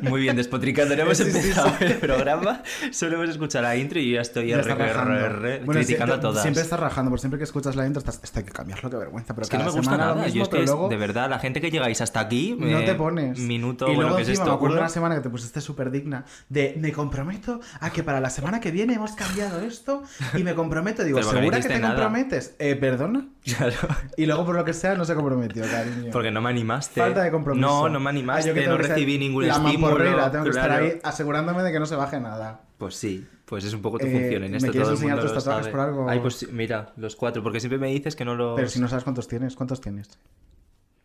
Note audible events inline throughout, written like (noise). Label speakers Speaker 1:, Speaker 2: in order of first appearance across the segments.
Speaker 1: Muy bien, despotricando, no hemos
Speaker 2: Sí, sí,
Speaker 1: empezado el programa. Solo hemos escuchado la intro y yo ya estoy
Speaker 2: Ya
Speaker 1: R,
Speaker 2: está
Speaker 1: R,
Speaker 2: rajando.
Speaker 1: R, R,
Speaker 2: Bueno,
Speaker 1: criticando
Speaker 2: siempre-
Speaker 1: a todas.
Speaker 2: Siempre estás rajando, por siempre que escuchas la intro estás... Esto hay que cambiarlo, qué vergüenza. Pero
Speaker 1: Es que no
Speaker 2: cada
Speaker 1: me gusta
Speaker 2: semana lo
Speaker 1: nada,
Speaker 2: mismo,
Speaker 1: yo es que
Speaker 2: pero
Speaker 1: es-
Speaker 2: luego
Speaker 1: de verdad, la gente que llegáis hasta aquí...
Speaker 2: No
Speaker 1: eh,
Speaker 2: te pones.
Speaker 1: Minuto,
Speaker 2: y
Speaker 1: bueno,
Speaker 2: luego
Speaker 1: que es
Speaker 2: encima
Speaker 1: esto?
Speaker 2: me acuerdo
Speaker 1: Uno.
Speaker 2: una semana que te pusiste súper digna de me comprometo a que para la semana que viene hemos cambiado esto y me comprometo. Digo,
Speaker 1: Pero porque no
Speaker 2: ¿segura que
Speaker 1: hiciste
Speaker 2: te
Speaker 1: nada".
Speaker 2: comprometes? Eh, ¿Perdona?
Speaker 1: (laughs) Claro,
Speaker 2: Y luego por lo que sea no se comprometió, cariño.
Speaker 1: porque no me animaste.
Speaker 2: Falta de compromiso.
Speaker 1: No, no me
Speaker 2: Ah,
Speaker 1: animaste,
Speaker 2: yo que tengo
Speaker 1: no
Speaker 2: que ser
Speaker 1: recibí ningún
Speaker 2: la
Speaker 1: estímulo.
Speaker 2: mamporrera, tengo que estar
Speaker 1: claro.
Speaker 2: ahí asegurándome de que no se baje nada.
Speaker 1: Pues sí, pues es un poco tu
Speaker 2: Eh,
Speaker 1: función en
Speaker 2: ¿me
Speaker 1: esto,
Speaker 2: quieres
Speaker 1: todo el
Speaker 2: enseñar
Speaker 1: mundo
Speaker 2: tus
Speaker 1: lo
Speaker 2: tatuajes
Speaker 1: sabe.
Speaker 2: por algo?
Speaker 1: Ay, pues sí, mira, los cuatro, porque siempre me dices que no los...
Speaker 2: Pero si no sabes cuántos tienes, ¿cuántos tienes?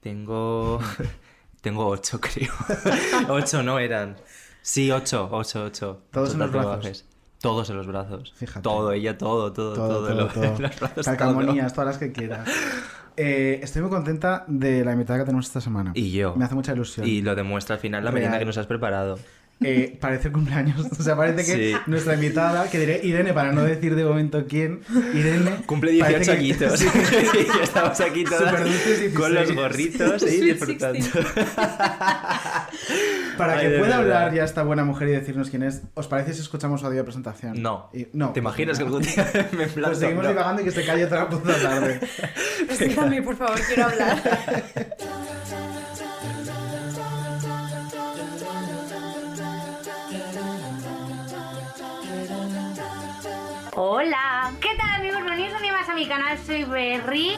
Speaker 1: Tengo... (laughs) Tengo ocho, creo.
Speaker 2: (laughs)
Speaker 1: ocho no eran. Sí, ocho, ocho, ocho.
Speaker 2: Todos en
Speaker 1: Total,
Speaker 2: los
Speaker 1: te lo
Speaker 2: brazos.
Speaker 1: haces. Todos en los brazos.
Speaker 2: Fíjate.
Speaker 1: Todo, ella, todo, todo, todo.
Speaker 2: Todo,
Speaker 1: en
Speaker 2: todo,
Speaker 1: (laughs) los-
Speaker 2: todo.
Speaker 1: en los brazos,
Speaker 2: Calcamonías, todas las que quieras. Eh, estoy muy contenta de la invitada que tenemos esta semana.
Speaker 1: todo. Y yo.
Speaker 2: Me hace mucha ilusión.
Speaker 1: Y lo demuestra al final la
Speaker 2: Real.
Speaker 1: merienda que nos has
Speaker 2: (laughs)
Speaker 1: preparado.
Speaker 2: Eh, parece cumpleaños. (laughs) O sea, parece que
Speaker 1: Sí.
Speaker 2: nuestra invitada, que diré Irene, para no decir de momento quién, Irene.
Speaker 1: Cumple
Speaker 2: parece
Speaker 1: 18
Speaker 2: que-
Speaker 1: añitos. (laughs)
Speaker 2: Sí.
Speaker 1: y estamos aquí todas
Speaker 2: Superdulces
Speaker 1: con los
Speaker 2: 16.
Speaker 1: gorritos y
Speaker 3: Sweet
Speaker 1: disfrutando.
Speaker 2: Para
Speaker 1: Ay,
Speaker 2: que
Speaker 1: de
Speaker 2: pueda
Speaker 1: verdad.
Speaker 2: hablar ya esta buena mujer y decirnos quién es, ¿os parece si escuchamos su audio de presentación?
Speaker 1: No.
Speaker 2: Y- no.
Speaker 1: ¿Te imaginas
Speaker 2: (laughs)
Speaker 1: que
Speaker 2: no.
Speaker 1: algún día (laughs) me emplazo?
Speaker 2: Pues seguimos
Speaker 1: No.
Speaker 2: divagando y
Speaker 1: (laughs)
Speaker 2: que se calle otra puta tarde.
Speaker 3: Preséntame, por favor, quiero hablar.
Speaker 4: Hola, ¿qué tal amigos? Bienvenidos un día más a mi canal, soy Berry.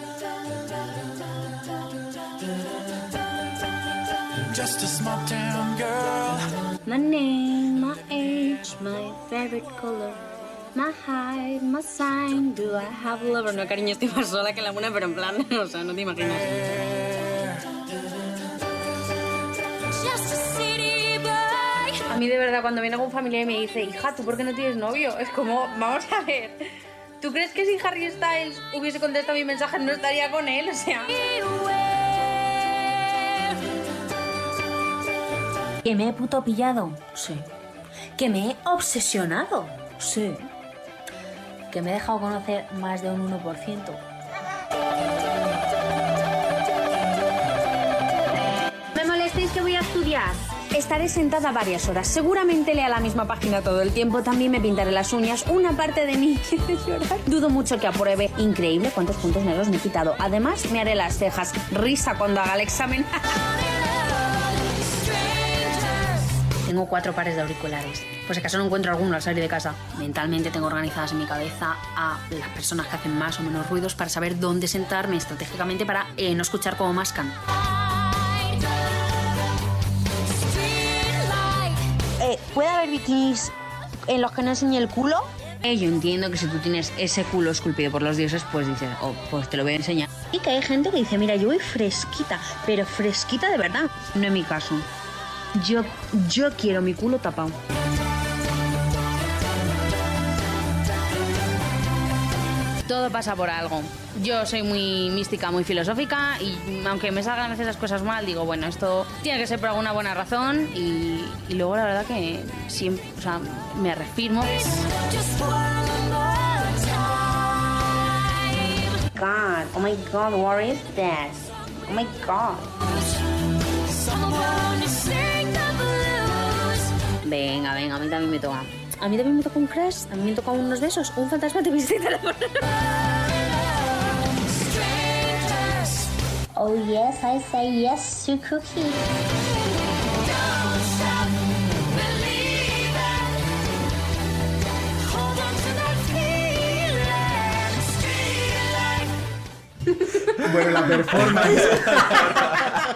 Speaker 5: Just a small town girl.
Speaker 4: My name, my age, my favorite color, my height, my sign, do I have a lover? No, cariño, estoy más sola que la muna, pero en plan, (laughs) o sea, no te imaginas.
Speaker 6: Just a city boy.
Speaker 4: A mí de verdad, cuando viene algún familiar y me dice, hija, ¿tú por qué no tienes novio? Es como, vamos a ver, ¿tú crees que si Harry Styles hubiese contestado mi mensaje no estaría con él? O sea...
Speaker 3: Que me he puto pillado. Sí. Que me he obsesionado. Sí. Que me he dejado conocer más de un 1%.
Speaker 4: Me molestéis que voy a estudiar. Estaré sentada varias horas. Seguramente lea la misma página todo el tiempo. También me pintaré las uñas. Una parte de mí (laughs) quiere llorar. Dudo mucho que apruebe. Increíble cuántos puntos negros me he quitado. Además, me haré las cejas. Risa cuando haga el examen. Tengo cuatro pares de auriculares. Pues si acaso no encuentro alguno al salir de casa. Mentalmente tengo organizadas en mi cabeza a las personas que hacen más o menos ruidos para saber dónde sentarme estratégicamente para eh, no escuchar como mascan.
Speaker 3: Eh, ¿Puede haber bikinis en los que no enseñe el culo?
Speaker 4: Eh, yo entiendo que si tú tienes ese culo esculpido por los dioses, pues dices, oh, pues te lo voy a enseñar.
Speaker 3: Y que hay gente que dice, mira, yo voy fresquita, pero fresquita de verdad.
Speaker 4: No es mi caso. Yo, yo quiero mi culo tapado. Todo pasa por algo. Yo soy muy mística, muy filosófica y aunque me salgan a veces las cosas mal, digo, bueno, esto tiene que ser por alguna buena razón y, y luego la verdad que siempre, o sea, me reafirmo.
Speaker 6: Just one more time.
Speaker 4: God, oh my God, what is this? Oh my God.
Speaker 6: Someone to sing the blues.
Speaker 4: Venga, venga, a mí también me toca. A mí también me toca un crash, a mí me toca unos besos, un fantasma te visita la
Speaker 6: Strangers.
Speaker 3: Oh yes, I say yes to cookie.
Speaker 6: Don't stop believing. Hold on to that feeling. Streetlight.
Speaker 2: Bueno, la performance. (laughs)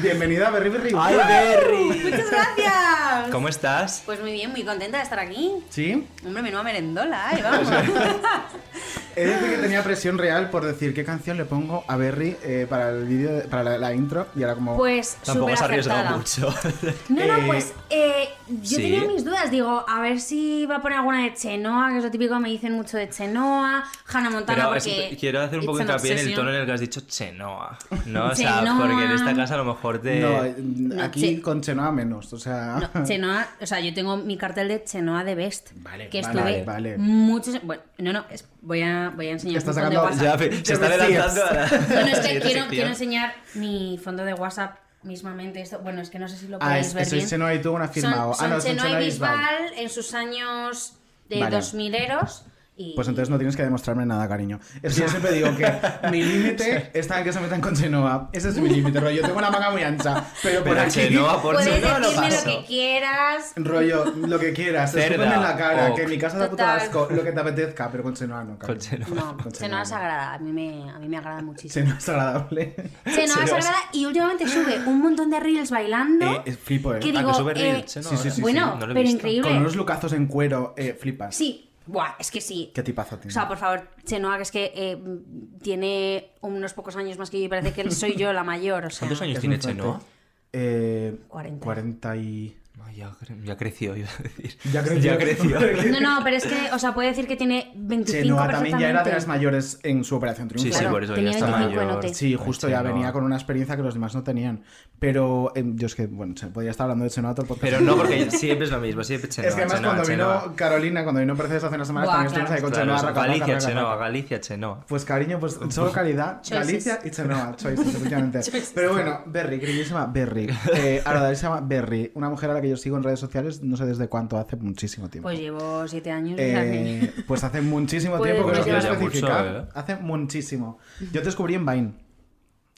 Speaker 2: Bienvenida a Berry Berry.
Speaker 1: ¡Ay, Berry!
Speaker 4: ¡Muchas gracias!
Speaker 1: ¿Cómo estás?
Speaker 4: Pues muy bien, muy contenta de estar aquí.
Speaker 2: Sí,
Speaker 4: Hombre, menuda merendola,
Speaker 1: (laughs)
Speaker 4: ¿eh? Vamos.
Speaker 2: he de decir que tenía presión real por decir qué canción le pongo a Berry eh, para el vídeo, de- para la, la intro y ahora como
Speaker 4: Pues
Speaker 1: Tampoco
Speaker 4: súper
Speaker 1: se ha arriesgado
Speaker 4: acertada.
Speaker 1: mucho.
Speaker 4: (laughs) No,
Speaker 2: Eh,
Speaker 4: no, pues eh, yo
Speaker 1: sí.
Speaker 4: tenía mis dudas. Digo, a ver si va a poner alguna de Chenoa, que es lo típico que me dicen mucho de Chenoa, Hannah Montana,
Speaker 1: Pero es-
Speaker 4: porque...
Speaker 1: quiero hacer un poco
Speaker 4: it's an
Speaker 1: hincapié en el
Speaker 4: obsession.
Speaker 1: tono en el que has dicho Chenoa. ¿no? O sea,
Speaker 4: Chenoa.
Speaker 1: porque en esta casa a lo mejor te.
Speaker 2: No, eh, aquí
Speaker 4: che-
Speaker 2: con Chenoa menos, o sea... (laughs)
Speaker 4: No, Chenoa, o sea, yo tengo mi cartel de Chenoa de Best.
Speaker 2: Vale,
Speaker 4: que
Speaker 2: vale,
Speaker 4: estuve
Speaker 2: vale.
Speaker 4: muchos. Bueno, no, no, es- voy a, voy a enseñar.
Speaker 2: Está
Speaker 4: un montón
Speaker 2: sacando-
Speaker 4: de WhatsApp.
Speaker 1: Ya, fe- se
Speaker 2: Te
Speaker 1: está
Speaker 2: vestías.
Speaker 1: adelantando a la. (laughs)
Speaker 4: No, no, es
Speaker 1: siguiente
Speaker 4: que quiero,
Speaker 1: sección.
Speaker 4: quiero enseñar mi fondo de WhatsApp mismamente. Esto, bueno, es que no sé si lo
Speaker 2: Ah,
Speaker 4: podéis
Speaker 2: es que
Speaker 4: ver
Speaker 2: soy
Speaker 4: bien.
Speaker 2: Chenoa y tú una firmado.
Speaker 4: Son,
Speaker 2: ah,
Speaker 4: son
Speaker 2: no, soy
Speaker 4: Chenoa y
Speaker 2: Bisbal.
Speaker 4: Bisbal en sus años de
Speaker 2: Vale.
Speaker 4: 2000 eros. Y...
Speaker 2: Pues entonces no tienes que demostrarme nada, cariño. Es que yo siempre digo que
Speaker 1: (laughs)
Speaker 2: mi límite está en que se metan con Chenoa. Ese es mi límite, rollo. Tengo una manga muy ancha, pero por
Speaker 1: Pero
Speaker 2: aquí...
Speaker 1: Chenoa, por
Speaker 4: Puedes
Speaker 1: Chenoa lo
Speaker 4: decirme lo,
Speaker 1: paso.
Speaker 4: que quieras. (laughs)
Speaker 2: Rollo, lo que quieras,
Speaker 1: Cerda,
Speaker 2: escúpeme en la cara,
Speaker 1: ok.
Speaker 2: que en mi casa da puto
Speaker 4: Total.
Speaker 2: asco, lo que te apetezca, pero con Chenoa no,
Speaker 1: Con
Speaker 2: cariño.
Speaker 1: Chenoa.
Speaker 4: No,
Speaker 2: Con
Speaker 4: Chenoa
Speaker 2: Chenoa.
Speaker 4: es sagrada. A mí me, a mí me agrada muchísimo.
Speaker 2: Chenoa es agradable.
Speaker 4: Chenoa es
Speaker 1: Chenoa es-
Speaker 4: sagrada y últimamente sube un montón de reels bailando.
Speaker 2: Eh, eh, flipo, eh.
Speaker 4: que
Speaker 1: Ah,
Speaker 4: digo,
Speaker 1: que sube
Speaker 4: eh,
Speaker 1: Reels, Chenoa,
Speaker 2: sí, sí,
Speaker 1: ahora.
Speaker 2: sí, sí.
Speaker 4: bueno,
Speaker 1: No lo he
Speaker 4: pero
Speaker 1: visto.
Speaker 4: increíble.
Speaker 2: Con unos lucazos en cuero, eh, flipas.
Speaker 4: Sí, buah, es que sí.
Speaker 2: Qué tipazo tiene.
Speaker 4: O sea, por favor, Chenoa, que es que eh, mm, tiene unos pocos años más que yo y parece que soy yo la mayor. O sea,
Speaker 1: ¿Cuántos años
Speaker 2: Es
Speaker 1: tiene
Speaker 2: muy fuerte.
Speaker 1: Chenoa?
Speaker 2: Eh,
Speaker 4: 40.
Speaker 2: 40 y...
Speaker 1: Ay, ya, cre- ya creció, iba a decir.
Speaker 2: Ya creció. (laughs)
Speaker 4: No, no, pero es que, o sea, puede decir que tiene 25
Speaker 2: Chenoa también ya era de las
Speaker 4: perfectamente.
Speaker 2: mayores en su Operación
Speaker 1: Sí,
Speaker 2: Triunfo.
Speaker 1: sí,
Speaker 4: Claro,
Speaker 1: por eso ya
Speaker 4: tenía
Speaker 1: está
Speaker 4: 25
Speaker 1: mayor.
Speaker 4: enotes.
Speaker 2: Sí, justo ya
Speaker 1: Chenoa.
Speaker 2: venía con una experiencia que los demás no tenían. Pero em, yo es que, bueno, se- podía estar hablando de Chenoa todo el podcast.
Speaker 1: Pero no,
Speaker 2: (laughs)
Speaker 1: porque siempre es lo mismo, siempre Chenoa.
Speaker 2: es que además
Speaker 1: Chenoa,
Speaker 2: cuando
Speaker 1: Chenoa.
Speaker 2: vino Carolina, cuando vino Mercedes hace unas semanas,
Speaker 4: Buah,
Speaker 2: también estuvimos ahí
Speaker 4: claro.
Speaker 2: con
Speaker 1: Claro,
Speaker 2: Chenoa.
Speaker 1: es
Speaker 2: raca, raca,
Speaker 1: Galicia,
Speaker 2: raca,
Speaker 1: Chenoa,
Speaker 2: raca.
Speaker 1: Galicia, Chenoa.
Speaker 2: Pues
Speaker 1: (laughs)
Speaker 2: cariño, pues solo calidad,
Speaker 4: Choices.
Speaker 2: Galicia y Chenoa, choices,
Speaker 4: (laughs)
Speaker 2: efectivamente. Pero bueno, Berry, queridísima Berry. Eh, ahora se llama Berry, una mujer a la que yo sigo en redes sociales no sé desde cuánto, hace muchísimo tiempo.
Speaker 4: Pues llevo 7 (laughs) años. o sea que-
Speaker 2: Eh, pues hace muchísimo
Speaker 4: Pues
Speaker 2: tiempo que
Speaker 4: ya
Speaker 2: no quiero
Speaker 1: lleva mucho,
Speaker 2: especificar.
Speaker 1: ¿eh?
Speaker 2: Hace muchísimo. Yo te descubrí en Vine.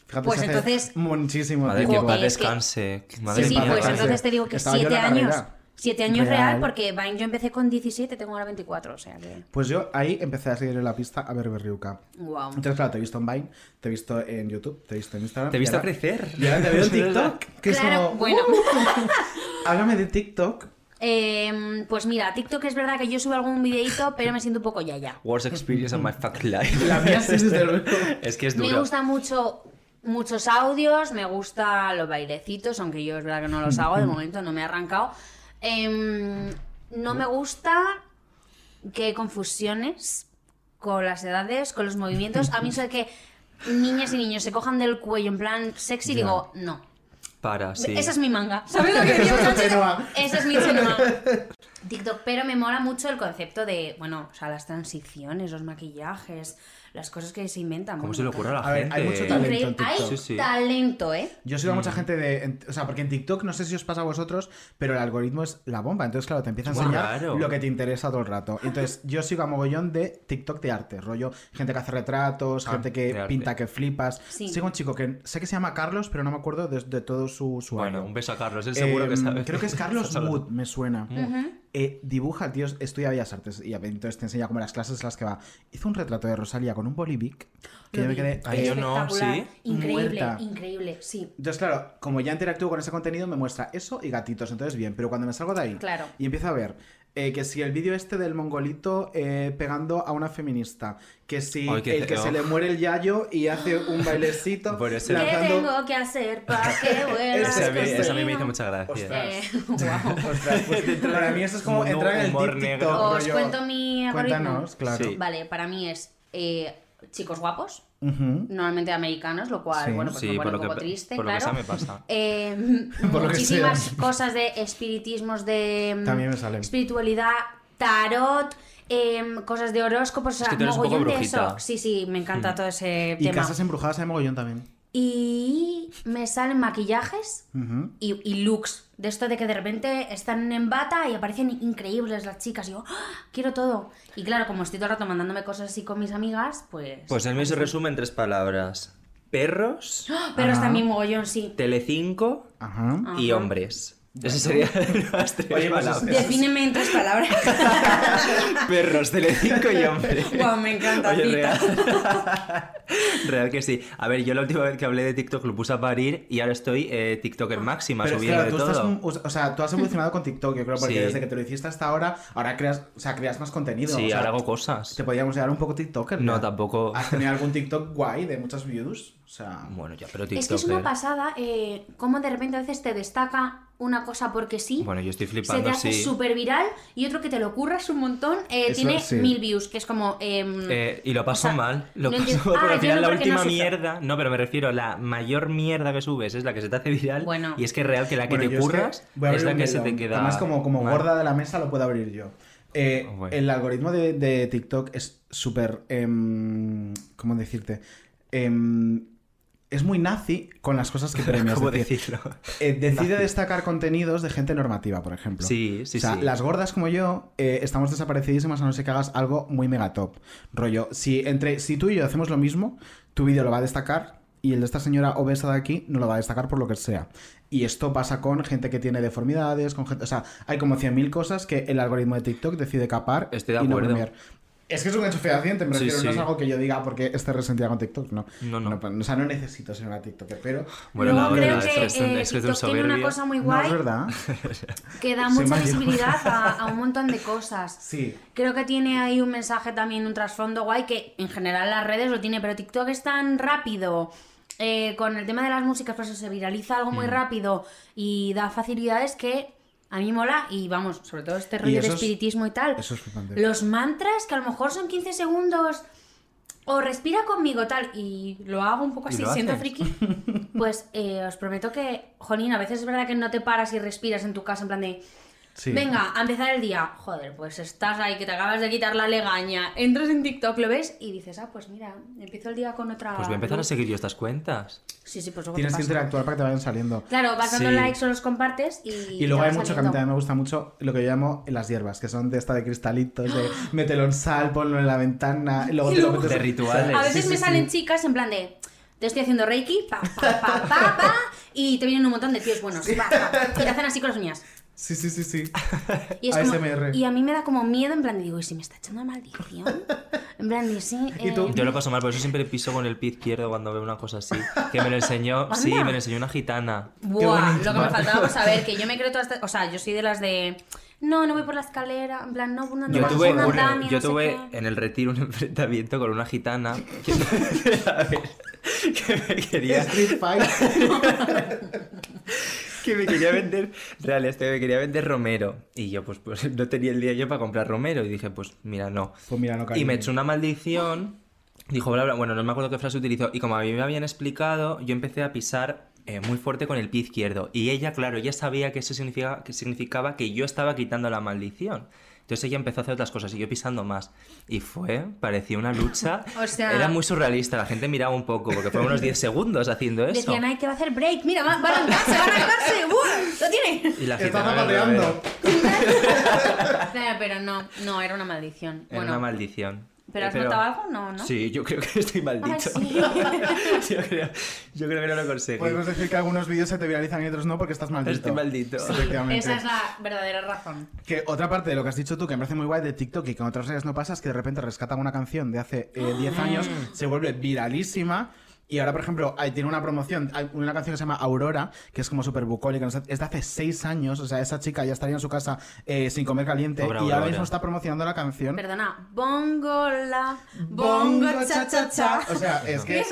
Speaker 2: Fíjate,
Speaker 4: Pues
Speaker 2: si hace
Speaker 4: entonces-
Speaker 2: muchísimo
Speaker 1: Madre que
Speaker 4: Joder,
Speaker 1: en
Speaker 2: tiempo.
Speaker 1: paz
Speaker 4: es que-
Speaker 1: descanse. Madre
Speaker 4: Sí, sí,
Speaker 1: mía,
Speaker 4: pues
Speaker 1: madre.
Speaker 4: entonces te digo que
Speaker 2: Estaba yo en
Speaker 4: 7
Speaker 2: la
Speaker 4: años.
Speaker 2: carrera.
Speaker 4: 7 años real,
Speaker 2: Real.
Speaker 4: porque Vine yo empecé con 17, tengo ahora 24, o sea que.
Speaker 2: Pues yo ahí empecé a seguir la pista a ver Berriuca.
Speaker 4: Wow.
Speaker 2: Entonces, claro, te he visto en Vine, te he visto en YouTube, te he visto en Instagram.
Speaker 1: Te he visto
Speaker 2: y ahora-
Speaker 1: crecer.
Speaker 2: Y ahora
Speaker 1: (laughs)
Speaker 2: te veo en TikTok. Que es
Speaker 4: Claro,
Speaker 2: como, (laughs)
Speaker 4: bueno.
Speaker 2: Háblame de TikTok.
Speaker 4: Em, pues mira, TikTok es verdad que yo subo algún videito, pero me siento un poco ya ya.
Speaker 1: Worst experience of my fuck life.
Speaker 2: La mía sí, desde luego.
Speaker 1: (laughs) Es que es
Speaker 4: Me
Speaker 1: duro.
Speaker 4: gusta mucho muchos audios, me gusta los bailecitos, aunque yo es verdad que no los hago, de momento no me he arrancado. Em, no me gusta que hay confusiones con las edades, con los movimientos. A mí eso de que niñas y niños se cojan del cuello en plan sexy, digo, no.
Speaker 1: Para, sí.
Speaker 4: Esa es mi manga. (laughs) ¿Sabes lo que
Speaker 2: Esa
Speaker 4: digo?
Speaker 2: es tu chenoa.
Speaker 4: Esa es mi (laughs) chenoa. TikTok, pero me mola mucho el concepto de, bueno, o sea, las transiciones, los maquillajes, las cosas que se inventan.
Speaker 1: ¿Cómo
Speaker 4: bueno,
Speaker 1: se le ocurre a la
Speaker 2: A ver,
Speaker 1: gente?
Speaker 2: hay mucho talento.
Speaker 4: Increíble.
Speaker 2: en TikTok.
Speaker 4: Hay
Speaker 1: Eh, Sí, sí. Mm.
Speaker 4: talento, ¿eh?
Speaker 2: Yo sigo a mucha gente de. en- o sea, porque en TikTok no sé si os pasa a vosotros, pero el algoritmo es la bomba. Entonces, claro, te empieza a
Speaker 1: Guau,
Speaker 2: enseñar
Speaker 1: claro.
Speaker 2: lo que te interesa todo el rato. Entonces, yo sigo a mogollón de TikTok de arte, rollo. Gente que hace retratos,
Speaker 1: Ah,
Speaker 2: gente
Speaker 1: de
Speaker 2: que
Speaker 1: arte.
Speaker 2: pinta que flipas.
Speaker 4: Sí.
Speaker 2: Sigo a un chico que sé que se llama Carlos, pero no me acuerdo de, de todo su, su
Speaker 1: Bueno,
Speaker 2: año.
Speaker 1: un beso a Carlos, él seguro que
Speaker 2: Em,
Speaker 1: sabe. Mm.
Speaker 2: Creo que es
Speaker 1: (laughs)
Speaker 2: Carlos
Speaker 1: Estás hablando.
Speaker 2: Wood, me suena. Eh, dibuja, tío, estudia Bellas Artes y entonces te enseña como las clases en las que va. Hizo un retrato de Rosalía con un bolivic que yo me quedé.
Speaker 1: Ay,
Speaker 2: eh,
Speaker 1: yo no,
Speaker 4: Espectacular.
Speaker 1: sí.
Speaker 4: Increíble,
Speaker 2: Muerta.
Speaker 4: increíble, sí.
Speaker 2: entonces, claro, como ya interactúo con ese contenido, me muestra eso y gatitos, entonces bien. Pero cuando me salgo de ahí
Speaker 4: Claro.
Speaker 2: y empiezo a ver eh, que si el vídeo este del mongolito eh, pegando a una feminista, que si
Speaker 1: Ay, qué
Speaker 2: el que
Speaker 1: feo.
Speaker 2: se le muere el yayo y hace
Speaker 1: (laughs)
Speaker 2: un bailecito
Speaker 1: Por ese-
Speaker 4: ¿Qué
Speaker 2: lanzando...
Speaker 4: tengo que hacer para que vuelvas
Speaker 1: Esa a, mí, esa a mí me hizo
Speaker 4: conmigo?
Speaker 1: mucha gracia.
Speaker 2: Ostras.
Speaker 4: Eh, guau.
Speaker 2: Ostras, pues, para mí eso es como
Speaker 1: Humor-
Speaker 2: entrar en el
Speaker 1: humor
Speaker 2: deep
Speaker 1: negro.
Speaker 2: TikTok,
Speaker 4: Os
Speaker 2: rollo.
Speaker 4: cuento mi algoritmo.
Speaker 2: Cuéntanos, claro.
Speaker 1: Sí.
Speaker 4: Vale, para mí es eh, chicos guapos,
Speaker 2: Ujú.
Speaker 4: normalmente americanos, lo cual,
Speaker 2: Sí.
Speaker 4: bueno, pues
Speaker 1: Sí,
Speaker 4: me
Speaker 1: por
Speaker 4: pone
Speaker 1: lo
Speaker 4: un
Speaker 1: que,
Speaker 4: poco
Speaker 1: por
Speaker 4: triste,
Speaker 1: lo que
Speaker 4: claro.
Speaker 1: sea me pasa.
Speaker 4: Eh,
Speaker 1: (laughs)
Speaker 2: Por lo que
Speaker 4: muchísimas
Speaker 2: sea.
Speaker 4: cosas de espiritismos, de mm,
Speaker 2: También me salen.
Speaker 4: espiritualidad, tarot, em, cosas de horóscopos, o sea,
Speaker 1: que tú eres un poco
Speaker 4: mogollón de
Speaker 1: brujita.
Speaker 4: eso. Sí, sí, me encanta todo ese
Speaker 2: Mm. Y
Speaker 4: tema.
Speaker 2: casas embrujadas hay mogollón también.
Speaker 4: Y me salen maquillajes
Speaker 2: Ujú.
Speaker 4: y, y looks. De esto de que de repente están en bata y aparecen increíbles las chicas. Y yo, ¡Ah! quiero todo. Y claro, como estoy todo el rato mandándome cosas así con mis amigas, pues.
Speaker 1: Pues el mío se resume en tres palabras. Perros,
Speaker 4: ¡Ah! Pero
Speaker 2: Ajá.
Speaker 4: está mi mogollón, sí.
Speaker 1: Telecinco
Speaker 2: Ajá.
Speaker 1: y hombres. Ese sería (laughs) las tres
Speaker 2: Oye, pues
Speaker 1: palabras.
Speaker 4: Defíneme en
Speaker 2: (laughs)
Speaker 4: tres palabras.
Speaker 1: Perros, Telecinco y hombre.
Speaker 4: Guau, me encanta,
Speaker 1: Oye,
Speaker 4: Pita.
Speaker 2: (laughs)
Speaker 1: real. real que sí. A ver, yo la última vez que hablé de TikTok lo puse a parir y ahora estoy eh, TikToker máxima
Speaker 2: Pero es que,
Speaker 1: subiendo
Speaker 2: claro, tú
Speaker 1: de todo.
Speaker 2: estás un- o sea, tú has evolucionado con TikTok, yo creo, porque
Speaker 1: Sí.
Speaker 2: desde que te lo hiciste hasta ahora, ahora creas, o sea, creas más contenido.
Speaker 1: Sí,
Speaker 2: o sea,
Speaker 1: ahora hago cosas.
Speaker 2: Te podríamos llevar un poco TikToker.
Speaker 1: No,
Speaker 2: ya.
Speaker 1: tampoco. (laughs)
Speaker 2: ¿Has tenido algún TikTok guay de muchas views? O sea,
Speaker 1: Bueno, ya, pero
Speaker 4: Es
Speaker 1: TikTok.
Speaker 4: que es una pasada eh, cómo de repente a veces te destaca una cosa porque sí.
Speaker 1: Bueno, yo estoy
Speaker 4: se te
Speaker 1: flipando,
Speaker 4: hace
Speaker 1: sí.
Speaker 4: súper viral y otro que te lo curras un montón eh,
Speaker 2: Eso
Speaker 4: tiene
Speaker 2: sí.
Speaker 4: mil views, que es como... em,
Speaker 1: Eh, y lo paso
Speaker 4: O sea,
Speaker 1: mal, lo
Speaker 4: no
Speaker 1: paso (laughs)
Speaker 4: entiendo-
Speaker 1: mal, porque
Speaker 4: Ah,
Speaker 1: al
Speaker 4: yo
Speaker 1: final
Speaker 4: no,
Speaker 1: la
Speaker 4: porque no
Speaker 1: última
Speaker 4: sufro.
Speaker 1: mierda, no, pero me refiero, la mayor mierda que subes es la que se te hace viral
Speaker 4: Bueno.
Speaker 1: y es que es real que la que
Speaker 2: Bueno, yo
Speaker 1: te
Speaker 2: es que
Speaker 1: curras
Speaker 2: voy a
Speaker 1: es
Speaker 2: abrir
Speaker 1: la
Speaker 2: un
Speaker 1: que se te
Speaker 2: melón.
Speaker 1: queda
Speaker 2: Además, como, como
Speaker 1: mal.
Speaker 2: gorda de la mesa, lo puedo abrir yo. Eh,
Speaker 1: Bueno.
Speaker 2: El algoritmo de, de TikTok es súper. em, ¿Cómo decirte? Em, es muy nazi con las
Speaker 1: (laughs)
Speaker 2: cosas que premias.
Speaker 1: ¿Cómo
Speaker 2: es decir,
Speaker 1: decirlo?
Speaker 2: (laughs) eh, decide destacar contenidos de gente normativa, por ejemplo.
Speaker 1: Sí, sí,
Speaker 2: o sea,
Speaker 1: sí.
Speaker 2: las gordas como yo eh, estamos desaparecidísimas a no ser que hagas algo muy megatop. Rollo, si, entre, si tú y yo hacemos lo mismo, tu vídeo lo va a destacar y el de esta señora obesa de aquí no lo va a destacar por lo que sea. Y esto pasa con gente que tiene deformidades, con gente... O sea, hay como 100.000 cosas que el algoritmo de TikTok decide capar
Speaker 1: Estoy de
Speaker 2: y no
Speaker 1: acuerdo.
Speaker 2: premiar. Es que es un hecho fehaciente, me
Speaker 1: Sí,
Speaker 2: refiero, no
Speaker 1: sí.
Speaker 2: es algo que yo diga porque esté resentida con TikTok, no. pues,
Speaker 1: No, no.
Speaker 2: o sea, no necesito ser una TikToker, pero...
Speaker 1: Bueno,
Speaker 4: no,
Speaker 1: la
Speaker 4: creo
Speaker 1: verdad,
Speaker 4: que
Speaker 1: es que es un-
Speaker 4: eh,
Speaker 1: es que es un
Speaker 4: TikTok tiene una
Speaker 1: soberbio.
Speaker 4: cosa muy
Speaker 2: No, es
Speaker 1: (laughs)
Speaker 4: guay
Speaker 2: verdad.
Speaker 4: que da
Speaker 2: (laughs) Soy
Speaker 4: mucha
Speaker 2: mayor.
Speaker 4: visibilidad a, a un montón de cosas.
Speaker 2: (laughs) Sí.
Speaker 4: Creo que tiene ahí un mensaje también, un trasfondo guay que en general las redes lo tiene, pero TikTok es tan rápido. eh, con el tema de las músicas, pues se viraliza algo
Speaker 1: Mm.
Speaker 4: muy rápido y da facilidades que a mí mola. Y vamos, sobre todo este rollo de
Speaker 2: eso es-
Speaker 4: espiritismo y tal.
Speaker 2: Eso es flipante.
Speaker 4: Los mantras, que a lo mejor son 15 segundos, o respira conmigo tal, y lo hago un poco
Speaker 1: ¿Y
Speaker 4: así,
Speaker 1: lo
Speaker 4: siendo
Speaker 1: haces?
Speaker 4: friki,
Speaker 1: (laughs)
Speaker 4: pues eh, os prometo que, Jolín, a veces es verdad que no te paras y respiras en tu casa en plan de...
Speaker 2: Sí.
Speaker 4: Venga, a empezar el día. Joder, pues estás ahí que te acabas de quitar la legaña. Entras en TikTok, lo ves y dices, ah, pues mira, empiezo el día con otra.
Speaker 1: Pues voy a empezar a
Speaker 4: luz".
Speaker 1: seguir yo estas cuentas.
Speaker 4: Sí, sí, pues luego te
Speaker 2: Tienes que
Speaker 4: pasa.
Speaker 2: interactuar para que te vayan saliendo.
Speaker 4: Claro, vas dando
Speaker 1: Sí.
Speaker 4: likes o los compartes y.
Speaker 2: Y
Speaker 4: te
Speaker 2: luego
Speaker 4: va
Speaker 2: hay mucho que a mí
Speaker 4: saliendo.
Speaker 2: también me gusta mucho lo que yo llamo las hierbas, que son de esta de cristalitos,
Speaker 4: (gasps)
Speaker 2: de mételo en sal, ponlo en la ventana, y luego
Speaker 4: Y
Speaker 2: te lo
Speaker 4: luego-
Speaker 2: metes
Speaker 1: De rituales.
Speaker 4: A veces
Speaker 2: Sí,
Speaker 4: me
Speaker 2: sí,
Speaker 4: salen
Speaker 2: sí.
Speaker 4: chicas en plan de. Te estoy haciendo reiki, pa, pa, pa, pa, pa, y te vienen un montón de tíos buenos. pa, pa, y te hacen así con las uñas.
Speaker 2: Sí, sí, sí, sí.
Speaker 4: Y, es como-
Speaker 2: ASMR.
Speaker 4: y a mí me da como miedo, en plan de digo, ¿y si me está echando una maldición? En plan de sí.
Speaker 2: ¿Y tú?
Speaker 4: eh,
Speaker 1: Yo lo paso mal, por eso siempre piso con el pie izquierdo cuando veo una cosa así. Que me lo enseñó,
Speaker 2: (laughs)
Speaker 4: Anda.
Speaker 1: sí, me lo enseñó una gitana.
Speaker 4: Buah,
Speaker 2: bonito.
Speaker 4: lo que me faltaba por saber, que yo me creo todas estas- O sea, yo soy de las de. No, no voy por la escalera, en plan, no, no,
Speaker 1: Yo
Speaker 2: Yo
Speaker 1: tuve,
Speaker 2: bajo
Speaker 1: un-
Speaker 2: una
Speaker 1: yo tuve en el retiro un (laughs) enfrentamiento con una gitana que, (laughs) a ver, que me quería
Speaker 2: (laughs) Street Fight.
Speaker 1: (laughs) que me quería vender real este me quería vender romero y yo pues pues no tenía el día yo para comprar romero y dije pues mira no
Speaker 2: Pues mira, no
Speaker 1: y
Speaker 2: cariño.
Speaker 1: me echó una maldición dijo bla bla bueno no me acuerdo qué frase utilizó y como a mí me habían explicado yo empecé a pisar eh, muy fuerte con el pie izquierdo y ella claro ella sabía que eso significa, que significaba que yo estaba quitando la maldición entonces ella empezó a hacer otras cosas y yo pisando más. Y fue, parecía una
Speaker 4: (laughs)
Speaker 1: lucha.
Speaker 4: O sea-
Speaker 1: Era muy surrealista, la gente miraba un poco, porque fueron
Speaker 4: (laughs)
Speaker 1: unos 10 segundos haciendo eso.
Speaker 4: Decían, ay, que va a hacer break, mira, va, va a arrancarse, va a arrancarse, ¡buah! ¡Lo tiene!
Speaker 1: Y la
Speaker 2: Está
Speaker 1: gitana, "Romero".
Speaker 2: zapateando.
Speaker 4: Claro, pero no, no, era una maldición.
Speaker 1: Era
Speaker 4: bueno,
Speaker 1: una maldición.
Speaker 4: ¿pero
Speaker 1: Eh,
Speaker 4: has notado algo? No, ¿no?
Speaker 1: Sí, yo creo que estoy
Speaker 4: Ay,
Speaker 1: maldito. (laughs)
Speaker 4: sí.
Speaker 1: yo, creo, yo creo que no lo conseguí.
Speaker 2: Podemos decir que algunos vídeos se te viralizan y otros no porque estás maldito.
Speaker 1: Estoy maldito.
Speaker 2: Sí, efectivamente.
Speaker 4: Esa es la verdadera razón.
Speaker 2: Que otra parte de lo que has dicho tú, que me parece muy guay de TikTok y que en otras redes no pasa, es que de repente rescatan una canción de hace eh, 10
Speaker 1: Ah.
Speaker 2: años, se vuelve viralísima. Y ahora, por ejemplo, hay- tiene una promoción, hay una canción que se llama Aurora, que es como súper bucólica, no sé, es de hace 6 años, o sea, esa chica ya estaría en su casa eh, sin comer caliente
Speaker 1: Pobre
Speaker 2: y
Speaker 1: Aurora.
Speaker 2: ahora mismo está promocionando la canción.
Speaker 4: Perdona, bongo la, bongo cha cha cha.
Speaker 2: O sea, es que...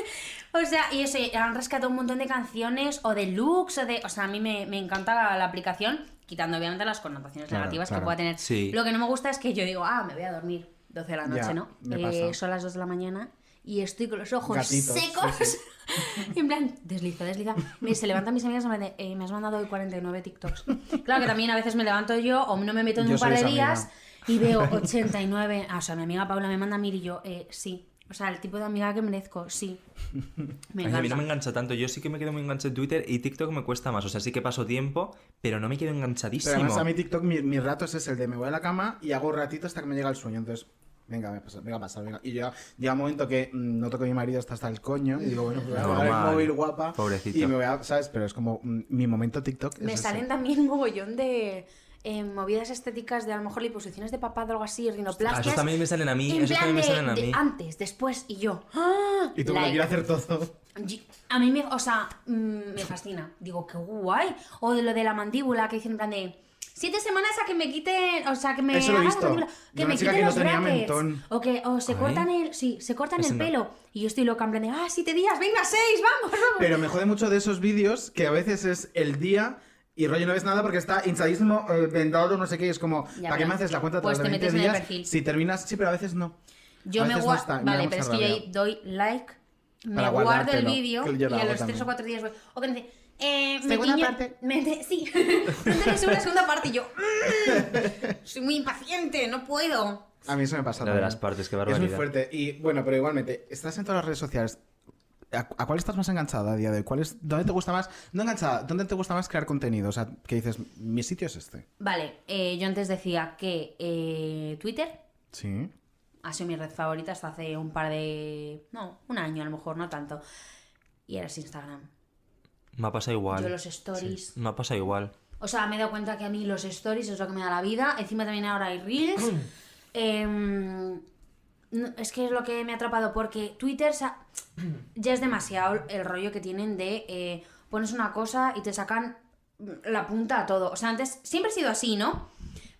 Speaker 4: (laughs) O sea, y eso, y han rescatado un montón de canciones o de looks o de... O sea, a mí me, me encanta la, la aplicación, quitando obviamente las connotaciones
Speaker 2: Claro,
Speaker 4: negativas
Speaker 2: claro.
Speaker 4: que pueda tener.
Speaker 1: Sí.
Speaker 4: Lo que no me gusta es que yo digo, ah, me voy a dormir 12 de la noche,
Speaker 2: Ya,
Speaker 4: ¿no?
Speaker 2: me
Speaker 4: Eh,
Speaker 2: pasa.
Speaker 4: son las 2 de la mañana y estoy con los ojos
Speaker 2: Gatitos,
Speaker 4: secos.
Speaker 2: sí, sí.
Speaker 4: (laughs) en plan, desliza, desliza. Me, se levantan mis amigas y me dicen, "Eh, me has mandado hoy 49 TikToks. Claro que también a veces me levanto yo o no me meto en
Speaker 2: Yo
Speaker 4: un par
Speaker 2: soy
Speaker 4: de
Speaker 2: esa
Speaker 4: días
Speaker 2: amiga.
Speaker 4: y
Speaker 1: (laughs)
Speaker 4: veo 89. Ah, o sea, mi amiga Paula me manda mil y yo, eh, sí. O sea, el tipo de amiga que merezco, sí.
Speaker 1: (laughs)
Speaker 4: Me
Speaker 1: Ay, a mí no me
Speaker 4: encanta.
Speaker 1: engancha tanto. Yo sí que me quedo muy enganchado en Twitter y TikTok me cuesta más. O sea, sí que paso tiempo, pero no me quedo
Speaker 2: Pero además
Speaker 1: enganchadísimo.
Speaker 2: a mí TikTok mi, mi rato es ese, el de me voy a la cama y hago un ratito hasta que me llega el sueño. Entonces, Venga, venga, pasa- venga, pasa, venga. Y yo llega un momento que mm, noto que mi marido está hasta el coño y digo, bueno, pues voy a apagar
Speaker 1: Normal.
Speaker 2: el móvil guapa.
Speaker 1: eh, Pobrecito.
Speaker 2: Y me voy a, ¿sabes? Pero es como mm, mi momento TikTok. es
Speaker 4: Me
Speaker 2: ese.
Speaker 4: salen también mogollón de eh, movidas estéticas de a lo mejor liposucciones de papá o algo así,
Speaker 1: Ah,
Speaker 4: rinoplastias.
Speaker 1: esos también me salen a mí.
Speaker 4: en
Speaker 1: Esos
Speaker 4: plan
Speaker 1: también me
Speaker 4: de-
Speaker 1: salen a
Speaker 4: de
Speaker 1: mí.
Speaker 4: antes, después y yo. ¡ah!
Speaker 2: Y tú me lo
Speaker 4: Like.
Speaker 2: quieres hacer todo.
Speaker 4: Yo- A mí me, o sea, mm, me fascina. Digo, qué guay. O de lo de la mandíbula que dicen en plan de siete semanas a que me quiten, o sea, que me
Speaker 2: Eso lo he
Speaker 4: hagan
Speaker 2: visto.
Speaker 4: mandíbula,
Speaker 2: De
Speaker 4: que
Speaker 2: una
Speaker 4: me
Speaker 2: chica
Speaker 4: quiten
Speaker 2: que no
Speaker 4: los
Speaker 2: tenía
Speaker 4: brackets,
Speaker 2: mentón.
Speaker 4: o que o se
Speaker 1: Ay.
Speaker 4: cortan el, sí, se cortan
Speaker 1: Ese
Speaker 4: el
Speaker 1: no.
Speaker 4: pelo y yo estoy loca en plan de, ah, siete días, venga, seis, vamos, vamos.
Speaker 2: Pero me jode mucho de esos vídeos que a veces es el día y rollo no ves nada porque está hinchadísimo, eh, vendado, no sé qué. Y es como,
Speaker 4: Ya,
Speaker 2: ¿para qué
Speaker 4: pero-
Speaker 2: me haces la cuenta
Speaker 4: pues
Speaker 2: tras de 20
Speaker 4: te metes en el
Speaker 2: días?
Speaker 4: perfil.
Speaker 2: Si terminas, sí, pero a veces no. A
Speaker 4: Yo me
Speaker 2: veces no
Speaker 4: guardo.
Speaker 2: está, me da
Speaker 4: vale,
Speaker 2: mucha
Speaker 4: pero es que yo
Speaker 2: rabia.
Speaker 4: ahí doy like, me
Speaker 2: Para
Speaker 4: guardo el
Speaker 2: guardártelo,
Speaker 4: vídeo
Speaker 2: que
Speaker 4: y
Speaker 2: yo
Speaker 4: a
Speaker 2: lo hago
Speaker 4: los tres
Speaker 2: también.
Speaker 4: o cuatro días voy. O que me dice, eh, me
Speaker 2: Segunda
Speaker 4: tiño-
Speaker 2: parte.
Speaker 4: me te- sí, (laughs) entonces me sube la segunda parte y yo, "Mm, soy muy impaciente, no puedo.
Speaker 2: A mí eso me pasa
Speaker 1: La de
Speaker 2: también.
Speaker 1: las partes, qué
Speaker 2: Es muy
Speaker 1: barbaridad.
Speaker 2: fuerte. Y bueno, pero igualmente, estás en todas las redes sociales. ¿A, a cuál estás más enganchada a día de hoy? ¿Cuál es, ¿Dónde te gusta más? No enganchada, ¿dónde te gusta más crear contenido? O sea, que dices, mi sitio es este.
Speaker 4: Vale, eh, yo antes decía que eh, Twitter
Speaker 2: Sí.
Speaker 4: ha sido mi red favorita hasta hace un par de... no, un año a lo mejor, no tanto. Y ahora es Instagram.
Speaker 1: Me ha pasado igual.
Speaker 4: Yo los stories...
Speaker 1: Me ha pasado igual.
Speaker 4: O sea, me he dado cuenta que a mí los stories es lo que me da la vida. Encima también ahora hay reels. Em, no, es que es lo que me ha atrapado porque Twitter sa- (clears throat) ya es demasiado el rollo que tienen de eh, pones una cosa y te sacan la punta a todo. O sea, antes siempre ha sido así, ¿no?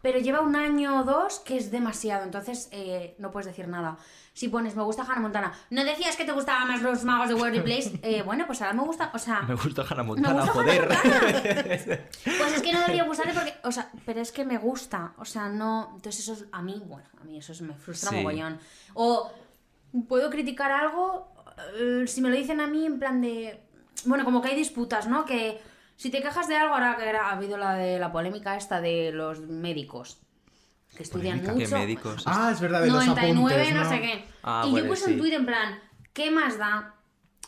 Speaker 4: Pero lleva un año o dos que es demasiado, entonces eh, no puedes decir nada. Si pones me gusta Hannah Montana, no decías que te gustaban más los magos de World Place, eh, bueno, pues ahora me gusta, o sea,
Speaker 1: Me gusta Hannah
Speaker 4: me
Speaker 1: Montana,
Speaker 4: gusta
Speaker 1: joder.
Speaker 4: Hannah
Speaker 1: (laughs)
Speaker 4: Montana. Pues es que no debería gustarle porque, o sea, pero es que me gusta, o sea, no, entonces eso es- a mí, bueno, a mí eso es- me frustra
Speaker 1: Sí.
Speaker 4: mogollón. O puedo criticar algo eh, si me lo dicen a mí en plan de, bueno, como que hay disputas, ¿no? Que si te quejas de algo, ahora que era- ha habido la de la polémica esta de los médicos que estudian
Speaker 2: ¿Polémica?
Speaker 1: ¿Qué
Speaker 4: Pues mucho.
Speaker 1: médicos?
Speaker 2: Ah, es verdad, de los
Speaker 4: 99,
Speaker 2: apuntes,
Speaker 4: no,
Speaker 2: ¿no?
Speaker 4: sé qué.
Speaker 1: Ah,
Speaker 4: y
Speaker 1: bueno,
Speaker 4: yo puse
Speaker 1: sí.
Speaker 4: en Twitter en plan, ¿qué más da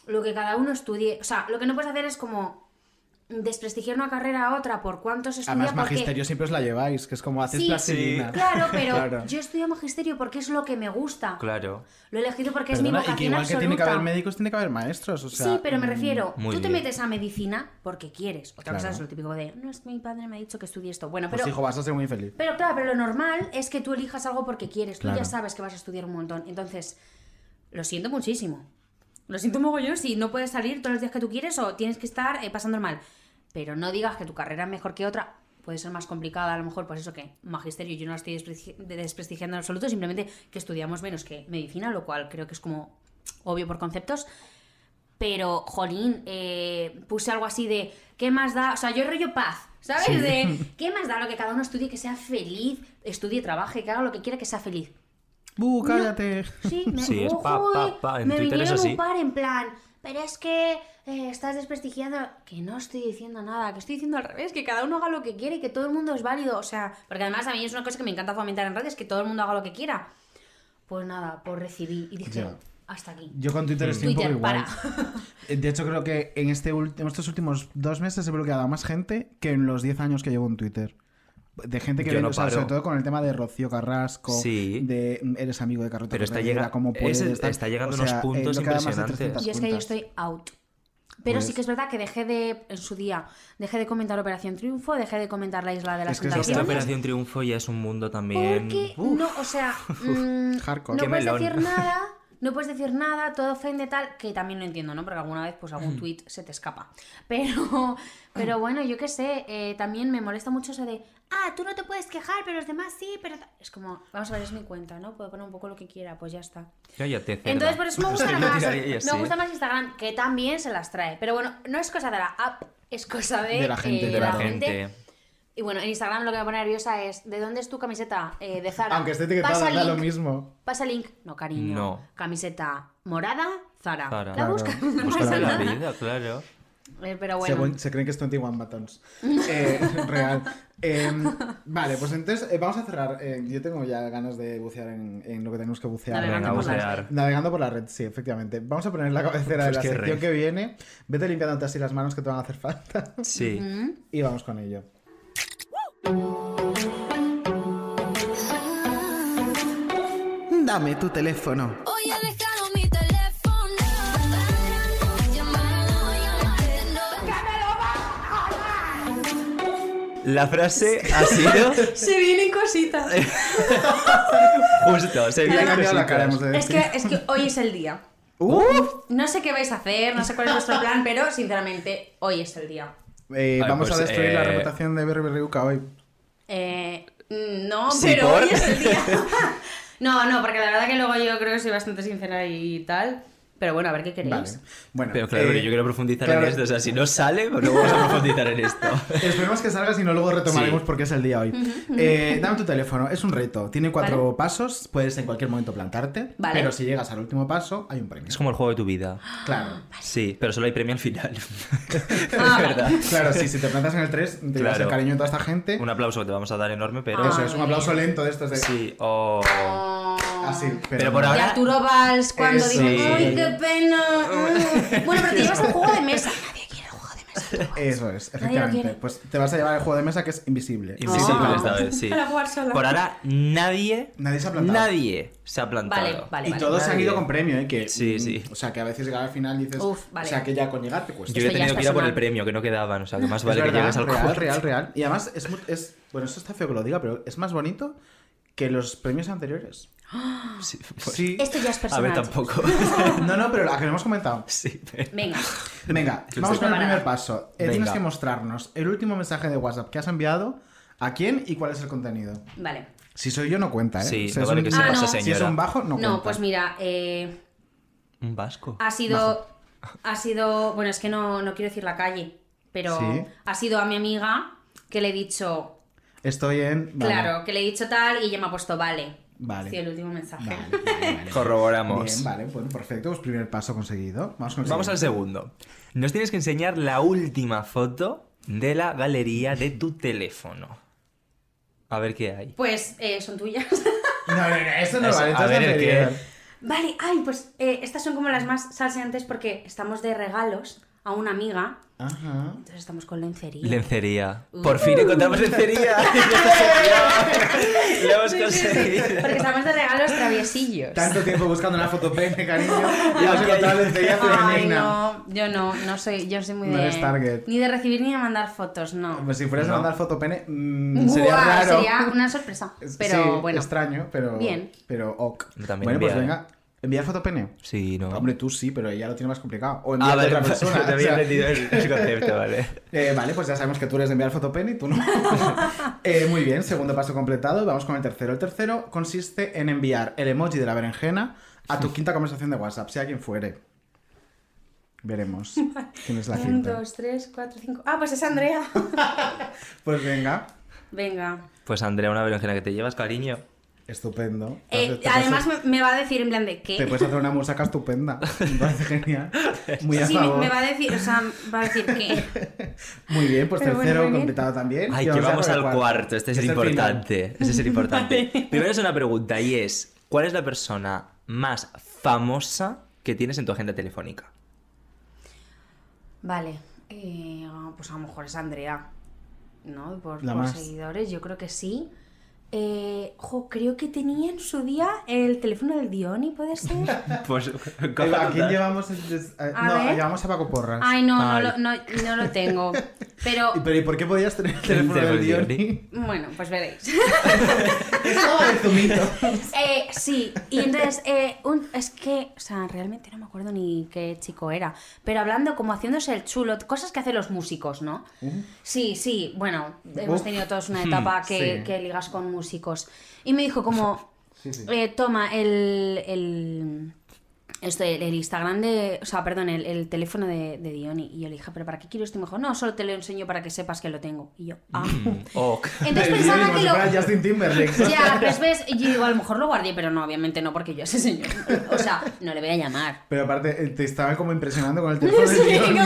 Speaker 4: lo que cada uno estudie? O sea, lo que no puedes hacer es como desprestigiar una carrera a otra por cuánto se estudia.
Speaker 2: Además,
Speaker 4: porque...
Speaker 2: magisterio siempre os la lleváis, que es como haces
Speaker 4: Sí,
Speaker 2: plastilina.
Speaker 4: Claro,
Speaker 2: (laughs)
Speaker 4: pero
Speaker 2: Claro.
Speaker 4: yo estudio magisterio porque es lo que me gusta.
Speaker 1: Claro.
Speaker 4: Lo he elegido porque es mi
Speaker 2: Perdona, y
Speaker 4: vocación
Speaker 2: que igual
Speaker 4: absoluta.
Speaker 2: que tiene que haber médicos, tiene que haber maestros. O sea,
Speaker 4: sí, pero me
Speaker 2: mm,
Speaker 4: refiero, tú
Speaker 1: muy
Speaker 4: te
Speaker 1: bien.
Speaker 4: metes a medicina porque quieres. Otra cosa
Speaker 2: Claro.
Speaker 4: es lo típico de, no es que mi padre me ha dicho que estudie esto. Bueno,
Speaker 2: Pues
Speaker 4: pero
Speaker 2: hijo, vas a ser muy feliz.
Speaker 4: pero claro, pero lo normal es que tú elijas algo porque quieres. Tú
Speaker 2: Claro.
Speaker 4: ya sabes que vas a estudiar un montón. Entonces, lo siento muchísimo. Lo siento mogollón si no puedes salir todos los días que tú quieres o tienes que estar eh, pasando el mal. Pero no digas que tu carrera es mejor que otra. Puede ser más complicada, a lo mejor, pues eso que magisterio yo no la estoy desprestigi- de- desprestigiando en absoluto, simplemente que estudiamos menos que medicina, lo cual creo que es como obvio por conceptos. Pero, jolín, eh, puse algo así de, ¿qué más da? O sea, yo rollo paz, ¿sabes? De, ¿qué más da lo que cada uno estudie, que sea feliz, estudie, trabaje, que haga lo que quiera, que sea feliz?
Speaker 2: ¡Bu, cállate!
Speaker 4: Sí, me,
Speaker 1: Sí, es pa,
Speaker 4: ujú,
Speaker 1: pa, pa, en
Speaker 4: me
Speaker 1: Twitter es
Speaker 4: vinieron
Speaker 1: así.
Speaker 4: un par en plan, pero es que eh, estás desprestigiando, que no estoy diciendo nada, que estoy diciendo al revés, que cada uno haga lo que quiere y que todo el mundo es válido, o sea, porque además a mí es una cosa que me encanta fomentar en redes, que todo el mundo haga lo que quiera. Pues nada, pues recibí y dije,
Speaker 2: Ya.
Speaker 4: hasta aquí.
Speaker 2: Yo con Twitter estoy
Speaker 4: Twitter,
Speaker 2: un poco igual.
Speaker 4: para.
Speaker 2: Eh, De hecho, creo que en, este ulti- en estos últimos dos meses he bloqueado a más gente que en los 10 años que llevo en Twitter. De gente que
Speaker 1: Yo
Speaker 2: ve-
Speaker 1: no
Speaker 2: o sea,
Speaker 1: paro.
Speaker 2: sobre todo con el tema de Rocío Carrasco,
Speaker 1: Sí.
Speaker 2: de mm, eres amigo de Carreta
Speaker 1: Pero está
Speaker 2: Herrera,
Speaker 1: llega-
Speaker 2: como puedes,
Speaker 1: ese- está llegando a unos puntos
Speaker 2: eh, no queda más de
Speaker 1: impresionantes.
Speaker 2: 300
Speaker 4: Y es que yo
Speaker 2: cuentas.
Speaker 4: estoy out. Pero
Speaker 2: Pues-
Speaker 4: sí que es verdad que dejé de, en su día, dejé de comentar Operación Triunfo, dejé de comentar la Isla de las
Speaker 2: Es que es lo
Speaker 1: Esta
Speaker 2: Operación-
Speaker 1: operación triunfo ya es un mundo también.
Speaker 4: Porque
Speaker 1: Uf.
Speaker 4: no, o sea, mm,
Speaker 2: Hardcore.
Speaker 4: no
Speaker 1: Qué
Speaker 4: puedes
Speaker 1: melón.
Speaker 4: decir nada, no puedes decir nada, todo ofende tal, que también lo entiendo, ¿no? Porque alguna vez pues algún tweet se te escapa. Pero, (laughs) pero bueno, yo qué sé, eh, también me molesta mucho eso de, ah, tú no te puedes quejar, pero los demás sí, pero... ta-". Es como, vamos a ver, es mi cuenta, ¿no? Puedo poner un poco lo que quiera, pues ya está.
Speaker 1: (laughs) Cállate, cerda.
Speaker 4: Entonces, por eso me
Speaker 1: Sí,
Speaker 4: gusta
Speaker 1: lo
Speaker 4: más,
Speaker 1: tiraría
Speaker 4: me
Speaker 1: así.
Speaker 4: gusta más Instagram, que también se las trae. Pero bueno, no es cosa de la app, es cosa de,
Speaker 2: De la gente,
Speaker 4: eh,
Speaker 1: de la gente.
Speaker 4: y bueno, en Instagram lo que me pone nerviosa es ¿de dónde es tu camiseta? Eh, de Zara.
Speaker 2: Aunque esté
Speaker 4: Pasa
Speaker 2: etiquetada, da
Speaker 4: link.
Speaker 2: lo mismo.
Speaker 4: Pasa link. No, cariño.
Speaker 1: No.
Speaker 4: Camiseta morada, Zara.
Speaker 1: Zara.
Speaker 4: La
Speaker 1: Claro.
Speaker 4: buscas. No pasa
Speaker 1: Búscate Pues la
Speaker 4: nada.
Speaker 1: vida, claro.
Speaker 4: (laughs) Eh, pero bueno.
Speaker 2: Según- se creen que es 21
Speaker 4: (laughs)
Speaker 2: Buttons. Eh, real. Eh, vale, pues entonces eh, vamos a cerrar. Eh, yo tengo ya ganas de bucear en, en lo que tenemos que bucear.
Speaker 4: Dale,
Speaker 1: Venga,
Speaker 4: Navegando por
Speaker 1: vamos a
Speaker 4: las
Speaker 1: dar.
Speaker 2: Navegando por la red, sí, efectivamente. Vamos a poner la cabecera de
Speaker 1: Pues
Speaker 2: la
Speaker 1: qué
Speaker 2: sección
Speaker 1: red.
Speaker 2: que viene. Vete limpiándote así las manos que te van a hacer falta.
Speaker 1: Sí.
Speaker 4: Mm.
Speaker 2: y vamos con ello.
Speaker 7: Dame tu teléfono.
Speaker 8: Oye, déjalo mi teléfono.
Speaker 1: La frase ha sido
Speaker 4: (laughs) Se vienen
Speaker 1: (laughs)
Speaker 4: cositas.
Speaker 1: justo. Se
Speaker 2: Ya
Speaker 1: vienen
Speaker 2: ha cambiado la
Speaker 1: cositas.
Speaker 2: cara, hemos de
Speaker 4: Es
Speaker 2: decir. Uh,
Speaker 4: que, es que hoy es
Speaker 1: (laughs)
Speaker 4: el día.
Speaker 2: ¡Uf!
Speaker 4: No sé qué vais a hacer, no sé cuál es vuestro plan, pero sinceramente, hoy es el día.
Speaker 2: Eh,
Speaker 1: Ay,
Speaker 2: vamos
Speaker 1: pues,
Speaker 2: a destruir la
Speaker 1: eh,
Speaker 2: reputación de Berber Ryuka hoy.
Speaker 4: Eh, mm, no,
Speaker 1: Sí,
Speaker 4: pero
Speaker 1: ¿por?
Speaker 4: hoy es el día. (laughs) no, no, porque la verdad que luego yo creo que soy bastante sincera y tal. Pero bueno, a ver qué queréis.
Speaker 2: Vale. Bueno,
Speaker 1: Pero claro,
Speaker 2: eh,
Speaker 1: yo quiero profundizar
Speaker 2: claro.
Speaker 1: en esto. O sea, si no sale, pues no vamos a profundizar en esto.
Speaker 2: Esperemos que salgas y no luego retomaremos
Speaker 1: Sí.
Speaker 2: porque es el día hoy. Eh, dame tu teléfono, es un reto. Tiene cuatro pasos, puedes en cualquier momento plantarte,
Speaker 4: Vale.
Speaker 2: pero si llegas al último paso hay un premio.
Speaker 1: Es como el (laughs) juego de tu vida.
Speaker 2: Claro.
Speaker 1: Sí, pero solo hay premio al (laughs) final. es
Speaker 4: (laughs) Ah,
Speaker 1: verdad.
Speaker 2: Claro, sí, si te plantas en el 3, te llevas el
Speaker 4: (laughs)
Speaker 1: Claro.
Speaker 2: cariño de toda esta gente.
Speaker 1: Un aplauso que te vamos a dar enorme, pero.
Speaker 4: Ah.
Speaker 2: Eso es un aplauso lento de estos de...
Speaker 1: Sí, o.
Speaker 2: Así, pero,
Speaker 1: Pero por
Speaker 4: De
Speaker 1: ahora-
Speaker 4: Arturo Valls cuando
Speaker 2: Eso,
Speaker 4: dijo, ¡ay,
Speaker 1: sí.
Speaker 4: qué pena! mm". Bueno, pero te llevas el juego
Speaker 2: (laughs)
Speaker 4: de mesa. Nadie quiere el juego de mesa. Arturo Valls.
Speaker 2: Eso es,
Speaker 4: Nadie lo
Speaker 2: efectivamente.
Speaker 4: quiere.
Speaker 2: Pues te vas a llevar el juego de mesa que es invisible.
Speaker 1: Invisible
Speaker 4: Ah.
Speaker 1: esta vez,
Speaker 4: (laughs)
Speaker 1: sí.
Speaker 4: Para jugar sola.
Speaker 1: Por ahora nadie.
Speaker 2: Nadie se ha plantado.
Speaker 1: Nadie se ha plantado.
Speaker 4: Vale, vale,
Speaker 2: Y
Speaker 4: vale.
Speaker 2: todos se han
Speaker 1: Nadie.
Speaker 2: ido con premio, ¿eh? Que,
Speaker 1: Sí, sí.
Speaker 2: O sea, que a veces llegar al final dices...
Speaker 4: Uf, vale.
Speaker 2: O sea, que pues ya con llegar te cuesta.
Speaker 1: Yo he
Speaker 4: Esto ya
Speaker 1: tenido
Speaker 4: es
Speaker 1: que ir a por
Speaker 4: personal.
Speaker 1: el premio, que no quedaban. O sea, que más
Speaker 2: Es
Speaker 1: vale que
Speaker 2: verdad,
Speaker 1: llegues al
Speaker 2: real,
Speaker 1: cuarto.
Speaker 2: real, real. Y además es, mu- es- Bueno, esto está feo que lo diga, pero es más bonito que los premios anteriores.
Speaker 1: (gasps) Sí, pues,
Speaker 2: sí.
Speaker 4: Esto ya es
Speaker 1: a
Speaker 4: personal.
Speaker 1: ver, tampoco.
Speaker 2: (laughs) No, no, pero la que lo hemos comentado.
Speaker 1: sí, pero-
Speaker 4: Venga.
Speaker 2: Venga, vamos
Speaker 4: sí.
Speaker 2: con el primer paso. Eh, tienes
Speaker 1: Venga.
Speaker 2: que mostrarnos el último mensaje de WhatsApp que has enviado, a quién y cuál es el contenido.
Speaker 4: Vale.
Speaker 2: Si soy yo, no cuenta, ¿eh?
Speaker 1: Sí,
Speaker 2: O sea,
Speaker 1: no
Speaker 2: es
Speaker 1: vale
Speaker 2: un-
Speaker 1: que
Speaker 4: Ah,
Speaker 1: sepas
Speaker 4: no.
Speaker 1: esa
Speaker 2: Si es
Speaker 1: señora.
Speaker 2: un bajo, no cuenta.
Speaker 4: No, pues mira, eh,
Speaker 1: Un vasco.
Speaker 4: ha sido. Ha sido. Bueno, es que no, no quiero decir la calle, pero
Speaker 2: Sí.
Speaker 4: ha sido a mi amiga que le he dicho.
Speaker 2: Estoy en... vale.
Speaker 4: Claro, que le he dicho tal y ella me ha puesto vale.
Speaker 2: Vale.
Speaker 4: Sí, el último mensaje.
Speaker 2: Vale, vale, vale.
Speaker 1: Corroboramos.
Speaker 2: Bien, vale, bueno, perfecto. Pues primer paso conseguido. Vamos con el
Speaker 1: Vamos al
Speaker 2: siguiente.
Speaker 1: segundo. (laughs) Nos tienes que enseñar la última foto de la galería de tu teléfono. A ver qué hay.
Speaker 4: Pues eh, son tuyas. (laughs)
Speaker 2: No, no, no, eso no
Speaker 1: Eso, a
Speaker 2: vale. esto es
Speaker 1: ver, el que-
Speaker 2: anterior.
Speaker 4: vale, ay, pues eh, estas son como las más salseantes porque estamos de regalos a una amiga.
Speaker 2: Ajá.
Speaker 4: Entonces estamos con lencería.
Speaker 1: Lencería.
Speaker 4: Uh.
Speaker 1: Por fin encontramos
Speaker 2: (laughs)
Speaker 4: (laughs)
Speaker 1: lencería. Lo hemos
Speaker 4: Sí, sí, sí,
Speaker 1: conseguido.
Speaker 4: Porque estamos de regalos traviesillos.
Speaker 2: Tanto tiempo buscando una foto pene,
Speaker 4: (laughs)
Speaker 2: cariño. Y has
Speaker 1: Ay,
Speaker 2: encontrado la
Speaker 1: ay.
Speaker 2: lencería
Speaker 4: Ay,
Speaker 2: femenina.
Speaker 4: no, yo no, no soy, yo soy muy
Speaker 2: No
Speaker 4: de...
Speaker 2: eres target.
Speaker 4: Ni de recibir ni de mandar fotos, no.
Speaker 2: Pues si fueras
Speaker 1: No.
Speaker 2: a mandar foto pene, mm, sería
Speaker 4: Guau,
Speaker 2: raro.
Speaker 4: sería una sorpresa.
Speaker 2: Es-
Speaker 4: Pero
Speaker 2: sí,
Speaker 4: bueno.
Speaker 2: extraño, pero.
Speaker 4: Bien.
Speaker 2: Pero ok.
Speaker 1: Yo también
Speaker 2: bueno, pues
Speaker 1: enviaré.
Speaker 2: venga. ¿Enviar foto pene?
Speaker 1: Sí, no.
Speaker 2: Hombre, tú sí, pero ella lo tiene más complicado.
Speaker 1: Ah,
Speaker 2: O enviar a
Speaker 1: vale,
Speaker 2: otra
Speaker 1: (laughs)
Speaker 2: persona.
Speaker 1: te
Speaker 2: o
Speaker 1: había
Speaker 2: sea,
Speaker 1: entendido el, el
Speaker 2: (laughs)
Speaker 1: concepto, vale.
Speaker 2: eh, vale, pues ya sabemos que tú eres de enviar foto pene y
Speaker 1: (laughs)
Speaker 2: tú no. Eh, muy bien, segundo paso completado. Vamos con el tercero. El tercero consiste en enviar el emoji de la berenjena a tu quinta conversación de WhatsApp, sea quien fuere.
Speaker 4: (laughs)
Speaker 2: Veremos. ¿Quién es la
Speaker 4: Un,
Speaker 2: quinta?
Speaker 4: dos, tres, cuatro, cinco. Ah, pues
Speaker 2: (laughs)
Speaker 4: es Andrea.
Speaker 2: Pues venga.
Speaker 4: Venga.
Speaker 1: Pues Andrea, una berenjena que te llevas, cariño.
Speaker 2: Estupendo.
Speaker 4: Eh,
Speaker 2: Entonces, te
Speaker 4: además
Speaker 2: puedes-
Speaker 4: me, me va a decir en plan de qué.
Speaker 2: te puedes hacer una musaca estupenda. Me
Speaker 1: (laughs)
Speaker 2: parece genial. Muy a
Speaker 4: sí, me,
Speaker 2: favor.
Speaker 4: me va a decir, o sea, va a decir que.
Speaker 2: (laughs) Muy bien, pues
Speaker 4: Pero bueno,
Speaker 2: tercero
Speaker 4: muy bien.
Speaker 2: completado también.
Speaker 1: Ay,
Speaker 2: Y
Speaker 1: que
Speaker 2: ya
Speaker 1: vamos
Speaker 2: con el
Speaker 1: al cuarto. Este es el
Speaker 2: final.
Speaker 1: importante. Este es el
Speaker 4: (laughs)
Speaker 1: importante. Primero es una pregunta y es: ¿cuál es la persona más famosa que tienes en tu agenda telefónica?
Speaker 4: Vale, eh, pues a lo mejor es Andrea, ¿no? Por,
Speaker 2: La
Speaker 4: por
Speaker 2: más.
Speaker 4: seguidores, yo creo que sí. Eh, jo, creo que tenía en su día el teléfono del Dioni,
Speaker 2: (laughs)
Speaker 4: ¿puede ser?
Speaker 1: (laughs) Pues.
Speaker 2: Ahí va, ¿A quién llevamos? el des- eh,
Speaker 4: A
Speaker 2: no,
Speaker 4: ver.
Speaker 2: llevamos a Paco Porras.
Speaker 4: Ay, no, no
Speaker 1: Ay.
Speaker 4: lo, no, no lo tengo. Pero,
Speaker 2: ¿Y, pero, ¿y por qué podías tener el teléfono
Speaker 1: teléfono del
Speaker 2: del Diony?
Speaker 4: bueno, pues
Speaker 2: (laughs)
Speaker 4: veréis. (laughs)
Speaker 2: Eso es zumito.
Speaker 4: Eh, sí, y entonces, eh, un- es que, o sea, realmente no me acuerdo ni qué chico era, pero hablando como haciéndose el chulo, cosas que hacen los músicos, ¿no?
Speaker 2: Uh,
Speaker 4: Sí, sí, bueno, hemos
Speaker 2: Uf. Hmm,
Speaker 4: tenido todos una etapa que,
Speaker 2: sí.
Speaker 4: que ligas con músicos. Y me dijo como, eh, toma el, el, esto, el, el Instagram de, o sea, perdón, el, el teléfono de, de Diony. Y yo le dije, pero ¿para qué quiero esto? Y me dijo, no, solo te lo enseño para que sepas que lo tengo. Y yo, ah.
Speaker 2: Hmm.
Speaker 1: Mm,
Speaker 4: Entonces
Speaker 2: Del Diony,
Speaker 4: pensaba
Speaker 2: como
Speaker 4: que
Speaker 2: si
Speaker 4: lo...
Speaker 2: fuera Justin Timberlake.
Speaker 4: Ya, pues ves, y yo digo, a lo mejor lo guardé, pero no, obviamente no, porque yo a ese señor, o sea, no le voy a llamar.
Speaker 2: Pero aparte, eh, te estaba como impresionando
Speaker 4: (laughs)
Speaker 2: con el teléfono del
Speaker 1: (laughs)
Speaker 2: Diony.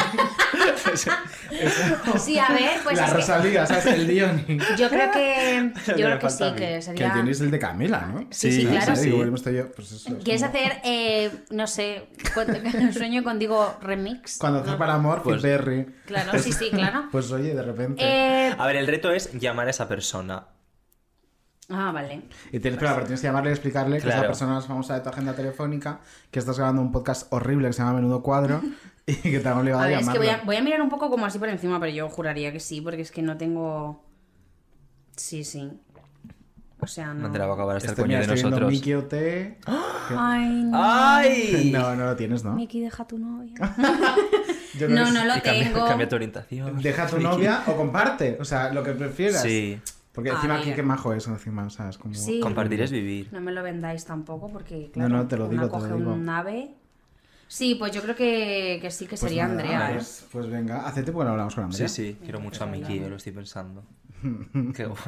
Speaker 4: Sí, a ver, pues
Speaker 2: la
Speaker 4: es que-
Speaker 2: Rosalía, ¿sabes? El Diony.
Speaker 4: Yo creo que, (laughs) yo
Speaker 1: me
Speaker 4: creo que
Speaker 1: falta a
Speaker 4: sí,
Speaker 1: mí.
Speaker 4: que
Speaker 2: Que el
Speaker 4: sería...
Speaker 2: Diony es el de Camila, ¿no?
Speaker 4: Sí, sí,
Speaker 1: Sí,
Speaker 4: claro.
Speaker 1: sí.
Speaker 2: Digo, bueno, estoy yo, pues eso, es
Speaker 4: ¿Quieres
Speaker 2: como-
Speaker 4: hacer, eh, no sé, (laughs) cu- sueño contigo remix?
Speaker 2: Cuando haces para amor, Phil
Speaker 1: Pues-
Speaker 2: Perry.
Speaker 4: Claro, sí, sí, claro.
Speaker 2: Pues oye, de repente.
Speaker 4: Eh,
Speaker 1: A ver, el reto es llamar a esa persona.
Speaker 4: Ah, vale.
Speaker 2: Y tienes, pero, pero tienes que llamarle y explicarle que es
Speaker 1: Claro.
Speaker 2: la persona más famosa de tu agenda telefónica, que estás grabando un podcast horrible que se llama Menudo Cuadro (laughs) y que te han obligado
Speaker 4: A
Speaker 2: a,
Speaker 4: ver, es que
Speaker 2: llamarlo.
Speaker 4: voy a, voy a mirar un poco como así por encima, pero yo juraría que sí, porque es que no tengo. Sí, sí. O sea, no.
Speaker 1: No te la va a acabar hasta
Speaker 2: Este,
Speaker 1: el coño
Speaker 2: mira,
Speaker 1: de
Speaker 2: estoy viendo
Speaker 1: nosotros.
Speaker 2: Miki OT.
Speaker 4: (gasps) Ay, no.
Speaker 1: ¡Ay! (laughs)
Speaker 2: (laughs) No, no lo tienes, ¿no?
Speaker 4: Miki, deja tu novia.
Speaker 2: Yo creo
Speaker 4: No,
Speaker 2: que
Speaker 4: no
Speaker 2: sí.
Speaker 4: lo
Speaker 1: Y cambia,
Speaker 4: tengo.
Speaker 1: cambia tu orientación.
Speaker 2: Deja a tu
Speaker 1: Miki.
Speaker 2: novia o comparte, o sea, lo que prefieras.
Speaker 1: Sí.
Speaker 2: Porque
Speaker 4: A
Speaker 2: encima aquí
Speaker 4: ver.
Speaker 2: qué majo es, encima, o sea, es como...
Speaker 4: Ah, Sí.
Speaker 1: Compartir es vivir.
Speaker 4: No me lo vendáis tampoco, porque claro,
Speaker 2: no, te lo
Speaker 4: una
Speaker 2: digo, te lo
Speaker 4: coge
Speaker 2: digo.
Speaker 4: un ave. Sí, pues yo creo que, que sí que
Speaker 2: Pues
Speaker 4: sería
Speaker 2: nada,
Speaker 4: Andrea, ¿eh?
Speaker 2: Pues, pues venga, hace tiempo que no hablamos con Andrea.
Speaker 1: Sí, sí, quiero mucho a Miki, yo lo estoy pensando. Qué guay.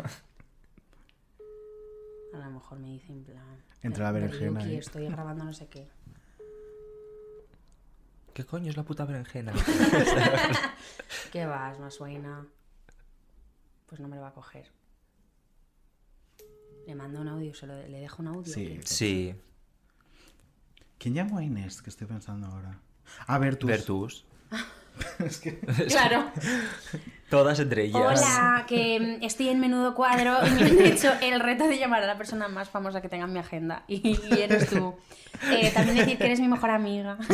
Speaker 4: A lo mejor me dice en plan.
Speaker 2: Entra la
Speaker 4: "Pero,
Speaker 2: berenjena
Speaker 4: Yuki,
Speaker 2: ahí".
Speaker 4: estoy grabando no sé qué.
Speaker 1: ¿Qué coño es la puta
Speaker 2: (laughs)
Speaker 1: berenjena?
Speaker 4: ¿Qué vas, más suena? Pues no me lo va a coger. Le mando un audio, se lo, le dejo un audio.
Speaker 2: Sí.
Speaker 1: Sí,
Speaker 2: ¿Quién llamó a Inés? Que estoy pensando ahora. A ver, tú.
Speaker 1: Vertus.
Speaker 4: Claro.
Speaker 1: Todas entre ellas.
Speaker 4: Hola, que mm, estoy en menudo cuadro y me han hecho el reto de llamar a la persona más famosa que tenga en mi agenda. Y, y eres tú. Eh, también decir que eres mi mejor amiga. (laughs)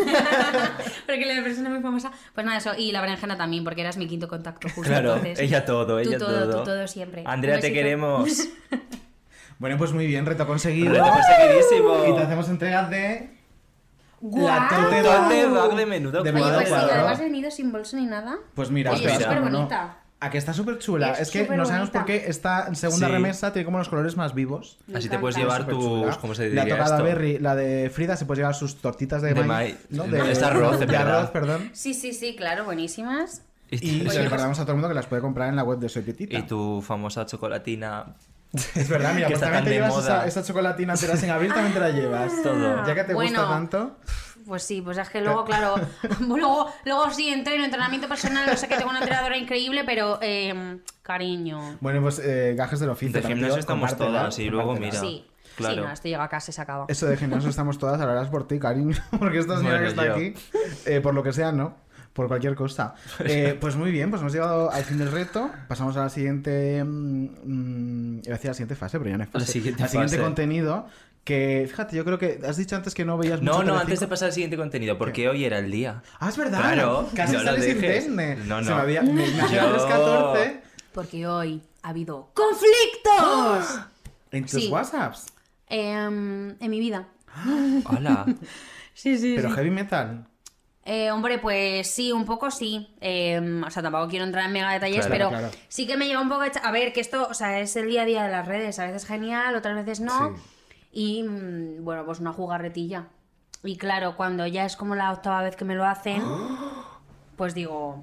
Speaker 4: porque la persona muy famosa. Pues nada, eso. Y la berenjena también, porque eras mi quinto contacto justo.
Speaker 1: Claro,
Speaker 4: entonces,
Speaker 1: ella todo,
Speaker 4: tú
Speaker 1: ella
Speaker 4: todo,
Speaker 1: todo.
Speaker 4: Tú todo siempre.
Speaker 1: Andrea,
Speaker 4: Un
Speaker 1: te
Speaker 4: besito. (laughs)
Speaker 1: queremos.
Speaker 2: Bueno, pues muy bien, reto conseguido.
Speaker 1: Reto
Speaker 2: Y
Speaker 1: conseguidísimo.
Speaker 2: te hacemos entrega de...
Speaker 4: ¡Guau!
Speaker 2: tote
Speaker 1: Tote bag de menudo
Speaker 2: De
Speaker 4: Oye,
Speaker 2: menudo
Speaker 4: pues sí,
Speaker 2: cuadro.
Speaker 4: además he venido sin bolso ni nada.
Speaker 2: Pues mira,
Speaker 4: Oye,
Speaker 2: espera,
Speaker 1: es
Speaker 2: no, no.
Speaker 4: superbonita.
Speaker 2: A que está súper chula.
Speaker 4: Es
Speaker 2: Es, que no sabemos por
Speaker 4: superbonita.
Speaker 2: qué esta segunda
Speaker 1: Sí.
Speaker 2: remesa tiene como los colores más vivos.
Speaker 4: Me
Speaker 1: Así te puedes
Speaker 4: encanta.
Speaker 1: llevar tus.
Speaker 2: Superchula.
Speaker 1: ¿Cómo se
Speaker 2: Le ha
Speaker 1: diría
Speaker 2: tocado
Speaker 1: esto?
Speaker 2: a Berry, la de Frida, se puede llevar sus tortitas de,
Speaker 1: De
Speaker 2: maíz.
Speaker 1: maíz. Es arroz,
Speaker 2: de
Speaker 1: es verdad.
Speaker 2: arroz, perdón.
Speaker 4: Sí, sí, sí, claro, buenísimas.
Speaker 2: Y
Speaker 1: Y,
Speaker 2: se
Speaker 4: Oye,
Speaker 2: recordamos a todo el mundo que las puede comprar en la web de Soy Petita.
Speaker 1: y tu famosa chocolatina.
Speaker 2: (laughs) Es verdad, mira,
Speaker 1: Que
Speaker 2: pues
Speaker 1: está
Speaker 2: también
Speaker 1: tan
Speaker 2: te
Speaker 1: de
Speaker 2: llevas
Speaker 1: moda.
Speaker 2: esa, esa chocolatina entera sin abrir, también te la llevas.
Speaker 1: Todo.
Speaker 2: Ya que te
Speaker 4: Ah, Bueno.
Speaker 2: gusta tanto.
Speaker 4: Pues sí, pues es
Speaker 2: Eh.
Speaker 4: que luego, claro, (laughs) pues luego, luego sí entreno, entrenamiento personal, no sé que tengo una entrenadora increíble, pero eh, cariño.
Speaker 2: Bueno, pues eh, gajes del oficio.
Speaker 1: De
Speaker 2: también,
Speaker 1: gimnasio
Speaker 2: tío,
Speaker 1: estamos
Speaker 2: compártela,
Speaker 1: todas y luego
Speaker 2: compártela.
Speaker 1: mira.
Speaker 4: Sí,
Speaker 1: claro.
Speaker 4: sí, no, esto llega casi se acaba.
Speaker 2: Eso de gimnasio estamos todas, ahora es por ti, cariño. (laughs) Porque esta señora
Speaker 1: Bueno,
Speaker 2: que
Speaker 1: (laughs)
Speaker 2: está
Speaker 1: yo.
Speaker 2: aquí, eh, por lo que sea, no. Por cualquier
Speaker 1: (laughs)
Speaker 2: cosa. Eh, pues muy bien, pues hemos llegado al fin del reto. Pasamos a la siguiente. mm, mm, iba a decir la siguiente fase, pero ya no es
Speaker 1: A la
Speaker 2: fase.
Speaker 1: siguiente
Speaker 2: Al siguiente
Speaker 1: fase.
Speaker 2: contenido. Que fíjate, yo creo que has dicho antes que no veías
Speaker 1: No,
Speaker 2: mucho.
Speaker 1: no, antes
Speaker 2: Telecinco.
Speaker 1: de pasar al siguiente contenido, porque hoy era el día.
Speaker 2: Ah, es verdad.
Speaker 1: Claro,
Speaker 2: Casi
Speaker 1: no lo
Speaker 2: sales
Speaker 1: dejes.
Speaker 2: indemne.
Speaker 1: No,
Speaker 2: Se
Speaker 1: no.
Speaker 2: me había. Me, me había
Speaker 1: Yo-
Speaker 2: los 14
Speaker 4: Porque hoy ha habido
Speaker 2: (gasps)
Speaker 4: conflictos
Speaker 2: en tus
Speaker 4: Sí.
Speaker 2: WhatsApps.
Speaker 4: em, en mi vida.
Speaker 1: (gasps) Hola.
Speaker 4: Sí, (laughs) sí,
Speaker 2: Pero heavy metal.
Speaker 4: Eh, hombre, pues sí, un poco sí. Eh, o sea, tampoco quiero entrar en mega detalles,
Speaker 1: Claro,
Speaker 4: pero
Speaker 2: claro.
Speaker 4: sí que me llega un poco... hecha- A ver, que esto, o sea, es el día a día de las redes. A veces genial, otras veces no. Y mm, bueno, pues una jugarretilla. Y claro, cuando ya es como la octava vez que me lo
Speaker 2: (gasps)
Speaker 4: hacen, pues digo,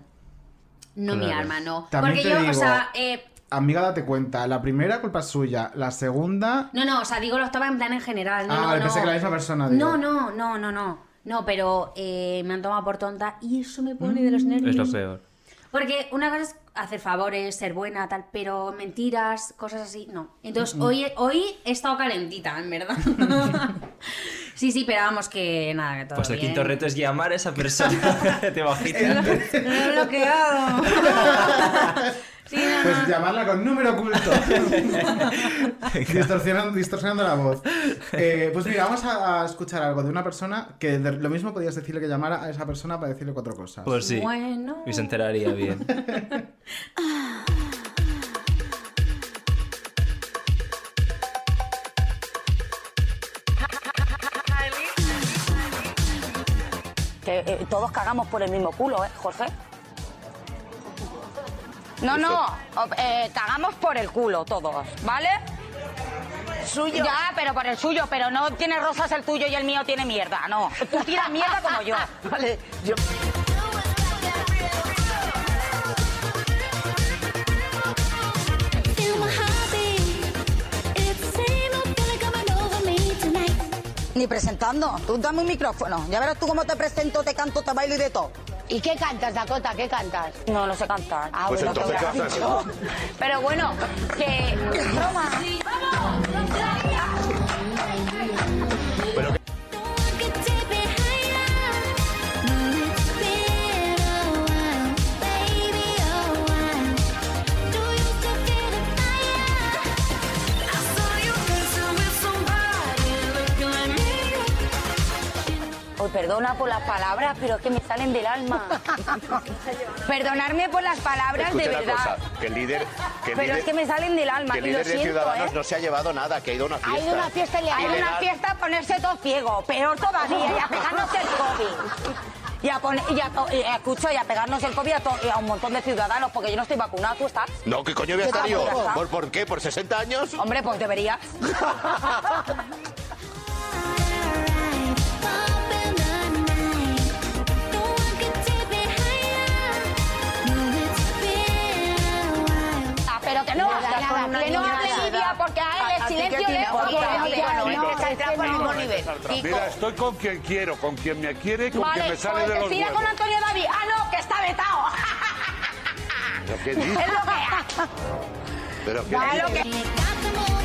Speaker 4: no mi
Speaker 1: Claro.
Speaker 4: arma, no.
Speaker 2: También
Speaker 4: Porque
Speaker 2: te
Speaker 4: yo, o
Speaker 2: digo-
Speaker 4: sea, eh,
Speaker 2: Amiga, date cuenta. La primera culpa es suya. La segunda.
Speaker 4: no, no, o sea, digo la octava en plan en general. No,
Speaker 2: ah,
Speaker 4: no,
Speaker 2: vale,
Speaker 4: no.
Speaker 2: pensé que la misma persona. digo.
Speaker 4: No, no, no, no, no. No, pero eh, me han tomado por tonta y eso me pone de los nervios.
Speaker 1: es lo peor.
Speaker 4: Porque una cosa es hacer favores, ser buena, tal, pero mentiras, cosas así, no. Entonces, hoy, hoy he estado calentita,
Speaker 1: (laughs)
Speaker 4: en verdad. sí, sí, pero vamos que nada, que todo
Speaker 1: Pues el
Speaker 4: bien.
Speaker 1: quinto reto es llamar a esa
Speaker 2: (laughs)
Speaker 1: persona. (laughs) Te bajitas.
Speaker 4: Lo he bloqueado. sí, no, no.
Speaker 2: Pues llamarla con número
Speaker 1: (laughs)
Speaker 2: oculto. distorsionando, distorsionando la voz. Eh, pues mira, vamos a, a escuchar algo de una persona que de- lo mismo podías decirle que llamara a esa persona para decirle cuatro cosas.
Speaker 1: Pues sí.
Speaker 4: Bueno.
Speaker 1: Y se enteraría
Speaker 4: (laughs)
Speaker 1: bien.
Speaker 9: Que eh, todos cagamos por el mismo culo, ¿eh, Jorge? No, no, o- eh, cagamos por el culo todos, ¿vale? Suyo. Ya, pero por el suyo, pero no tiene rosas el tuyo y el mío tiene mierda, no. Tú tiras mierda
Speaker 10: (laughs)
Speaker 9: como yo. Vale, yo.
Speaker 8: Feel my heartbeat. It's the same old feeling coming over me tonight.
Speaker 10: Ni presentando. Tú dame un micrófono. Ya verás tú cómo te presento, te canto, te bailo y de todo.
Speaker 9: ¿Y qué cantas, Dakota? ¿Qué cantas? No, no sé cantar. Ah,
Speaker 11: Pues
Speaker 9: bueno, te
Speaker 11: entonces
Speaker 9: habrás
Speaker 11: cantas.
Speaker 9: dicho. Pero bueno, que... broma.
Speaker 8: No one could take me higher. But it's been a while, baby, a while. Do you still feel the fire? I saw
Speaker 9: perdona por las palabras, pero es que me salen del alma. Perdonarme por las palabras,
Speaker 11: Escucha
Speaker 9: de
Speaker 11: una
Speaker 9: verdad.
Speaker 11: cosa, que el líder, que el
Speaker 9: pero
Speaker 11: líder,
Speaker 9: es que me salen del alma,
Speaker 11: que el
Speaker 9: y lo
Speaker 11: líder de
Speaker 9: siento,
Speaker 11: Ciudadanos
Speaker 9: ¿eh?
Speaker 11: no se ha llevado nada, que ha ido a una fiesta.
Speaker 9: Ha ido a una fiesta y ha ido a una
Speaker 11: Ilegal.
Speaker 9: fiesta a ponerse todo ciego, peor todavía, y a pegarnos el COVID. Y a, pon- y a to- y, eh, escucho, y a pegarnos el COVID a, to- y a un montón de ciudadanos, porque yo no estoy vacunada, ¿tú estás?
Speaker 11: No, ¿qué coño voy a
Speaker 9: Yo
Speaker 11: estar yo?
Speaker 9: tampoco, ¿verdad?
Speaker 11: ¿Por, ¿Por qué? ¿Por 60 años?
Speaker 9: Hombre,
Speaker 12: (laughs)
Speaker 9: pues deberías. Ah, pero que no
Speaker 12: Nada, nada,
Speaker 9: que no
Speaker 12: niña,
Speaker 9: hable
Speaker 12: nada.
Speaker 9: Lidia, porque a él
Speaker 12: ¿A-
Speaker 9: el
Speaker 12: a ti qué
Speaker 9: silencio
Speaker 12: te
Speaker 9: le es
Speaker 12: importa?
Speaker 9: horrible.
Speaker 12: Porque no,
Speaker 9: No,
Speaker 12: no,
Speaker 9: se
Speaker 12: es que
Speaker 9: trata al
Speaker 12: no.
Speaker 9: mismo nivel. Kiko.
Speaker 13: Mira, estoy con quien quiero, con quien me quiere, y con quien
Speaker 9: Vale,
Speaker 13: me sale de
Speaker 9: pues
Speaker 13: los
Speaker 9: siga
Speaker 13: huevos.
Speaker 9: con Antonio David. Ah, no, que está vetado.
Speaker 11: ¿Pero qué
Speaker 9: (laughs) Es
Speaker 11: dices?
Speaker 9: lo que
Speaker 11: ¿Pero qué
Speaker 9: es.
Speaker 11: dices?
Speaker 9: lo que (laughs)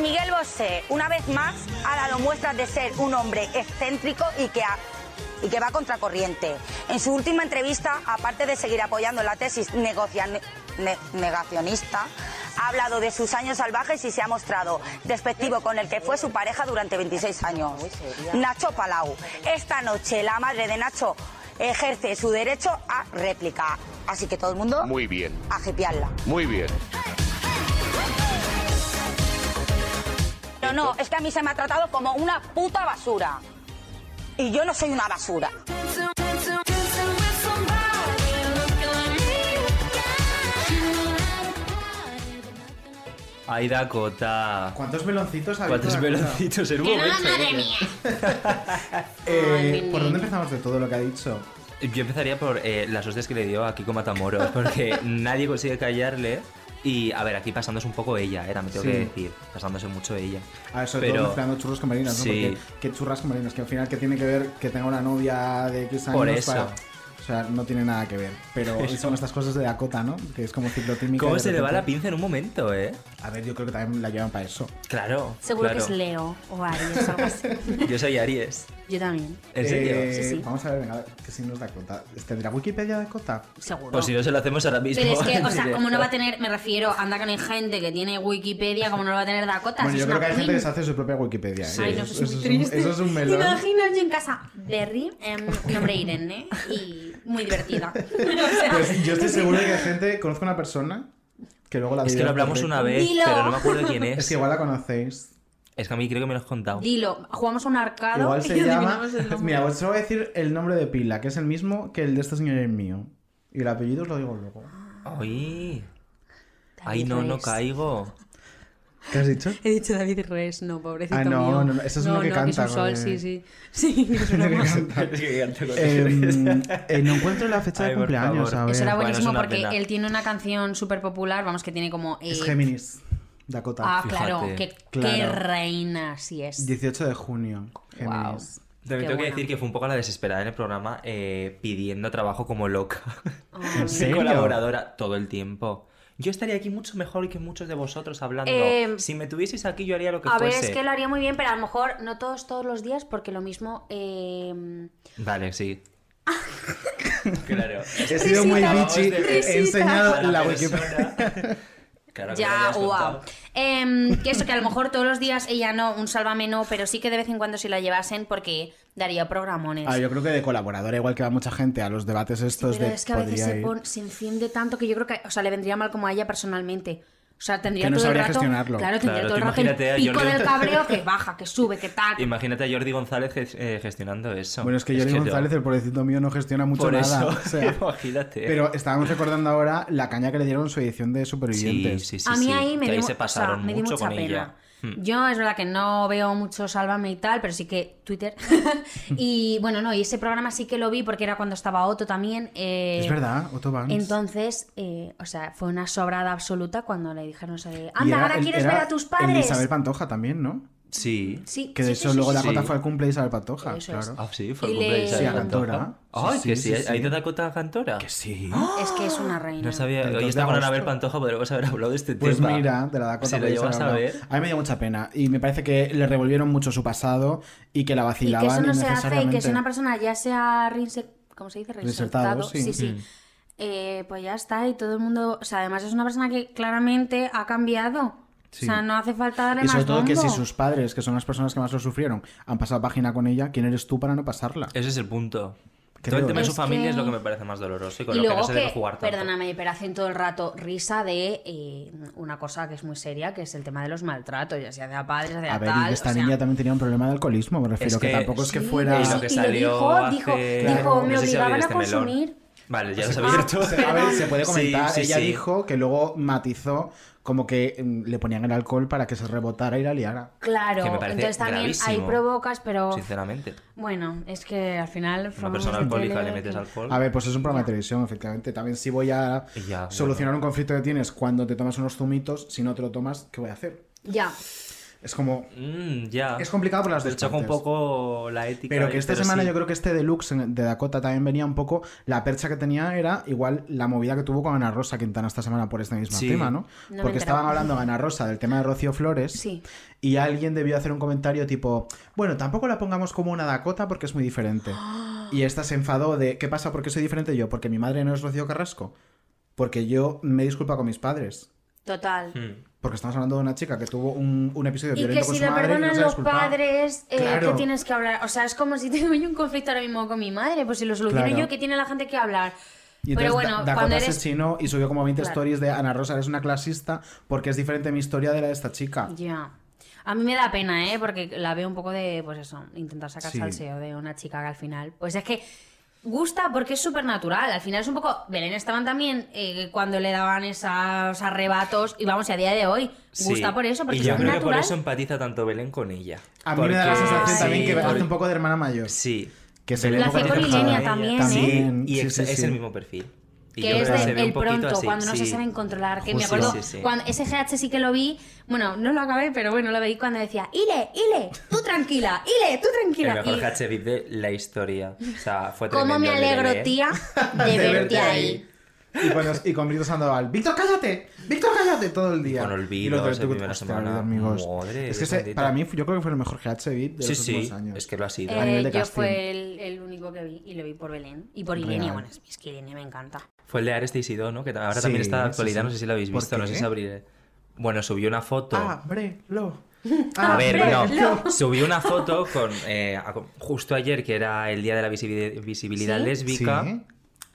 Speaker 9: Miguel Bosé, una vez más, ha dado muestras de ser un hombre excéntrico y que, ha- y que va contracorriente. En su última entrevista, aparte de seguir apoyando la tesis negocia- ne- negacionista, ha hablado de sus años salvajes y se ha mostrado despectivo con el que fue su pareja durante 26 años. Nacho Palau. Esta noche la madre de Nacho ejerce su derecho a réplica. Así que todo el mundo
Speaker 11: Muy bien,
Speaker 9: a hipearla.
Speaker 11: muy bien.
Speaker 9: No, no, es que a mí se me ha tratado como una puta basura. Y yo no soy una basura.
Speaker 1: Ay, Dakota.
Speaker 2: ¿Cuántos meloncitos ha habido,
Speaker 1: ¿Cuántos
Speaker 2: Dakota?
Speaker 1: meloncitos en un
Speaker 4: ¡Que no,
Speaker 1: momento?
Speaker 4: madre mía!
Speaker 2: (laughs) Eh,
Speaker 4: Ay, mi
Speaker 2: ¿Por dónde
Speaker 4: niño.
Speaker 2: empezamos de todo lo que ha dicho?
Speaker 1: Yo empezaría por eh, las hostias que le dio a Kiko
Speaker 2: (laughs)
Speaker 1: Matamoros, porque nadie consigue callarle. Y a ver, aquí pasándose un poco ella, eh, también tengo
Speaker 2: Sí.
Speaker 1: que decir. Pasándose mucho ella.
Speaker 2: A eso
Speaker 1: Pero-
Speaker 2: Ah, todo mezclando churros con merinas, ¿no?
Speaker 1: Sí.
Speaker 2: Porque, ¿Qué churras con merinas? Que al final, ¿qué tiene que ver que tenga una novia de X años?
Speaker 1: Por eso.
Speaker 2: para- O sea, no tiene nada que ver.
Speaker 1: (laughs)
Speaker 2: Pero son estas cosas de Dakota, ¿no? Que es como ciclotímica. y
Speaker 1: ¿Cómo
Speaker 2: de
Speaker 1: se le va la
Speaker 2: repente-
Speaker 1: pinza en un momento, eh?
Speaker 2: A ver, yo creo que también la llevan para eso.
Speaker 1: Claro.
Speaker 4: Seguro que
Speaker 1: claro.
Speaker 4: es Leo o Aries o
Speaker 1: (laughs)
Speaker 4: algo así.
Speaker 1: Yo soy Aries.
Speaker 4: Yo también.
Speaker 1: eh? ¿En serio?
Speaker 2: Eh,
Speaker 4: Sí, sí.
Speaker 2: Vamos a ver, venga, a ver, que si no es Dakota. ¿Tendrá Wikipedia Dakota?
Speaker 4: Seguro.
Speaker 1: Pues si no se lo hacemos ahora mismo.
Speaker 4: Pero
Speaker 1: (laughs)
Speaker 4: es que, o
Speaker 1: en
Speaker 4: sea, como
Speaker 1: directo.
Speaker 4: no va a tener, me refiero, anda con hay gente que tiene Wikipedia, como no lo va a tener Dakota.
Speaker 2: Bueno,
Speaker 4: si
Speaker 2: yo
Speaker 4: es
Speaker 2: creo que
Speaker 4: una
Speaker 2: hay gente
Speaker 4: queen.
Speaker 2: que se hace su propia Wikipedia. ¿eh?
Speaker 4: Ay, no, eso es muy
Speaker 2: un-
Speaker 4: triste.
Speaker 2: eso es un
Speaker 4: (laughs)
Speaker 2: melón.
Speaker 4: Imagina yo en casa, Berry, em, nombre Irene, y muy divertida. (laughs) O sea,
Speaker 2: Pues yo estoy seguro de que hay gente, conozco una persona que luego la
Speaker 1: Es que
Speaker 2: diré
Speaker 1: lo hablamos
Speaker 2: correcta.
Speaker 1: una vez,
Speaker 4: Dilo.
Speaker 1: pero no me acuerdo quién es.
Speaker 2: (laughs) Es que igual la conocéis.
Speaker 1: Es que a mí creo que me lo has contado.
Speaker 4: Dilo, jugamos a un arcado (laughs)
Speaker 2: Igual
Speaker 4: y
Speaker 2: se llama.
Speaker 4: adivinamos el nombre.
Speaker 2: Mira, os voy a decir el nombre de pila, que es el mismo que el de esta señora y el mío. Y el apellido os lo digo
Speaker 1: (laughs)
Speaker 2: luego.
Speaker 1: Ay. Ay,
Speaker 4: David
Speaker 1: no, no
Speaker 4: Rees.
Speaker 1: caigo.
Speaker 2: ¿Qué has dicho?
Speaker 4: He dicho David Res, no, pobrecito
Speaker 2: Ah, no,
Speaker 4: mío.
Speaker 2: no, no, ese es uno que
Speaker 4: es un
Speaker 2: canta,
Speaker 4: sol,
Speaker 2: joder.
Speaker 4: sí, sí. (laughs) Sí, es una broma.
Speaker 2: (laughs) Em, eh, no encuentro la fecha
Speaker 1: Ay,
Speaker 2: de
Speaker 1: por
Speaker 2: cumpleaños,
Speaker 1: favor.
Speaker 2: a ver.
Speaker 4: Eso era
Speaker 1: Bueno, es
Speaker 4: pues buenísimo
Speaker 1: una
Speaker 4: porque
Speaker 1: pena.
Speaker 4: él tiene una canción súper popular, vamos, que tiene como... eh,
Speaker 2: Es Géminis, Dakota.
Speaker 4: Ah,
Speaker 1: Fíjate.
Speaker 4: claro, que- qué
Speaker 2: Claro.
Speaker 4: reina sí es.
Speaker 2: 18 de junio, Géminis.
Speaker 1: También
Speaker 4: Qué
Speaker 1: tengo que
Speaker 4: buena.
Speaker 1: decir que fue un poco a la desesperada en el programa eh, pidiendo trabajo como loca.
Speaker 4: Ay.
Speaker 1: (laughs) De
Speaker 2: serio?
Speaker 1: colaboradora todo el tiempo. Yo estaría aquí mucho mejor que muchos de vosotros hablando.
Speaker 4: Eh,
Speaker 1: si me tuvieseis aquí yo haría lo que
Speaker 4: A ver,
Speaker 1: fuese.
Speaker 4: es que lo haría muy bien, pero a lo mejor no todos todos los días, porque lo mismo. eh,
Speaker 1: Vale,
Speaker 4: (laughs)
Speaker 1: sí. claro.
Speaker 2: He sido muy
Speaker 4: Risita.
Speaker 2: bichi,
Speaker 1: Risita.
Speaker 2: he enseñado
Speaker 1: Cada
Speaker 2: la
Speaker 1: persona-
Speaker 2: Wikipedia.
Speaker 1: Claro que lo
Speaker 4: ya,
Speaker 1: hayas
Speaker 4: wow.
Speaker 1: contado.
Speaker 4: Em, que eso, que a lo mejor todos los días ella no, un sálvame no, pero sí que de vez en cuando si la llevasen, porque daría programones.
Speaker 2: Ah, yo creo que de colaboradora, igual que va mucha gente a los debates estos
Speaker 4: pero
Speaker 2: de.
Speaker 4: es que a veces se,
Speaker 2: podría ir.
Speaker 4: pon- se enciende tanto que yo creo que, o sea, le vendría mal como a ella personalmente. O sea, tendría
Speaker 2: Que no
Speaker 4: todo
Speaker 2: sabría
Speaker 4: el rato,
Speaker 2: gestionarlo.
Speaker 4: Claro, tendría
Speaker 1: Claro,
Speaker 4: todo el
Speaker 1: tú
Speaker 4: rato el
Speaker 1: imagínate a
Speaker 4: pico
Speaker 1: Jordi-
Speaker 4: del cabreo
Speaker 1: (laughs)
Speaker 4: que baja, que sube, que tal.
Speaker 1: Imagínate a Jordi González ges- eh, gestionando eso.
Speaker 2: Bueno,
Speaker 1: (laughs)
Speaker 2: es que Jordi
Speaker 1: yo-
Speaker 2: González, el pobrecito mío, no gestiona mucho
Speaker 1: Por
Speaker 2: nada.
Speaker 1: eso, (laughs)
Speaker 2: o sea.
Speaker 1: imagínate.
Speaker 2: pero estábamos recordando ahora la caña que le dieron en su edición de
Speaker 1: sí,
Speaker 2: Supervivientes.
Speaker 1: sí, sí,
Speaker 4: a mí
Speaker 1: sí,
Speaker 4: ahí me
Speaker 1: que
Speaker 4: dio,
Speaker 1: ahí
Speaker 4: mu-
Speaker 1: se
Speaker 4: o
Speaker 1: pasaron
Speaker 4: sea, me dio
Speaker 1: mucho
Speaker 4: mucha
Speaker 1: con
Speaker 4: pena.
Speaker 1: ella. Hmm.
Speaker 4: Yo es verdad que no veo mucho Sálvame y tal, pero sí que Twitter.
Speaker 1: Hmm.
Speaker 4: (laughs) y bueno, no, y ese programa sí que lo vi porque era cuando estaba Otto también. eh,
Speaker 2: Es verdad, Otto Banks.
Speaker 4: Entonces, eh, o sea, fue una sobrada absoluta cuando le dijeron eso de,
Speaker 2: Y
Speaker 4: anda,
Speaker 2: era
Speaker 4: ahora
Speaker 2: el-
Speaker 4: quieres
Speaker 2: era
Speaker 4: ver a tus
Speaker 2: El de
Speaker 4: padres.
Speaker 2: Isabel Pantoja también, ¿no?
Speaker 1: Sí.
Speaker 4: Sí,
Speaker 2: Que de
Speaker 4: sí,
Speaker 2: hecho
Speaker 4: sí, sí,
Speaker 2: luego
Speaker 4: sí, sí.
Speaker 2: Dakota
Speaker 1: sí.
Speaker 2: fue al cumple de Isabel Pantoja,
Speaker 4: Eso
Speaker 2: claro.
Speaker 4: es.
Speaker 1: Ah, sí, fue
Speaker 4: Y
Speaker 1: el cumple
Speaker 4: le-
Speaker 1: de Isabel
Speaker 4: Sí, a
Speaker 1: Cantora.
Speaker 2: Cantora.
Speaker 1: Ay,
Speaker 2: Sí,
Speaker 1: que
Speaker 2: sí,
Speaker 1: sí,
Speaker 2: sí,
Speaker 1: ahí
Speaker 2: sí.
Speaker 1: te Dakota Cantora. ¡Ah!
Speaker 2: Que sí.
Speaker 4: Es que es una reina.
Speaker 1: No sabía,
Speaker 2: El
Speaker 1: hoy
Speaker 2: 2 de
Speaker 1: está con Anabel
Speaker 2: agosto.
Speaker 1: Pantoja, podremos haber hablado de este
Speaker 2: Pues
Speaker 1: tema.
Speaker 2: mira, de la Dakota
Speaker 1: Si lo
Speaker 2: podéis haber
Speaker 1: llevas a
Speaker 2: hablado.
Speaker 1: ver.
Speaker 2: A mí me dio mucha pena. Y me parece que le revolvieron mucho su pasado y que la
Speaker 4: Y que
Speaker 2: vacilaban
Speaker 4: eso no se hace y que
Speaker 2: innecesariamente.
Speaker 4: si una persona ya sea reinse- ¿cómo se dice?
Speaker 2: Reinsertado,
Speaker 1: Mm.
Speaker 4: Reinsertado,
Speaker 2: sí.
Speaker 4: sí, sí. eh, pues ya está, y todo el mundo. O sea, además es una persona que claramente ha cambiado.
Speaker 2: Sí.
Speaker 4: O sea, no hace falta darle
Speaker 2: Y
Speaker 4: más
Speaker 2: sobre todo que si
Speaker 4: bombo.
Speaker 2: sus padres, que son las personas que más lo sufrieron, han pasado página con ella, ¿quién eres tú para no pasarla?
Speaker 1: Ese es el punto. Todo
Speaker 2: Creo,
Speaker 1: el tema de
Speaker 2: ¿eh?
Speaker 1: su familia
Speaker 4: que-
Speaker 1: es lo que me parece más doloroso y con
Speaker 4: Y
Speaker 1: lo que no
Speaker 4: luego
Speaker 1: se debe
Speaker 4: que,
Speaker 1: jugar tanto.
Speaker 4: perdóname, pero hacen todo el rato risa de eh, una cosa que es muy seria, que es el tema de los maltratos, ya sea de a padres, ya sea de
Speaker 2: A ver,
Speaker 4: tal.
Speaker 2: y esta
Speaker 4: o sea,
Speaker 2: niña también tenía un problema de alcoholismo, me refiero,
Speaker 1: Es
Speaker 2: que,
Speaker 1: que-
Speaker 2: tampoco es que
Speaker 1: sí,
Speaker 2: fuera...
Speaker 1: y lo que
Speaker 4: y lo
Speaker 1: salió
Speaker 4: dijo,
Speaker 1: hace-
Speaker 4: dijo,
Speaker 2: dijo,
Speaker 4: me
Speaker 1: no sé si
Speaker 4: obligaban
Speaker 1: abrir
Speaker 4: a
Speaker 1: este melón.
Speaker 4: consumir.
Speaker 1: Vale, ya lo
Speaker 4: Ah,
Speaker 1: sabía abierto.
Speaker 2: (laughs) A ver, se Pues puede
Speaker 1: Sí,
Speaker 2: comentar.
Speaker 1: sí,
Speaker 2: Ella
Speaker 1: sí.
Speaker 2: dijo que luego matizó como que mm, le ponían el alcohol para que se rebotara y la liara.
Speaker 4: Claro,
Speaker 1: Que me parece
Speaker 4: entonces también ahí
Speaker 1: gravísimo.
Speaker 4: provocas, pero
Speaker 1: Sinceramente.
Speaker 4: bueno, es que al final...
Speaker 1: Una
Speaker 4: programas
Speaker 1: persona
Speaker 4: de
Speaker 1: alcohólica
Speaker 4: tele
Speaker 1: le metes
Speaker 4: que-
Speaker 1: alcohol.
Speaker 2: A ver, pues es un programa de televisión, efectivamente. También si voy a
Speaker 1: Ya,
Speaker 2: solucionar un conflicto que tienes cuando te tomas unos zumitos, si no te lo tomas, ¿qué voy a hacer?
Speaker 4: Ya,
Speaker 2: Es como...
Speaker 1: Mm, ya.
Speaker 2: Es complicado por las
Speaker 1: Se
Speaker 2: dos
Speaker 1: choca un
Speaker 2: partes.
Speaker 1: poco la ética.
Speaker 2: Pero que esta semana
Speaker 1: sí.
Speaker 2: yo creo que este deluxe en- de Dakota también venía un poco. La percha que tenía era igual la movida que tuvo con Ana Rosa Quintana esta semana por este mismo
Speaker 1: Sí.
Speaker 2: tema, ¿no?
Speaker 4: No me
Speaker 2: Porque
Speaker 4: he
Speaker 2: estaban
Speaker 4: enterado.
Speaker 2: hablando Ana Rosa del tema de Rocío Flores.
Speaker 4: Sí.
Speaker 2: Y alguien debió hacer un comentario tipo: Bueno, tampoco la pongamos como una Dakota porque es muy
Speaker 4: (gasps)
Speaker 2: diferente. Y esta se enfadó de: ¿Qué pasa? ¿Por qué soy diferente yo? Porque mi madre no es Rocío Carrasco. Porque yo me disculpa con mis padres.
Speaker 4: total.
Speaker 1: Mm.
Speaker 2: Porque estamos hablando de una chica que tuvo un, un episodio
Speaker 4: Y
Speaker 2: violento
Speaker 4: que
Speaker 2: con
Speaker 4: si
Speaker 2: su
Speaker 4: lo
Speaker 2: madre y no
Speaker 4: perdonan
Speaker 2: se ha
Speaker 4: los
Speaker 2: disculpado.
Speaker 4: padres, eh,
Speaker 2: Claro.
Speaker 4: ¿qué tienes que hablar? O sea, es como si (laughs) tengo yo un conflicto ahora mismo con mi madre, pues si lo soluciono
Speaker 2: Claro.
Speaker 4: yo, ¿qué tiene la gente que hablar?
Speaker 2: Y
Speaker 4: Pero
Speaker 2: entonces
Speaker 4: bueno,
Speaker 2: Da- Dakota
Speaker 4: cuando
Speaker 2: se
Speaker 4: eres...
Speaker 2: chinó y subió como 20
Speaker 4: Claro.
Speaker 2: stories de Ana Rosa, eres una clasista porque es diferente mi historia de la de esta chica.
Speaker 4: Ya. A mí me da pena, ¿eh? Porque la veo un poco de, pues eso, intentar sacar
Speaker 2: Sí.
Speaker 4: salseo de una chica que al final... Pues es que gusta porque es súper natural. Al final es un poco... Belén Esteban también, eh, cuando le daban esos arrebatos, y vamos, y a día de hoy,
Speaker 1: Sí.
Speaker 4: gusta por eso, porque
Speaker 1: Y
Speaker 4: es
Speaker 1: yo
Speaker 4: muy
Speaker 1: creo que por
Speaker 4: natural.
Speaker 1: eso empatiza tanto Belén con ella.
Speaker 2: A mí me da la
Speaker 1: Porque-
Speaker 2: sensación
Speaker 1: sí,
Speaker 2: también que
Speaker 1: por-
Speaker 2: hace un poco de hermana mayor.
Speaker 1: Sí.
Speaker 2: Que se
Speaker 1: Belén
Speaker 2: le
Speaker 4: Lo hacía con
Speaker 1: Esteban.
Speaker 4: Ilenia también,
Speaker 1: Sí,
Speaker 2: ¿eh?
Speaker 1: y
Speaker 2: Sí,
Speaker 1: exa-
Speaker 2: sí,
Speaker 1: es
Speaker 2: sí.
Speaker 1: el mismo perfil. Y yo
Speaker 4: que es
Speaker 1: creo se
Speaker 4: de
Speaker 1: ve
Speaker 4: el
Speaker 1: un poquito
Speaker 4: pronto,
Speaker 1: así,
Speaker 4: cuando no se
Speaker 1: sí.
Speaker 4: saben controlar. Que me
Speaker 1: Justo,
Speaker 4: acuerdo,
Speaker 1: sí, sí.
Speaker 4: cuando ese GH sí que lo vi, bueno, no lo acabé, pero bueno, lo veí cuando decía, Ile, Ile, tú tranquila, Ile, tú
Speaker 1: El
Speaker 4: tranquila.
Speaker 1: mejor
Speaker 4: Y-
Speaker 1: hatch de la historia. O sea, fue tremendo.
Speaker 4: (laughs) ¿Cómo me
Speaker 1: el de E.
Speaker 4: alegro,
Speaker 1: Belén. (laughs)
Speaker 2: (laughs)
Speaker 4: tía, eh, de verte ahí?
Speaker 2: Y con, los- y con Víctor Sandoval, ¡Víctor, cállate! ¡Víctor, cállate! Todo el día.
Speaker 1: Con olvidos,
Speaker 2: Y los de-
Speaker 1: la primera
Speaker 2: Hostia,
Speaker 1: semana.
Speaker 2: amigos.
Speaker 1: Madre
Speaker 2: es que
Speaker 1: de
Speaker 2: ese-
Speaker 1: santita.
Speaker 2: para mí, yo creo que fue el mejor GH beat de
Speaker 1: Sí,
Speaker 2: los últimos
Speaker 1: sí.
Speaker 2: años.
Speaker 1: Es que lo ha sido.
Speaker 2: A nivel de
Speaker 4: Eh, yo
Speaker 2: casting.
Speaker 4: fue el, el único que vi y lo vi por Belén y por Irene.
Speaker 2: Real.
Speaker 4: Bueno, es, es que Irene me encanta.
Speaker 1: Fue el de Areste Isidó, ¿no? Que ahora
Speaker 2: Sí,
Speaker 1: también está de
Speaker 2: sí,
Speaker 1: actualidad,
Speaker 2: sí.
Speaker 1: no sé si lo habéis
Speaker 2: ¿Por
Speaker 1: visto, no sé
Speaker 2: qué? Ah.
Speaker 1: si abriré. Bueno, subió una foto.
Speaker 4: (laughs)
Speaker 2: Ábrelo.
Speaker 4: Ah,
Speaker 1: A ver,
Speaker 2: Ábrelo.
Speaker 1: no. Subí una foto con eh, a- con- justo ayer, que era el día de la visibil- visibilidad
Speaker 4: ¿Sí?
Speaker 1: lésbica,
Speaker 2: Sí.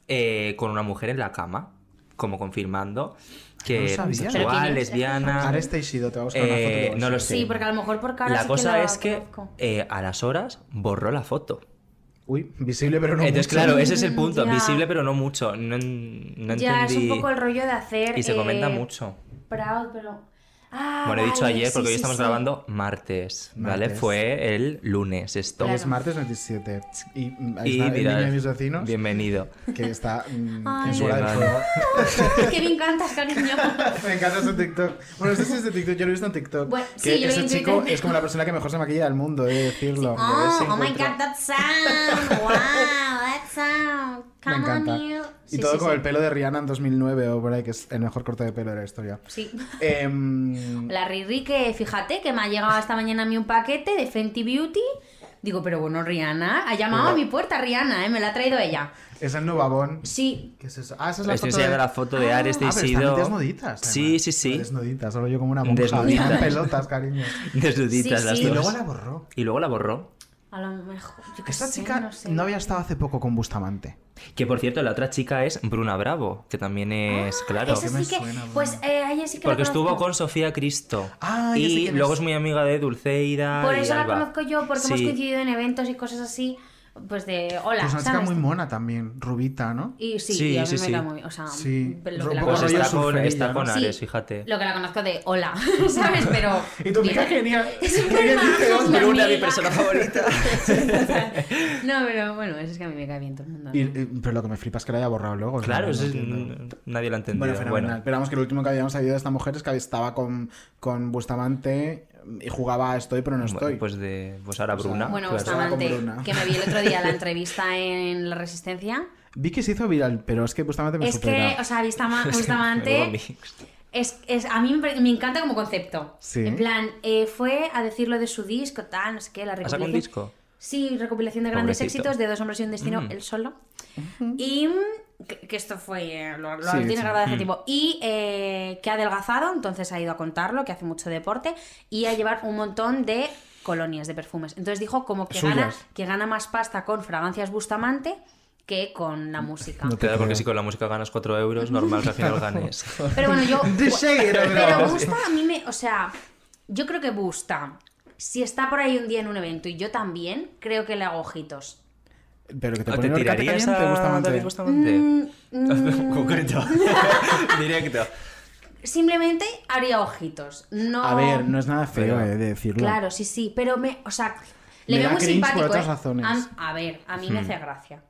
Speaker 1: eh, con una mujer en la cama, como confirmando
Speaker 2: No
Speaker 1: que
Speaker 2: sabía.
Speaker 4: ¿Pero quién
Speaker 1: bisexual,
Speaker 4: es?
Speaker 1: lesbiana.
Speaker 2: Ahora este Isido, te va a buscar una foto. y te
Speaker 1: eh,
Speaker 2: voy a
Speaker 1: no lo
Speaker 2: enseñar.
Speaker 1: sé.
Speaker 4: Sí, porque a lo mejor por cara
Speaker 1: La
Speaker 4: sí
Speaker 1: cosa
Speaker 4: que la
Speaker 1: es que
Speaker 4: conozco.
Speaker 1: eh, a las horas borró la foto.
Speaker 2: Uy, visible pero no
Speaker 1: Entonces,
Speaker 2: mucho.
Speaker 1: claro, ese es el punto.
Speaker 4: Ya.
Speaker 1: Visible, pero no mucho. No, en- no
Speaker 4: ya
Speaker 1: entendí.
Speaker 4: es un poco el rollo de hacer.
Speaker 1: Y se comenta
Speaker 4: eh,
Speaker 1: mucho.
Speaker 4: Proud, pero. Ah,
Speaker 1: Bueno, he dicho
Speaker 4: vale,
Speaker 1: ayer porque
Speaker 4: sí,
Speaker 1: hoy
Speaker 4: sí,
Speaker 1: estamos
Speaker 4: sí. (laughs)
Speaker 1: grabando martes, ¿vale?
Speaker 2: Martes.
Speaker 1: Fue el lunes esto.
Speaker 2: Hoy es
Speaker 4: Claro.
Speaker 2: martes 27. Y mm, ahí
Speaker 1: Y
Speaker 2: está
Speaker 1: dirás,
Speaker 2: el niño de mis vecinos.
Speaker 1: Bienvenido.
Speaker 2: que está mm,
Speaker 4: Ay.
Speaker 2: en su hora de
Speaker 1: Bien,
Speaker 2: juego. (laughs)
Speaker 4: que me encantas, cariño.
Speaker 2: Me encanta ese TikTok. Bueno, este sí es de TikTok, yo lo he visto en TikTok.
Speaker 4: Bueno, sí,
Speaker 2: que
Speaker 4: yo lo vi
Speaker 2: ese
Speaker 4: en
Speaker 2: chico
Speaker 4: Twitter.
Speaker 2: es como la persona que mejor se maquilla del mundo, he de decirlo.
Speaker 4: Oh, oh my
Speaker 2: Encuentro-
Speaker 4: god, that
Speaker 2: (laughs)
Speaker 4: sound. Wow, that sound.
Speaker 2: Me
Speaker 4: Come
Speaker 2: encanta.
Speaker 4: on, you.
Speaker 2: Y todo con el pelo de Rihanna en 2009 o por ahí, que es el mejor corte de pelo de la historia.
Speaker 4: Sí.
Speaker 2: Em,
Speaker 4: (laughs) La Riri que, fíjate, que me ha llegado esta mañana a mí un paquete de Fenty Beauty. Digo, pero bueno, Rihanna. Ha llamado a mi puerta Rihanna, ¿eh? Me la ha traído ella.
Speaker 2: es el Novabón.
Speaker 4: Sí.
Speaker 2: ¿Qué es eso? Ah, esa
Speaker 4: Pues
Speaker 2: es la
Speaker 1: Estoy
Speaker 2: foto de...
Speaker 1: enseñando la foto de Ares de
Speaker 2: Ah, pero están
Speaker 1: Isidro.
Speaker 2: desnuditas.
Speaker 1: Sí, sí, sí.
Speaker 2: Desnuditas, solo yo como una monja.
Speaker 1: Desnuditas.
Speaker 2: Eran pelotas, cariño.
Speaker 1: (laughs) Desnuditas
Speaker 4: Sí,
Speaker 1: las
Speaker 4: sí.
Speaker 2: Y
Speaker 1: dos.
Speaker 2: luego la borró.
Speaker 1: Y luego la borró.
Speaker 4: A lo mejor. Yo qué
Speaker 2: Esta
Speaker 4: sé,
Speaker 2: chica
Speaker 4: no, sé.
Speaker 2: no había estado hace poco con Bustamante.
Speaker 1: Que por cierto, la otra chica es Bruna Bravo, que también es, claro.
Speaker 4: Ah, Esa
Speaker 2: que me
Speaker 4: sí que.
Speaker 2: suena, bueno.
Speaker 4: pues eh, a ella sí que la
Speaker 1: Porque estuvo
Speaker 4: conozco.
Speaker 1: con Sofía Cristo.
Speaker 2: Ah, ya sé
Speaker 1: y
Speaker 2: quién es.
Speaker 1: luego es muy amiga de Dulceida.
Speaker 4: Por
Speaker 1: y
Speaker 4: eso la
Speaker 1: Alba.
Speaker 4: conozco yo, porque hemos
Speaker 1: Sí.
Speaker 4: coincidido en eventos y cosas así. Pues de. Hola.
Speaker 2: Pues una chica
Speaker 4: ¿sabes?
Speaker 2: muy mona también, rubita, ¿no?
Speaker 4: Y sí,
Speaker 1: Sí,
Speaker 4: y a mí
Speaker 1: sí,
Speaker 4: me
Speaker 1: sí.
Speaker 4: cae muy. O sea,
Speaker 2: Sí.
Speaker 4: lo que la
Speaker 2: Pues
Speaker 1: Pues
Speaker 4: conozco.
Speaker 2: rollo
Speaker 1: está con,
Speaker 2: surferilla,
Speaker 1: está con
Speaker 2: ¿no?
Speaker 1: Ares,
Speaker 4: Sí,
Speaker 1: fíjate.
Speaker 4: Lo que la conozco de hola, (laughs) ¿sabes? Pero.
Speaker 2: (laughs) Y tú, mira, genial.
Speaker 4: (laughs) Es súper maja, es mi
Speaker 1: Bruna, mi
Speaker 4: amiga.
Speaker 1: persona favorita.
Speaker 4: No, pero bueno, eso es que a mí me cae bien todo el mundo.
Speaker 2: Y- y- pero lo que me flipa es que la haya borrado luego. es
Speaker 1: Claro,
Speaker 2: lo que
Speaker 1: eso
Speaker 2: no
Speaker 1: es-
Speaker 2: entiendo.
Speaker 1: nadie lo ha entendido.
Speaker 2: Bueno, fenomenal. Pero vamos, que lo último que habíamos sabido de esta mujer es que estaba con, con Bustamante y jugaba a Estoy, pero no
Speaker 1: Bueno,
Speaker 2: estoy.
Speaker 1: pues, de, pues ahora Bruna.
Speaker 4: Bueno,
Speaker 1: claro.
Speaker 2: estaba con
Speaker 4: Bustamante,
Speaker 2: Bruna.
Speaker 4: que me vi el otro
Speaker 2: (laughs)
Speaker 4: día la entrevista en La Resistencia.
Speaker 2: Vi que se hizo viral, pero es que Bustamante me
Speaker 4: Es
Speaker 2: supera.
Speaker 4: que, o
Speaker 1: (laughs)
Speaker 2: (laughs)
Speaker 4: sea, Bustama-
Speaker 1: Menudo
Speaker 4: Bustamante.
Speaker 1: mix.
Speaker 4: Es, es- a mí me, pare- me encanta como concepto.
Speaker 2: Sí.
Speaker 4: En plan, eh, fue a decir lo de su disco, tal, no sé qué, la
Speaker 1: ¿Ha sacado
Speaker 4: recopilación.
Speaker 1: un disco?
Speaker 4: Sí, recopilación de grandes
Speaker 1: Pobrecito.
Speaker 2: Mm.
Speaker 4: éxitos de Dos hombres y un destino,
Speaker 1: Mm.
Speaker 4: él solo. Y mm, Que, que esto fue. eh, Lo, lo
Speaker 2: Sí,
Speaker 4: tiene
Speaker 2: sí.
Speaker 4: grabado hace
Speaker 2: Mm.
Speaker 4: tiempo. Y eh, que ha adelgazado, entonces ha ido a contarlo, que hace mucho deporte. Y a llevar un montón de colonias de perfumes. Entonces dijo como que, gana,
Speaker 2: Suyas.
Speaker 4: que gana más pasta con fragancias Bustamante que con la música.
Speaker 2: Mm. No te
Speaker 1: Claro, porque
Speaker 2: creo.
Speaker 1: si con la música ganas 4 euros, normal que al
Speaker 2: (laughs)
Speaker 1: final ganes.
Speaker 4: Pero
Speaker 6: (laughs)
Speaker 4: bueno, yo.
Speaker 2: The Shade of
Speaker 4: (laughs) Pero
Speaker 2: Love.
Speaker 4: Busta a mí me. O sea, yo creo que Busta, si está por ahí un día en un evento y yo también, creo que le hago ojitos.
Speaker 2: Pero que te
Speaker 1: ¿O
Speaker 2: ponen
Speaker 1: ¿Te
Speaker 2: horcata
Speaker 1: tirarías
Speaker 2: caliente,
Speaker 1: a
Speaker 2: Bustamante.
Speaker 1: David Bustamante?
Speaker 4: Mm,
Speaker 1: Mm. (laughs) Concreto. Directo.
Speaker 4: (laughs) Simplemente haría ojitos. No.
Speaker 2: A ver, no es nada feo,
Speaker 1: Pero-
Speaker 2: eh, de decirlo.
Speaker 4: Claro, sí, sí. Pero me. O sea,
Speaker 2: Me
Speaker 4: le veo
Speaker 2: da
Speaker 4: muy
Speaker 2: cringe por
Speaker 4: simpático.
Speaker 2: otras
Speaker 4: ¿eh?
Speaker 2: razones.
Speaker 4: A, a ver, a mí me hace gracia.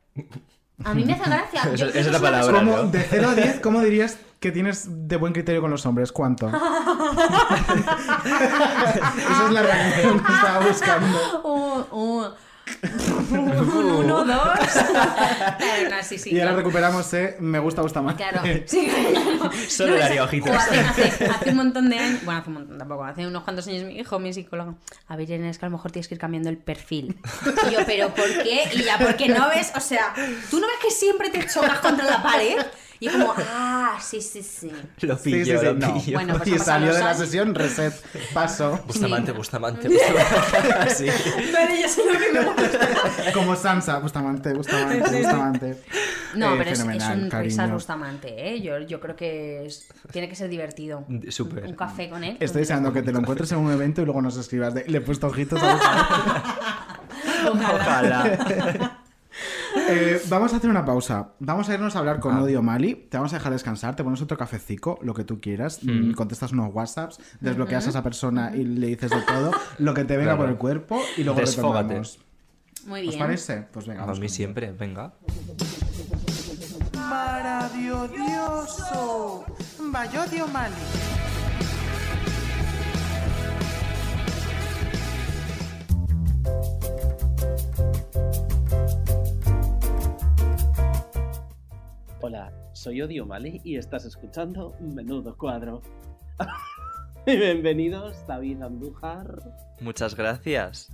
Speaker 4: A mí me hace gracia. Yo
Speaker 1: Esa-
Speaker 4: (laughs) creo
Speaker 1: esa
Speaker 4: que
Speaker 1: es la
Speaker 4: una
Speaker 1: palabra. Claro.
Speaker 2: ¿Cómo,
Speaker 4: persona-
Speaker 2: de 0
Speaker 1: (laughs)
Speaker 2: a 10, ¿cómo dirías que tienes de buen criterio con los hombres? ¿Cuánto? Esa es
Speaker 4: Ah.
Speaker 2: la reacción que estaba buscando. Uh.
Speaker 4: Un- un- un uno, dos. Claro, no, sí, sí,
Speaker 2: (laughs) Y ahora (laughs)
Speaker 4: claro.
Speaker 2: recuperamos, eh, me gusta Bustamante.
Speaker 4: Claro,
Speaker 2: (laughs)
Speaker 4: (laughs) sí, claro.
Speaker 1: Solo le haría
Speaker 4: o sea,
Speaker 1: ojitos.
Speaker 4: o Hace, hace- hace un montón de años, bueno, hace un montón tampoco, hace unos cuantos años mi hijo, mi psicólogo, a ver, Irene, es que a lo mejor tienes que ir cambiando el perfil. Y yo, pero ¿por qué? Y ya, porque no ves, o sea, tú no ves que siempre te chocas contra la pared. Y yo
Speaker 2: (laughs)
Speaker 4: como, ah, sí, sí, sí.
Speaker 1: (laughs) Lo
Speaker 2: Sí, sí,
Speaker 1: pillo,
Speaker 2: sí,
Speaker 1: lo
Speaker 2: no.
Speaker 1: pillo.
Speaker 4: Bueno, pues
Speaker 2: y
Speaker 4: han pasado
Speaker 2: salió
Speaker 4: los
Speaker 2: de la
Speaker 4: años.
Speaker 2: sesión, reset, paso.
Speaker 1: (laughs) Bustamante,
Speaker 4: (laughs)
Speaker 1: Bustamante, Bustamante. Ah, Sí.
Speaker 4: Pero yo sé lo que me gusta.
Speaker 2: Como Sansa, Bustamante, Bustamante, Bustamante.
Speaker 4: No,
Speaker 2: Eh,
Speaker 4: pero es, es
Speaker 2: fenomenal,
Speaker 4: un
Speaker 2: cariño.
Speaker 4: risas Bustamante, ¿eh? Yo, yo creo que es- tiene que ser divertido.
Speaker 1: Súper.
Speaker 4: Un café con él.
Speaker 2: Estoy deseando que te lo encuentres en un evento y luego nos escribas de, le he puesto ojitos
Speaker 4: (laughs)
Speaker 2: a Bustamante.
Speaker 1: Ojalá.
Speaker 2: Eh, vamos a hacer una pausa. Vamos a irnos a hablar con
Speaker 1: Ah.
Speaker 2: Odio Mali. Te vamos a dejar descansar. Te pones otro cafecito, lo que tú quieras. mm, Contestas unos WhatsApps, desbloqueas a esa persona y le dices de todo, lo que te venga
Speaker 1: Claro.
Speaker 2: por el cuerpo y luego
Speaker 1: Desfógate.
Speaker 2: retomamos.
Speaker 4: Muy
Speaker 2: ¿Os
Speaker 4: bien.
Speaker 2: parece? Pues venga.
Speaker 1: A
Speaker 2: vamos
Speaker 1: mí
Speaker 2: con ello.
Speaker 1: siempre, venga.
Speaker 12: Maravilloso. Vaya Dio Mali.
Speaker 3: Hola, soy Odio Mali y estás escuchando
Speaker 2: (laughs)
Speaker 3: Menudo Cuadro. Bienvenidos, David Andújar. (laughs)
Speaker 1: Muchas gracias.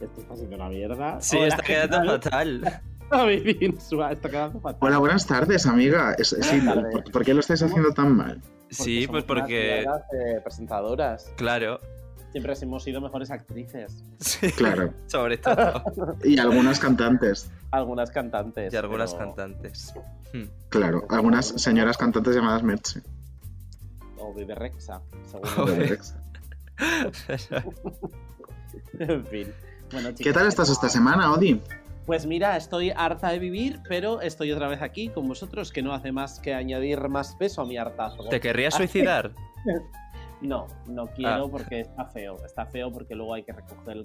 Speaker 3: Esto está siendo una mierda.
Speaker 1: Sí,
Speaker 3: Hola,
Speaker 1: está
Speaker 3: ¿qué
Speaker 1: quedando
Speaker 3: tal?
Speaker 1: fatal.
Speaker 3: David Insua, está quedando fatal.
Speaker 7: Hola, buenas tardes, amiga. Es- es- sí,
Speaker 3: Buenas tardes.
Speaker 7: ¿por, por qué lo estáis haciendo tan mal?
Speaker 1: Sí, pues
Speaker 3: somos unas
Speaker 1: porque.
Speaker 3: mierdas de presentadoras.
Speaker 1: Claro.
Speaker 3: Siempre hemos sido mejores actrices.
Speaker 1: Sí,
Speaker 7: Claro.
Speaker 1: Sobre
Speaker 3: (laughs)
Speaker 1: todo.
Speaker 7: Y algunas cantantes.
Speaker 3: Algunas cantantes.
Speaker 1: Y algunas
Speaker 3: pero-
Speaker 1: cantantes. Hmm.
Speaker 7: Claro, algunas señoras cantantes llamadas Merche.
Speaker 3: O
Speaker 1: (laughs)
Speaker 3: Vive Rexa,
Speaker 1: Joder.
Speaker 3: seguro.
Speaker 7: ¿Qué
Speaker 3: en fin. Bueno, chicos,
Speaker 7: tal estás esta semana, Odi?
Speaker 3: Pues mira, estoy harta de vivir, pero estoy otra vez aquí con vosotros, que no hace más que añadir más peso a mi hartazgo. Ah.
Speaker 1: ¿Te querrías suicidar? Ah.
Speaker 3: No, no quiero porque está feo. Está feo porque luego hay que recoger el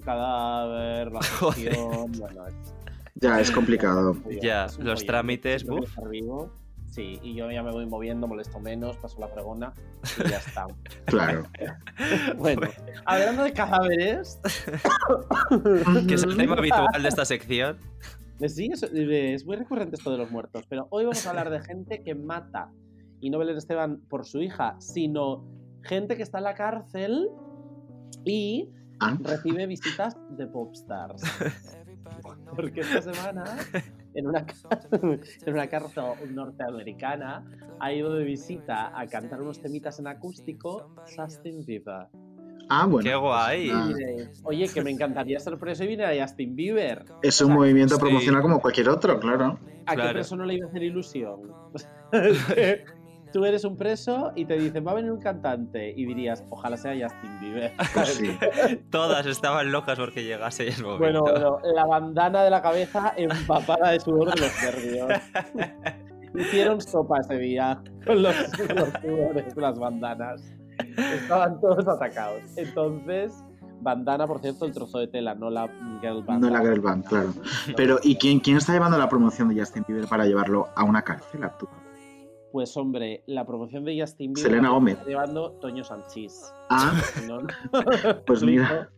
Speaker 1: (laughs)
Speaker 3: cadáver, la
Speaker 1: Joder.
Speaker 3: gestión. Bueno, es-
Speaker 7: Ya, es complicado.
Speaker 3: es un
Speaker 1: Ya,
Speaker 3: follón.
Speaker 1: los trámites,
Speaker 3: Yo quiero
Speaker 1: buf.
Speaker 3: estar vivo, Sí, y yo ya me voy moviendo, molesto menos, paso la fregona y ya está.
Speaker 7: Claro.
Speaker 3: (laughs) bueno, hablando de cadáveres,
Speaker 1: (laughs)
Speaker 3: Mm.
Speaker 1: Que es el tema habitual de esta sección.
Speaker 3: Eh, Sí, es, es muy recurrente esto de los muertos, pero hoy vamos a hablar de gente que mata. Y no Belén Esteban por su hija, sino gente que está en la cárcel y
Speaker 7: Ah.
Speaker 3: recibe visitas de popstars. Porque esta semana, en una, ca- (laughs) en una cárcel norteamericana, ha ido de visita a cantar unos temitas en acústico Justin Bieber.
Speaker 7: Ah, bueno.
Speaker 1: Qué guay.
Speaker 7: Ah,
Speaker 3: Y diréis, Oye, que me encantaría estar preso y venir a Justin Bieber.
Speaker 7: Es
Speaker 3: O
Speaker 7: un
Speaker 3: sea,
Speaker 7: movimiento
Speaker 1: sí.
Speaker 7: promocional como cualquier otro, claro.
Speaker 3: ¿A
Speaker 1: Claro.
Speaker 3: qué preso no le iba a hacer ilusión? (laughs) Es que Tú eres un preso y te dicen, va a venir un cantante. Y dirías, ojalá sea Justin Bieber.
Speaker 7: (laughs) Pues
Speaker 3: (laughs)
Speaker 7: sí.
Speaker 1: (laughs) Todas estaban locas porque llegase el momento.
Speaker 3: Bueno, bueno, la bandana de la cabeza empapada de sudor de los nervios.
Speaker 7: (laughs)
Speaker 3: Hicieron sopa ese día con los, con los sudores, las bandanas. Estaban todos atacados. Entonces, bandana, por cierto, el trozo de tela, no la girl band.
Speaker 7: No la girl band, claro. Pero, ¿y quién, quién está llevando la promoción de Justin Bieber para llevarlo a una cárcel actúa?
Speaker 3: Pues hombre, la promoción de Justin Bieber
Speaker 7: Selena
Speaker 3: la
Speaker 7: Gómez.
Speaker 3: está llevando Toño Sanchís.
Speaker 7: Ah,
Speaker 3: No, no.
Speaker 7: (laughs) pues mira.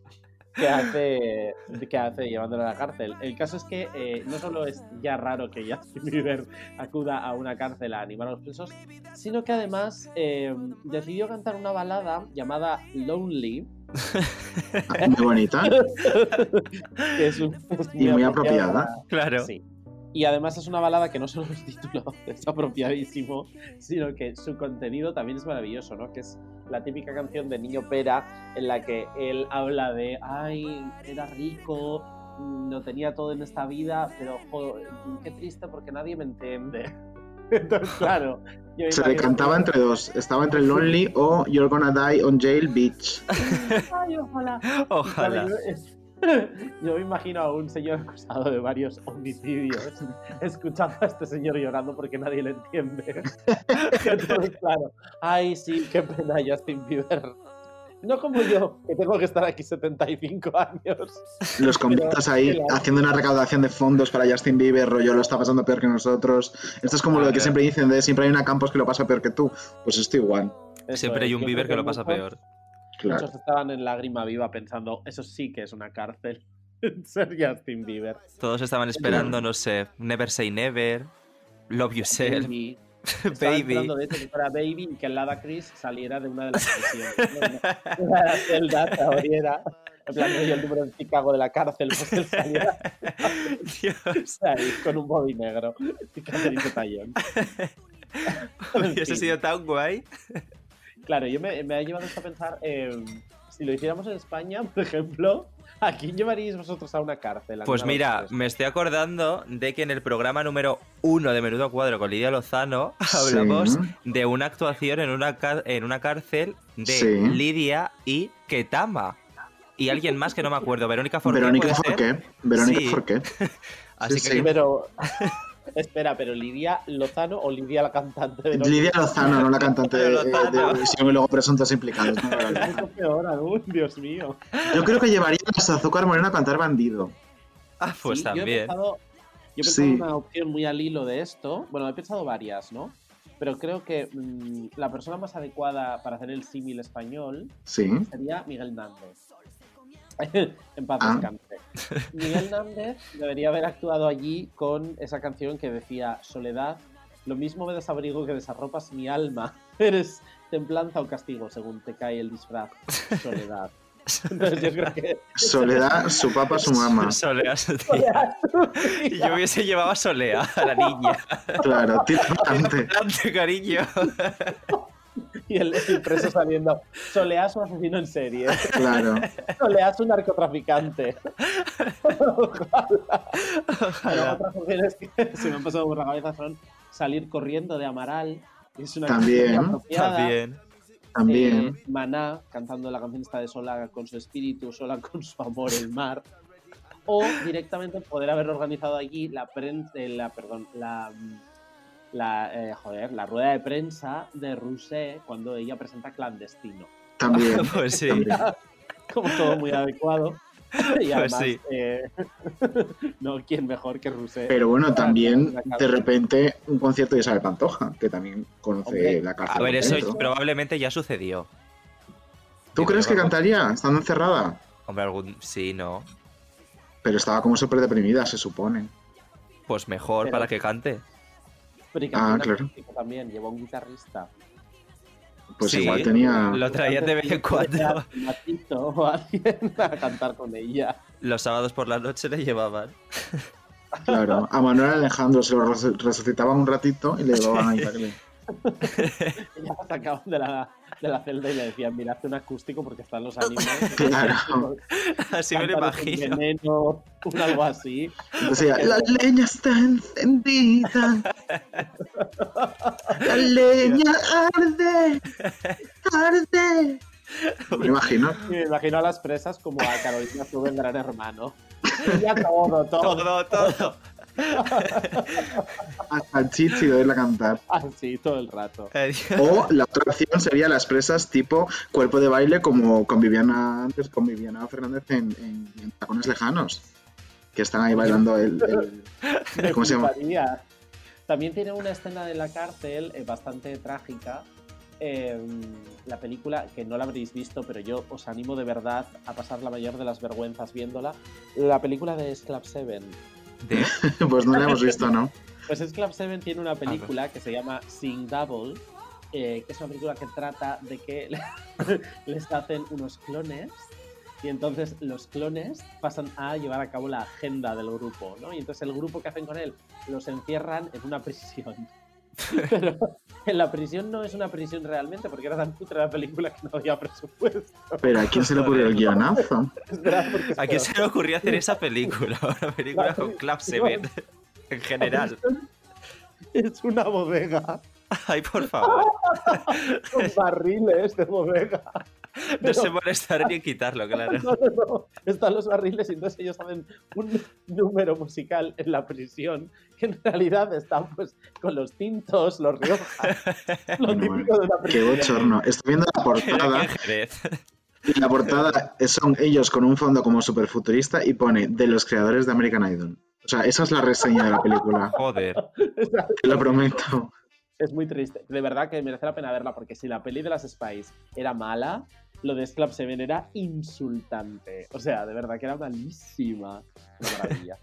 Speaker 3: que hace, que hace llevándolo a la cárcel. El caso es que eh, no solo es ya raro que Justin Bieber acuda a una cárcel a animar a los presos, sino que además eh, decidió cantar una balada llamada Lonely,
Speaker 7: Muy bonita.
Speaker 3: que es, un- es
Speaker 7: Y muy apropiada.
Speaker 1: Claro.
Speaker 3: Sí. Y además es una balada que no solo (laughs) el título es apropiadísimo, sino que su contenido también es maravilloso, ¿no? Que es la típica canción de Niño Pera en la que él habla de, ay, era rico, no tenía todo en esta vida, pero jo, qué triste porque nadie me entiende. (laughs) Entonces, claro. yo
Speaker 2: Se
Speaker 3: imagino-
Speaker 2: decantaba entre dos. Estaba entre Lonely o You're Gonna Die on Jail Beach.
Speaker 3: Ay, ojalá.
Speaker 2: Ojalá.
Speaker 3: Claro, yo- es- (laughs) Yo me imagino a un señor acusado de varios homicidios escuchando a este señor llorando porque nadie le entiende. (laughs) Entonces, claro, ay, sí, qué pena, Justin Bieber. No como yo, que tengo que estar aquí 75 años.
Speaker 2: Los convictos ahí
Speaker 3: Pero-
Speaker 2: haciendo una recaudación de fondos para Justin Bieber, rollo, lo está pasando peor que nosotros. Esto es como lo que siempre dicen de siempre hay una Campos que lo pasa peor que tú. Pues esto igual.
Speaker 3: Eso
Speaker 1: Siempre
Speaker 3: es,
Speaker 1: hay un
Speaker 3: yo
Speaker 1: Bieber
Speaker 3: creo
Speaker 1: que lo pasa
Speaker 3: muchos-
Speaker 1: peor.
Speaker 2: Claro.
Speaker 3: Muchos estaban en lágrima viva pensando, eso sí que es una cárcel, (laughs) ser Justin Bieber.
Speaker 1: Todos estaban esperando, no sé, Never Say Never, Love Yourself, (laughs)
Speaker 3: Baby. Estaban
Speaker 1: Baby.
Speaker 3: esperando, de hecho, que fuera Baby y que Lada Chris saliera de una de las prisiones. ¿no? De una de las celdas se abriera. En plan, yo el número en Chicago de la cárcel, pues él saliera. (laughs) Ahí, con un body negro. Y Catherine Tallón.
Speaker 1: Hubiese sido tan guay.
Speaker 3: Claro, yo me, me ha llevado esto a pensar, eh, si lo hiciéramos en España, por ejemplo, ¿a quién llevaríais vosotros a una cárcel?
Speaker 1: Pues
Speaker 3: ¿Alguna
Speaker 1: mira, me estoy acordando de que en el programa número uno de Menudo Cuadro con Lidia Lozano (laughs) hablamos de una actuación en una, ca- en una cárcel de
Speaker 2: Sí.
Speaker 1: Lidia y Ketama. Y alguien más que no me acuerdo, Verónica Forqué.
Speaker 2: Verónica
Speaker 1: ¿puede ser?
Speaker 2: Forqué. Verónica
Speaker 1: Sí.
Speaker 2: Forqué.
Speaker 1: (laughs) Así
Speaker 2: Sí,
Speaker 1: que
Speaker 2: sí.
Speaker 3: Pero. (laughs) Espera, pero Lidia Lozano o Lidia la cantante de los-
Speaker 2: Lidia Lozano,
Speaker 3: (laughs)
Speaker 2: no la cantante de, de
Speaker 3: Lozano.
Speaker 2: Eurovisión y luego presuntos implicados. ¿no?
Speaker 3: (laughs) Mucho peor aún, Dios mío.
Speaker 2: Yo creo que llevaría a Azúcar Moreno a cantar bandido.
Speaker 1: Ah, pues
Speaker 3: Sí, Yo he
Speaker 1: también.
Speaker 3: pensado, yo he pensado
Speaker 2: Sí.
Speaker 3: una opción muy al hilo de esto. Bueno, he pensado varias, ¿no? Pero creo que mm, la persona más adecuada para hacer el símil español
Speaker 2: Sí.
Speaker 3: sería Miguel Nández. en paz descanse. Miguel Nández debería haber actuado allí con esa canción que decía Soledad, lo mismo me desabrigo que desarropas mi alma. (laughs) Eres templanza o castigo según te cae el disfraz. Soledad. Entonces yo creo que
Speaker 2: Soledad, su papá, su
Speaker 1: (laughs)
Speaker 2: mamá.
Speaker 1: Solea, su tía. Y yo hubiese llevado a Solea, a la niña.
Speaker 2: Claro, tira bastante.
Speaker 1: Adelante, cariño.
Speaker 3: (laughs) y el, el preso saliendo. Soleás un asesino en serie.
Speaker 2: Claro.
Speaker 3: Soleás un narcotraficante. Ojalá. Pero Otras opciones que (laughs) se me han pasado por la cabeza son salir corriendo de Amaral. Es una
Speaker 2: También.
Speaker 3: canción apropiada.
Speaker 1: También.
Speaker 2: También.
Speaker 3: Eh, Maná cantando la canción esta de Sola con su espíritu, Sola con su amor, el mar. O directamente poder haber organizado allí la prensa, eh, la, perdón, la, mm, la, eh, joder, la rueda de prensa de Rousset cuando ella presenta Clandestino. (laughs)
Speaker 2: También.
Speaker 1: Pues sí.
Speaker 2: También.
Speaker 3: Como todo
Speaker 2: (laughs)
Speaker 3: muy adecuado. Y
Speaker 1: Pues
Speaker 3: además,
Speaker 1: sí.
Speaker 3: eh, (laughs) no, quién mejor que Rousset.
Speaker 2: Pero bueno,
Speaker 3: para
Speaker 2: también
Speaker 3: hacer una
Speaker 2: de
Speaker 3: canción.
Speaker 2: repente un concierto de Isabel Pantoja, que también conoce
Speaker 3: Hombre,
Speaker 2: la cárcel.
Speaker 1: A ver,
Speaker 2: por
Speaker 1: eso
Speaker 2: dentro.
Speaker 1: probablemente ya sucedió.
Speaker 2: ¿Tú crees que cantaría estando encerrada?
Speaker 1: Hombre, algún... sí, no.
Speaker 2: Pero estaba como súper deprimida, se supone.
Speaker 1: Pues mejor
Speaker 3: Pero-
Speaker 1: para que cante.
Speaker 3: Pero y que
Speaker 2: Ah,
Speaker 3: al final
Speaker 2: claro.
Speaker 3: México También llevó un guitarrista.
Speaker 2: Pues
Speaker 1: Sí,
Speaker 2: igual tenía.
Speaker 1: Lo traían de vez en cuando.
Speaker 3: Matito o alguien (laughs) a cantar con ella.
Speaker 1: Los sábados por la noche le llevaban.
Speaker 2: Claro. A Manuel Alejandro se lo resu- resucitaban un ratito y le
Speaker 1: (laughs)
Speaker 2: llevaban ahí para que le-
Speaker 3: Ella la sacaban de la, de la celda y le decían, mira, hazte un acústico porque están los
Speaker 2: (laughs)
Speaker 3: animales.
Speaker 2: Claro.
Speaker 1: Así me lo
Speaker 3: Cántaros un
Speaker 1: imagino.
Speaker 3: veneno, un algo así.
Speaker 2: Decía, la leña está encendida. La leña arde. Arde. Me lo imagino.
Speaker 3: Y me imagino a las presas como a Carolina Sube en
Speaker 1: (laughs)
Speaker 3: Gran Hermano. Ya todo, todo.
Speaker 1: Todo, todo.
Speaker 2: Hasta el chichi de oírla cantar.
Speaker 3: (laughs) Así, todo el rato.
Speaker 1: Eh, (laughs)
Speaker 2: O la otra opción sería las presas tipo cuerpo de baile como con Viviana antes, con Viviana Fernández en, en- en Tacones Lejanos. Que están ahí bailando el... el-
Speaker 3: Me
Speaker 2: ¿Cómo se llama?
Speaker 3: fliparía. También tiene una escena de la cárcel eh, bastante trágica. eh, la película, que no la habréis visto, pero yo os animo de verdad a pasar la mayor de las vergüenzas viéndola. La película de Sclap Seven.
Speaker 1: (laughs) de-
Speaker 2: (laughs) pues no la hemos
Speaker 1: (laughs)
Speaker 2: visto, ¿no?
Speaker 3: Pues Sclap Seven tiene una película que se llama Sing Double, (laughs) eh, que es una película que trata de que les hacen unos clones Y entonces los clones pasan a llevar a cabo la agenda del grupo, ¿no? Y entonces el grupo que hacen con él los encierran en una prisión. Pero en la prisión no es una prisión realmente, porque era tan putra la película que no había presupuesto.
Speaker 2: Pero ¿a quién se le
Speaker 3: (laughs)
Speaker 2: ocurrió el guionazo?
Speaker 3: Espera, porque
Speaker 1: ¿A quién
Speaker 3: espera.
Speaker 1: se le ocurrió hacer esa película? (laughs) Una película con Clap Seven. En general.
Speaker 3: Es una bodega.
Speaker 1: Ay, por
Speaker 3: (laughs)
Speaker 1: favor.
Speaker 3: Con barriles de bodega.
Speaker 1: No se molestar ni en quitarlo, claro.
Speaker 3: (laughs) No, no, no. Están los barriles y entonces ellos hacen un número musical en la prisión que en realidad está pues con los tintos, los riojas, lo típico de una
Speaker 2: Qué
Speaker 3: prisión.
Speaker 2: bochorno. Estoy viendo la (laughs)
Speaker 1: Era (laughs)
Speaker 2: portada
Speaker 1: que Jerez.
Speaker 2: y la portada son ellos con un fondo como super futurista y pone de los creadores de American Idol. O sea, esa es la reseña de la película.
Speaker 1: Joder.
Speaker 2: Te
Speaker 1: (laughs)
Speaker 2: lo prometo.
Speaker 3: Es muy triste. De verdad que merece la pena verla porque si la peli de las Spice era mala, lo de Club Seven era insultante. O sea, de verdad que era malísima. Una maravilla.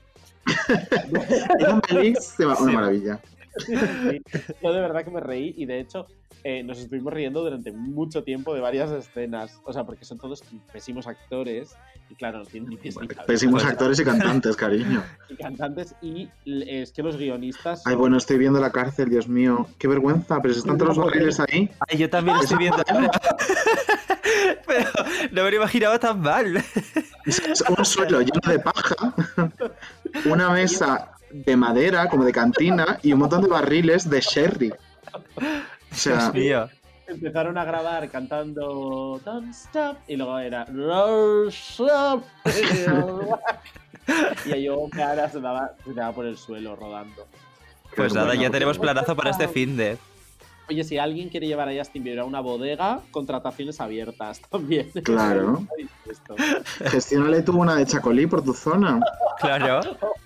Speaker 2: Era malísima. Una
Speaker 1: Sí.
Speaker 2: maravilla.
Speaker 3: Sí, sí, sí. Yo de verdad que me reí y de hecho eh, nos estuvimos riendo durante mucho tiempo de varias escenas. O sea, porque son todos pésimos actores y claro, no tienen ni pies ni cabeza.
Speaker 2: Pésimos
Speaker 3: Pues,
Speaker 2: actores y cantantes, cariño.
Speaker 3: (laughs) Y cantantes y l- es que los guionistas...
Speaker 2: Ay, bueno, estoy viendo la cárcel, Dios mío. Qué vergüenza, pero si están todos los barriles ahí.
Speaker 1: Ay, yo también (laughs) estoy viendo. Pero no me lo imaginaba tan mal.
Speaker 2: Es un suelo lleno de paja, (laughs) una mesa de madera, como de cantina, y un montón de barriles de sherry. O sea,
Speaker 1: Dios mío.
Speaker 3: (laughs) Empezaron a grabar cantando Don't Stop y luego era Don't Stop. (laughs) y yo cara se daba, se daba por el suelo rodando.
Speaker 1: (laughs) Pues nada, ya
Speaker 2: bueno,
Speaker 1: tenemos planazo para este fin de.
Speaker 3: Oye, si alguien quiere llevar a Justin Bieber a una bodega, contrataciones abiertas (laughs) también. (laughs)
Speaker 2: Claro. (laughs)
Speaker 3: Esto.
Speaker 2: gestiónale tú una de chacolí por tu zona,
Speaker 1: Claro.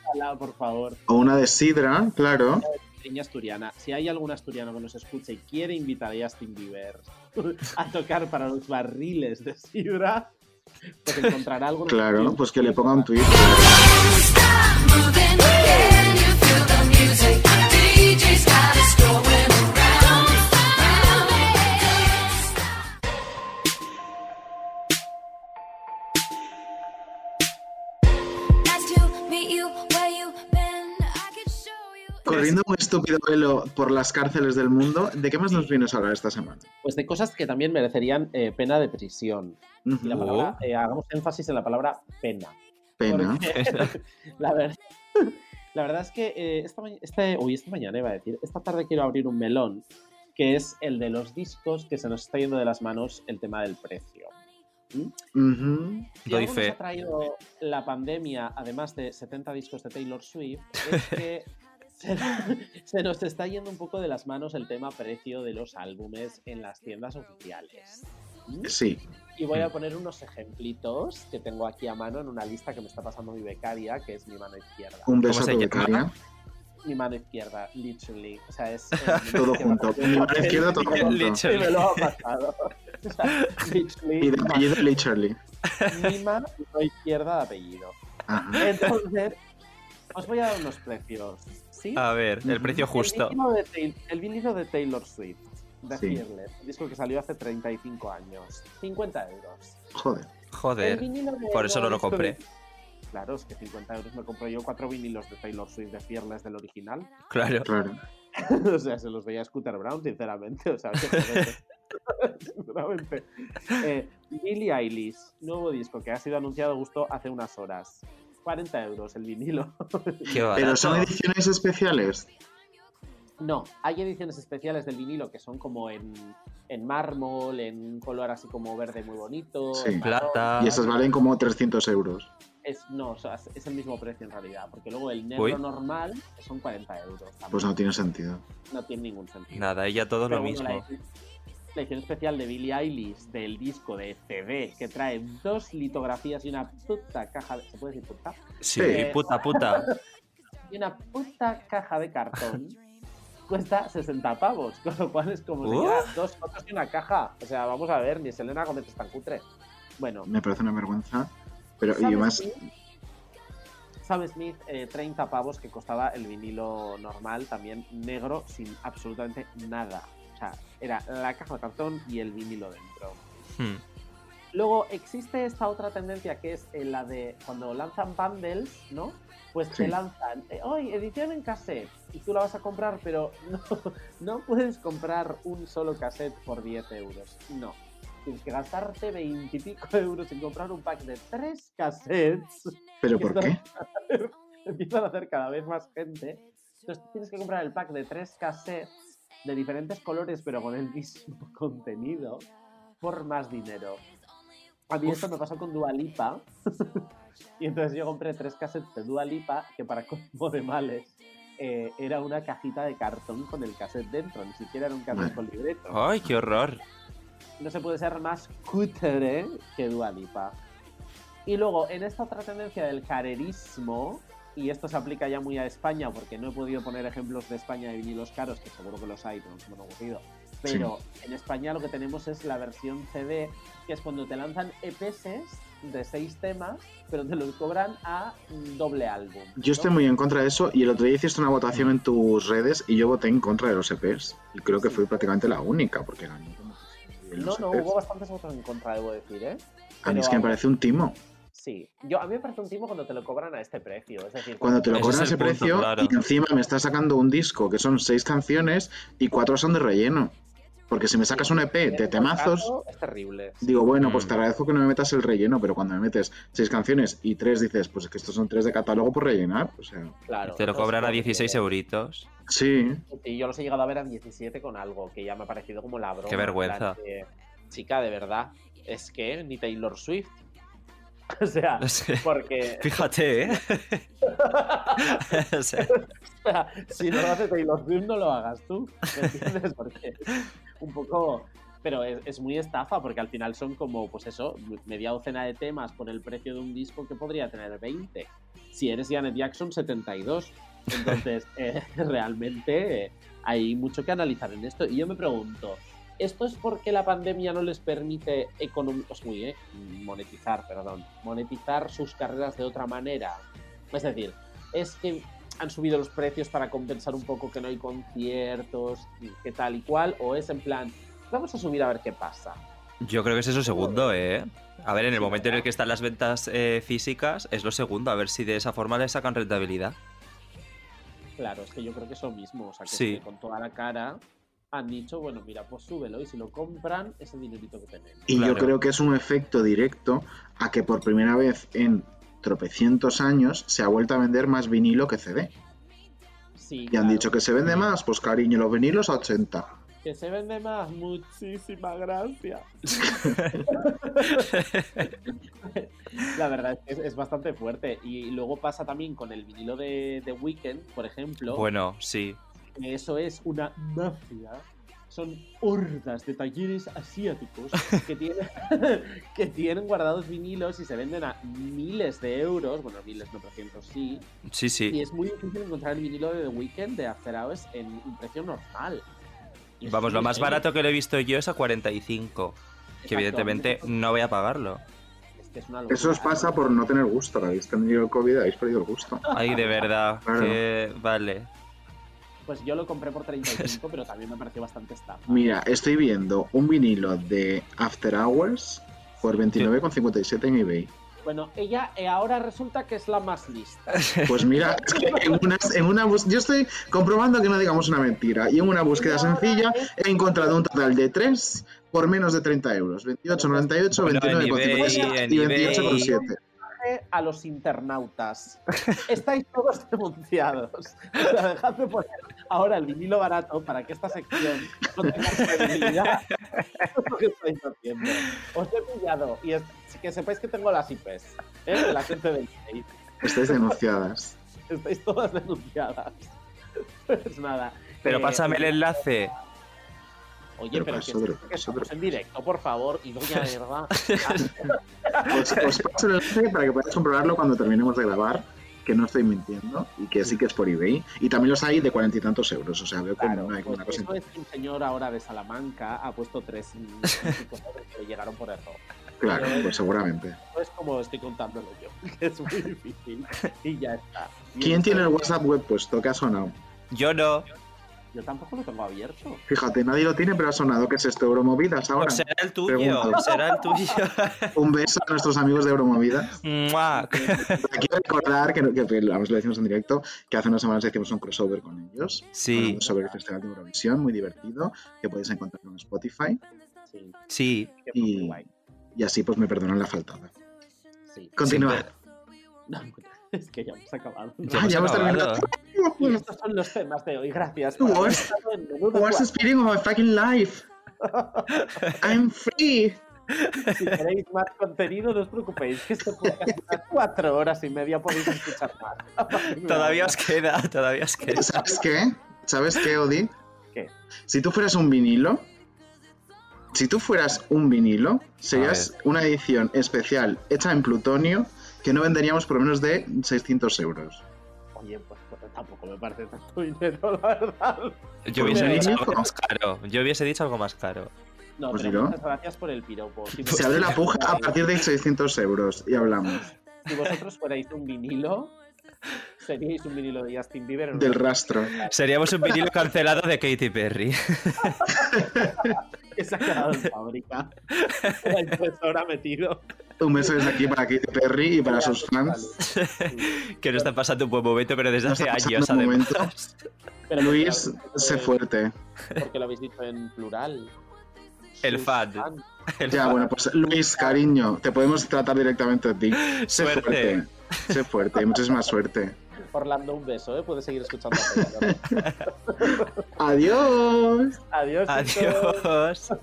Speaker 3: Ojalá, por favor.
Speaker 2: o una de sidra, claro.
Speaker 3: Peña asturiana. Si hay algún asturiano que nos escuche y quiere invitar a Justin Bieber (laughs) a tocar para los barriles de Sidra, pues
Speaker 2: (laughs)
Speaker 3: encontrará algo. en
Speaker 2: Claro,
Speaker 3: el-
Speaker 2: pues que le ponga un tweet. Corriendo un estúpido velo por las cárceles del mundo, ¿de qué más nos vienes a hablar esta semana?
Speaker 3: Pues de cosas que también merecerían eh, pena de prisión. Y la
Speaker 1: Oh.
Speaker 3: palabra, eh, hagamos énfasis en la palabra pena.
Speaker 2: Pena.
Speaker 3: Porque- (laughs) la, ver- (laughs) la verdad es que eh, esta, ma- este- uy, esta mañana iba a decir, esta tarde quiero abrir un melón, que es el de los discos que se nos está yendo de las manos el tema del precio. ¿Mm?
Speaker 2: Ujú.
Speaker 3: Si
Speaker 1: Doy
Speaker 3: algo nos
Speaker 1: fe.
Speaker 3: ha traído la pandemia, además de 70 discos de Taylor Swift, es que (laughs) se, se nos está yendo un poco de las manos el tema precio de los álbumes en las tiendas oficiales. ¿Mm?
Speaker 2: Sí.
Speaker 3: Y voy
Speaker 1: Hmm.
Speaker 3: a poner unos ejemplitos que tengo aquí a mano en una lista que me está pasando mi becaria, que es mi mano izquierda.
Speaker 2: Un beso
Speaker 1: ¿Cómo
Speaker 2: a
Speaker 1: se
Speaker 2: tu
Speaker 1: llama?
Speaker 2: becaria.
Speaker 3: Mi mano izquierda, literally. O sea,
Speaker 1: (laughs)
Speaker 3: es.
Speaker 2: Todo junto. Mi mano izquierda, todo junto.
Speaker 3: Sí, me lo ha pasado. (laughs) O sea,
Speaker 2: Y
Speaker 3: literally,
Speaker 2: de apellido Lee
Speaker 3: mi mano izquierda de apellido.
Speaker 2: Ajá.
Speaker 3: Entonces, os voy a dar unos precios. ¿Sí?
Speaker 1: A ver, el precio justo.
Speaker 3: El vinilo de, Tay- el vinilo de Taylor Swift, de
Speaker 2: Sí.
Speaker 3: Fearless, un disco que salió hace 35 años. 50 euros.
Speaker 2: Joder.
Speaker 3: El
Speaker 1: Joder.
Speaker 3: vinilo de
Speaker 1: por eso no lo
Speaker 3: Rolling
Speaker 1: compré.
Speaker 3: Stones. Claro, es que 50 euros me compré yo cuatro vinilos de Taylor Swift de Fearless del original.
Speaker 1: Claro.
Speaker 2: Claro.
Speaker 3: (laughs) o sea, se los veía a Scooter Brown, sinceramente. O sea, que
Speaker 1: (laughs)
Speaker 3: joder. sinceramente. Eh, Billie Eilish, nuevo disco que ha sido anunciado justo hace unas horas. 40 euros el vinilo.
Speaker 1: (laughs) Qué
Speaker 2: Pero
Speaker 1: barato.
Speaker 2: son ediciones especiales.
Speaker 3: No, hay ediciones especiales del vinilo que son como en, en mármol, en un color así como verde muy bonito.
Speaker 2: Sí.
Speaker 3: en marrón,
Speaker 1: Plata.
Speaker 2: Y esas valen como 300 euros.
Speaker 3: Es, no, o sea, es- es el mismo precio en realidad, porque luego el negro
Speaker 1: Uy.
Speaker 3: normal son 40 euros. también.
Speaker 2: Pues no tiene sentido.
Speaker 3: No tiene ningún sentido.
Speaker 1: Nada, ella todo
Speaker 3: Pero
Speaker 1: lo
Speaker 3: bueno, la
Speaker 1: mismo.
Speaker 3: edición- La edición especial de Billie Eilish del disco de CD que trae dos litografías y una puta caja de, ¿se puede decir puta?
Speaker 1: Sí,
Speaker 2: Eh.
Speaker 1: puta, puta.
Speaker 3: (laughs) Y una puta caja de cartón cuesta 60 pavos, con lo cual es como si
Speaker 1: Uh.
Speaker 3: llevas dos fotos y una caja. O sea, vamos a ver, ni Selena Gómez es tan cutre. Bueno,
Speaker 2: Me parece una vergüenza. Pero y
Speaker 3: Sam
Speaker 2: más.
Speaker 3: Smith- Sam Smith, eh, 30 pavos que costaba el vinilo normal, también negro, sin absolutamente nada. O sea, era la caja de cartón y el vinilo dentro.
Speaker 1: Hmm.
Speaker 3: Luego existe esta otra tendencia que es eh, la de cuando lanzan bundles, ¿no? Pues
Speaker 14: Sí.
Speaker 3: te lanzan, eh, hoy edición en cassette, y tú la vas a comprar, pero (laughs) no, no puedes comprar un solo cassette por 10 euros, no. Tienes que gastarte 20 y pico euros en comprar un pack de tres cassettes.
Speaker 2: ¿Pero
Speaker 3: que
Speaker 2: por
Speaker 3: están- (laughs) Empiezan a hacer cada vez más gente. Entonces tienes que comprar el pack de tres cassettes de diferentes colores, pero con el mismo (laughs) contenido, por más dinero. A mí esto me pasó con Dualipa. (laughs) y entonces yo compré tres cassettes de Dualipa, que para colmo de males eh, era una cajita de cartón con el cassette dentro, ni siquiera era un cassette con libreto.
Speaker 1: ¡Ay, qué horror!
Speaker 3: No se puede ser más cutre que Dualipa. Y luego, en esta otra tendencia del carerismo, y esto se aplica ya muy a España, porque no he podido poner ejemplos de España de vinilos caros, que seguro que los hay, pero no se me han ocurrido. Pero en España lo que tenemos es la versión CD, que es cuando te lanzan EPs de seis temas, pero te los cobran a doble álbum.
Speaker 2: Yo estoy muy en contra de eso y el otro día hiciste una votación en tus redes y yo voté en contra de los EPs. Y creo que fui prácticamente la única, porque a mí,
Speaker 3: No, no, hubo bastantes votos en contra, debo decir, ¿eh?
Speaker 2: a mí es que me parece un timo.
Speaker 3: Sí, yo, a mí me parece un timo cuando te lo cobran a este precio. Es decir,
Speaker 2: Cuando te lo cobran a ese precio y encima me estás sacando un disco que son seis canciones y cuatro son de relleno. Porque si me sacas un EP de temazos,
Speaker 3: Es terrible.
Speaker 2: digo, bueno, pues te agradezco que no me metas el relleno, pero cuando me metes seis canciones y tres dices, pues es que estos son tres de catálogo por rellenar, o sea,
Speaker 3: Claro.
Speaker 1: Te lo cobran a 16 euritos.
Speaker 2: sí.
Speaker 3: Y yo los he llegado a ver a 17 con algo, que ya me ha parecido como la broma.
Speaker 1: Qué vergüenza.
Speaker 3: en plan de, chica, de verdad, es que ni Taylor Swift. (laughs)
Speaker 1: (laughs)
Speaker 3: O sea, porque
Speaker 1: Fíjate, ¿eh? (laughs) O sea,
Speaker 3: o sea, si no lo hace Taylor Swift, no lo hagas tú. ¿Me entiendes? Porque un poco. Pero es, es muy estafa, porque al final son como, pues eso, media docena de temas por el precio de un disco que podría tener 20. Si eres Janet Jackson, 72. Entonces, (laughs) eh, realmente eh, hay mucho que analizar en esto. Y yo me pregunto, ¿esto es porque la pandemia no les permite económicos, muy, eh, monetizar, perdón, monetizar sus carreras de otra manera? Es decir, es que han subido los precios para compensar un poco que no hay conciertos, que tal y cual, o es en plan, vamos a subir a ver qué pasa.
Speaker 1: Yo creo que es eso segundo, ¿eh? A ver, en el momento en el que están las ventas eh, físicas, es lo segundo, a ver si de esa forma le sacan rentabilidad.
Speaker 3: Claro, es que yo creo que es lo mismo, o sea, que,
Speaker 1: Sí.
Speaker 3: es que con toda la cara han dicho, bueno, mira, pues súbelo y si lo compran, ese dinerito que tenemos.
Speaker 2: Y yo creo que es un efecto directo a que por primera vez en tropecientos años se ha vuelto a vender más vinilo que CD.
Speaker 3: Sí,
Speaker 2: Y han dicho que se vende más, pues cariño, los vinilos a 80.
Speaker 3: Que se vende más, muchísimas gracias. La verdad es que es, es bastante fuerte. Y luego pasa también con el vinilo de, de Weekend, por ejemplo.
Speaker 1: Bueno, sí.
Speaker 3: que Eso es una mafia. Son hordas de talleres asiáticos que tienen, (laughs) que tienen guardados vinilos y se venden a miles de euros. Bueno, miles, no, 300 sí.
Speaker 1: Sí, sí.
Speaker 3: Y es muy difícil encontrar el vinilo de The Weeknd de After Hours en un precio normal.
Speaker 1: Vamos, lo
Speaker 3: muy
Speaker 1: más
Speaker 3: heavy.
Speaker 1: barato que lo he visto yo es a 45. Que
Speaker 3: Exacto.
Speaker 1: evidentemente no voy a pagarlo.
Speaker 3: Es que es una
Speaker 2: Eso os pasa por no tener gusto, ahora habéis tenido el COVID, habéis perdido el gusto.
Speaker 1: Ay, de verdad. que- Vale.
Speaker 3: Pues yo lo compré por 35, pero también me pareció bastante estafa.
Speaker 2: Mira, estoy viendo un vinilo de After Hours por 29,57 en eBay.
Speaker 3: Bueno, ella eh, ahora resulta que es la más lista.
Speaker 2: Pues mira, es que en una, en una bus- yo estoy comprobando que no digamos una mentira. Y en una búsqueda sencilla he encontrado un total de 3 por menos de 30 euros. 28,98,
Speaker 1: Bueno, en
Speaker 2: 29,57
Speaker 1: eBay,
Speaker 2: y
Speaker 1: en eBay.
Speaker 2: 28,7.
Speaker 3: Mensaje A los internautas. (laughs) Estáis todos denunciados. O sea, dejad de poner ahora el vinilo barato para que esta sección no tenga
Speaker 1: (laughs)
Speaker 3: credibilidad. Eso es lo que estáis haciendo. Os he pillado y es- que sepáis que tengo las IPs. ¿eh? La gente del país.
Speaker 2: Estáis denunciadas.
Speaker 3: Estáis todas denunciadas. Pues nada.
Speaker 1: Pero
Speaker 3: eh,
Speaker 1: pásame el enlace.
Speaker 3: Oye, pero que, que estamos en directo, por favor,
Speaker 1: (laughs)
Speaker 3: y doña de verdad.
Speaker 2: Os, os paso el enlace para que podáis comprobarlo cuando terminemos de grabar, que no estoy mintiendo y que sí que es por eBay. Y también los hay de cuarenta y tantos euros, o sea, veo que no hay como
Speaker 3: Pues
Speaker 2: una cosa.
Speaker 3: eso es que un señor ahora de Salamanca ha
Speaker 1: (laughs)
Speaker 3: puesto tres mm, chicos que llegaron por error.
Speaker 2: Claro,
Speaker 3: Pero
Speaker 2: pues seguramente.
Speaker 3: No es como estoy contándolo yo, (laughs) que es muy difícil. Y ya está.
Speaker 2: ¿Quién tiene el WhatsApp web puesto? ¿Qué ha sonado?
Speaker 1: Yo no.
Speaker 3: Yo tampoco lo tengo abierto. (laughs)
Speaker 2: Fíjate, nadie lo tiene, pero ha sonado. ¿Qué es esto? ¿Euromovidas ahora?
Speaker 1: Pues será el tuyo,
Speaker 2: Pregunto.
Speaker 1: será el (laughs) tuyo.
Speaker 2: (laughs) Un beso a nuestros amigos de Euromovidas.
Speaker 1: (laughs) Mua.
Speaker 2: Quiero recordar que, que- que lo lo decimos en directo, que hace unas semanas hicimos un crossover con ellos.
Speaker 1: Sí.
Speaker 2: Un sobre el Festival de Eurovisión, muy divertido, que podéis encontrar en Spotify.
Speaker 1: Sí.
Speaker 2: Y, y así pues me perdonan la faltada.
Speaker 3: Sí.
Speaker 2: Continúa.
Speaker 3: No, es que ya hemos acabado. (laughs)
Speaker 2: Ya hemos Ah, ya hemos acabado.
Speaker 3: Y estos son los temas de hoy. Gracias. por haber
Speaker 2: What's,
Speaker 3: estado en Menudo
Speaker 2: what's the
Speaker 3: Cuadro.
Speaker 2: spirit of my
Speaker 3: (laughs)
Speaker 2: fucking life? I'm free.
Speaker 3: Si queréis más contenido, no os preocupéis, que este podcast dura cuatro horas y media podéis escuchar más. (laughs)
Speaker 1: Todavía os queda, todavía os queda.
Speaker 2: ¿Sabes qué? ¿Sabes qué, Odi?
Speaker 3: ¿Qué?
Speaker 2: Si tú fueras un vinilo, si tú fueras un vinilo, serías una edición especial hecha en plutonio que no venderíamos por menos de 600 euros.
Speaker 3: Oye, pues, pues, tampoco me parece tanto dinero, la verdad.
Speaker 1: Yo hubiese
Speaker 2: Pues
Speaker 1: dicho
Speaker 2: mira,
Speaker 1: algo
Speaker 2: hijo.
Speaker 1: más caro. Yo hubiese dicho algo más caro.
Speaker 3: No,
Speaker 2: Pues
Speaker 3: pero
Speaker 2: no.
Speaker 3: muchas gracias por el piropo. Si
Speaker 2: Se abre la puja a partir de 600 euros y
Speaker 3: (laughs)
Speaker 2: hablamos
Speaker 3: Si vosotros fuerais un vinilo, seríais un vinilo de Justin Bieber. en
Speaker 2: del
Speaker 3: una-
Speaker 2: rastro.
Speaker 1: Seríamos un vinilo cancelado de Katy Perry. (laughs)
Speaker 3: que se ha quedado en fábrica. La impresora metido.
Speaker 2: Un beso desde aquí para Katy Perry y para sus fans.
Speaker 1: que no está pasando un buen momento, pero desde
Speaker 2: No
Speaker 1: hace
Speaker 2: está pasando
Speaker 1: años,
Speaker 2: un
Speaker 1: además.
Speaker 2: momento.
Speaker 3: Pero
Speaker 2: Luis,
Speaker 3: porque-
Speaker 2: sé fuerte.
Speaker 3: Porque lo habéis dicho en plural.
Speaker 1: El
Speaker 3: Sus
Speaker 1: fad.
Speaker 3: fans.
Speaker 1: El
Speaker 2: Ya,
Speaker 1: fad.
Speaker 2: bueno, pues Luis, cariño, te podemos tratar directamente a ti. Sé
Speaker 1: Suerte.
Speaker 2: fuerte. Sé fuerte y muchísima suerte.
Speaker 3: Orlando, un beso, ¿eh? Puedes seguir escuchando. a Taylor.
Speaker 2: (laughs) Adiós.
Speaker 3: Adiós. chicos.
Speaker 1: Adiós.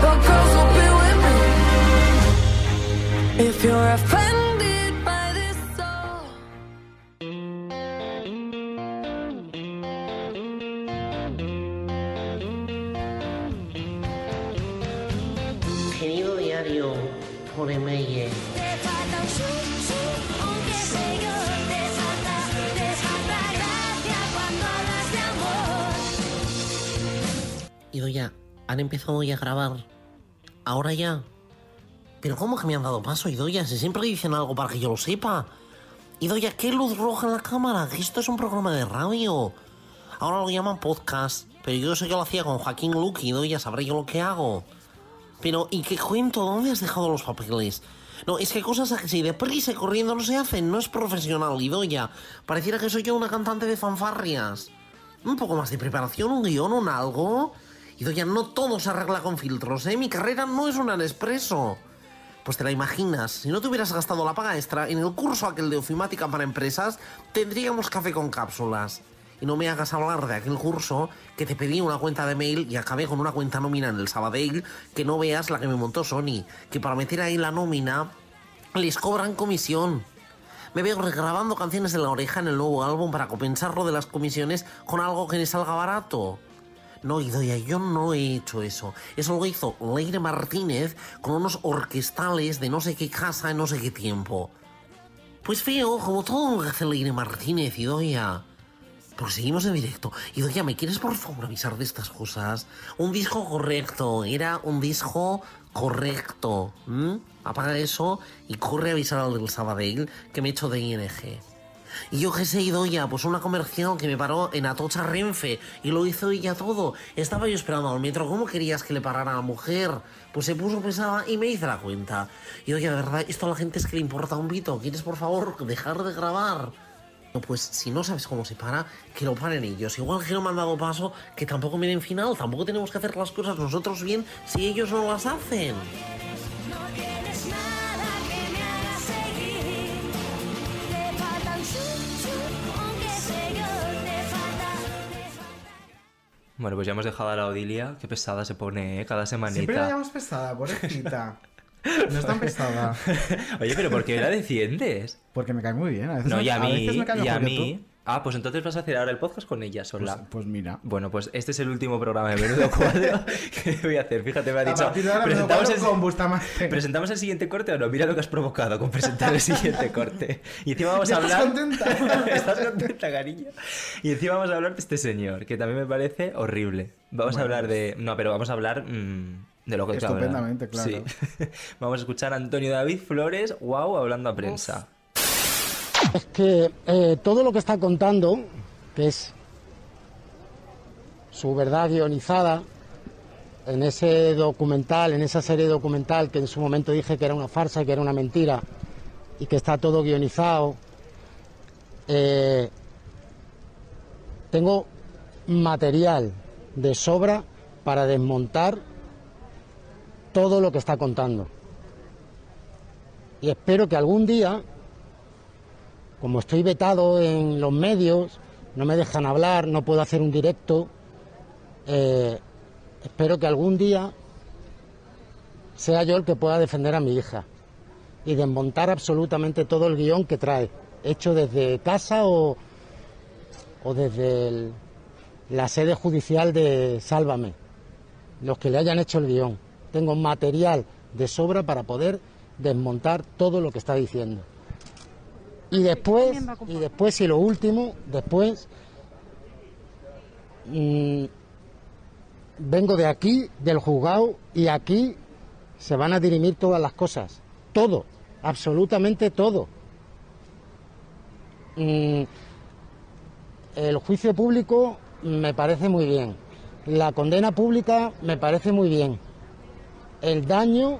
Speaker 6: The girls will be women. If you're offended by this song.
Speaker 15: Querido diario por email, Digo ya, han empezado ya a grabar. Ahora ya. Pero ¿cómo que me han dado paso, Idoya? Si siempre dicen algo para que yo lo sepa. Idoya, ¿qué luz roja en la cámara? Que esto es un programa de radio. Ahora lo llaman podcast. Pero yo sé que lo hacía con Joaquín Luque, Idoya, sabré yo lo que hago. Pero, ¿y qué cuento? ¿Dónde has dejado los papeles? No, es que cosas así de prisa y corriendo no se hacen. No es profesional, Idoya. Pareciera que soy yo una cantante de fanfarrias. Un poco más de preparación, un guión, un algo. Idoya, no todo se arregla con filtros, ¿eh? Mi carrera no es una Nespresso. Pues te la imaginas, si no te hubieras gastado la paga extra en el curso aquel de ofimática para empresas, tendríamos café con cápsulas. Y no me hagas hablar de aquel curso que te pedí una cuenta de mail y acabé con una cuenta nómina en el Sabadell que no veas la que me montó Sony, que para meter ahí la nómina les cobran comisión. Me veo regrabando canciones de la oreja en el nuevo álbum para compensar lo de las comisiones con algo que les salga barato. No, Idoia, yo no he hecho eso. Eso lo hizo Leire Martínez con unos orquestales de no sé qué casa en no sé qué tiempo. Pues feo, como todo lo que hace Leire Martínez, Idoia. Pero Pues seguimos en directo. Idoia, ¿me quieres por favor avisar de estas cosas? Un disco correcto, era un disco correcto. ¿m? Apaga eso y corre a avisar al del Sabadell que me he hecho de ING. Y yo que sé, Idoya, pues una comercial que me paró en Atocha Renfe y lo hizo ella todo. Estaba yo esperando al metro, ¿cómo querías que le parara a la mujer? Pues se puso pesada y me hice la cuenta. Y oye, de verdad, esto a la gente es que le importa un pito. ¿Quieres, por favor, dejar de grabar? No, pues si no sabes cómo se para, que lo paren ellos. Igual que no me han dado paso, que tampoco me den final. Tampoco tenemos que hacer las cosas nosotros bien si ellos no las hacen.
Speaker 6: No tienes nada que me haga seguir. Te falta un chup, chup, aunque sé yo, te falta.
Speaker 1: (laughs) Bueno, pues ya hemos dejado a la Odilia. Qué pesada se pone, ¿eh? Cada
Speaker 14: Siempre la
Speaker 1: semanita.
Speaker 14: llamamos pesada, pobrecita. No es
Speaker 2: (laughs)
Speaker 14: tan pesada.
Speaker 2: Pues,
Speaker 1: Oye, pero ¿por (laughs) qué la defiendes?
Speaker 14: Porque me cae muy bien. ¿eh? A
Speaker 4: (laughs)
Speaker 14: veces
Speaker 1: No,
Speaker 14: me,
Speaker 1: y a
Speaker 14: a veces
Speaker 1: mí.
Speaker 14: me cae
Speaker 1: Y a
Speaker 14: mejor que
Speaker 1: mí. Ah, pues entonces vas a hacer ahora el podcast con ella
Speaker 14: tú. Pues,
Speaker 1: sola.
Speaker 14: pues mira.
Speaker 1: Bueno, pues este es el último programa de Menudo
Speaker 14: (laughs)
Speaker 1: Cuadro que voy a hacer. Fíjate, me ha
Speaker 14: A
Speaker 1: dicho.
Speaker 14: partir de ahora me lo
Speaker 1: presentamos,
Speaker 14: guardo
Speaker 1: el,
Speaker 14: con Bustamante.
Speaker 1: ¿presentamos el siguiente corte o no? Mira lo que has provocado con presentar el siguiente corte. Y encima vamos a
Speaker 14: ¿Ya estás
Speaker 1: hablar.
Speaker 14: contenta?
Speaker 1: ¿Estás contenta, cariño? Y encima vamos a hablar de este señor, que también me parece horrible. Vamos a
Speaker 14: Bueno,
Speaker 1: hablar de. No, pero vamos a hablar mm, de lo que hay que hablar.
Speaker 14: Estupendamente, claro.
Speaker 1: (laughs) Sí. vamos a escuchar a Antonio David Flores, wow, hablando a prensa.
Speaker 14: es que eh, todo lo que está contando, que es su verdad guionizada, en ese documental, en esa serie documental que en su momento dije que era una farsa, que era una mentira y que está todo guionizado, eh, tengo material de sobra para desmontar todo lo que está contando. Y espero que algún día, como estoy vetado en los medios, no me dejan hablar, no puedo hacer un directo, eh, espero que algún día sea yo el que pueda defender a mi hija y desmontar absolutamente todo el guión que trae, hecho desde casa o, o desde el- la sede judicial de Sálvame, los que le hayan hecho el guión. Tengo material de sobra para poder desmontar todo lo que está diciendo. Y después, y después, y lo último, después, mm, vengo de aquí, del juzgado, y aquí se van a dirimir todas las cosas. Todo, absolutamente todo. Mm, el juicio público me parece muy bien. La condena pública me parece muy bien. El daño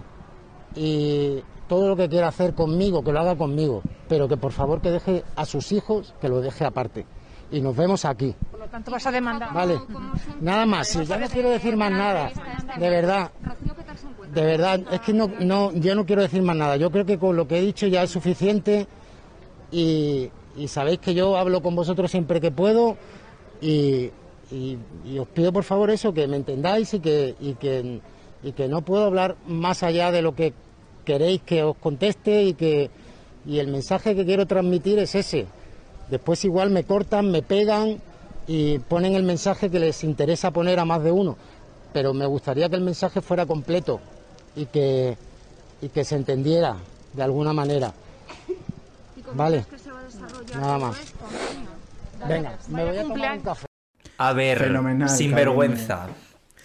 Speaker 14: y todo lo que quiera hacer conmigo, que lo haga conmigo. Pero que por favor que deje a sus hijos, que lo deje aparte. Y nos vemos aquí.
Speaker 16: Por lo tanto, vas a demandar.
Speaker 14: Vale, nada más, si ya no quiero decir más nada, de verdad, de verdad, es que no, no, yo no quiero decir más nada, yo creo que con lo que he dicho ya es suficiente y, y sabéis que yo hablo con vosotros siempre que puedo y, y- y os pido por favor eso, que me entendáis y que, y, que, y que no puedo hablar más allá de lo que queréis que os conteste y que y el mensaje que quiero transmitir es ese. Después igual me cortan, me pegan y ponen el mensaje que les interesa poner a más de uno. Pero me gustaría que el mensaje fuera completo y que, y que se entendiera de alguna manera. Vale, nada más. Venga, me voy a tomar un café.
Speaker 1: A ver,
Speaker 2: Fenomenal,
Speaker 1: sinvergüenza.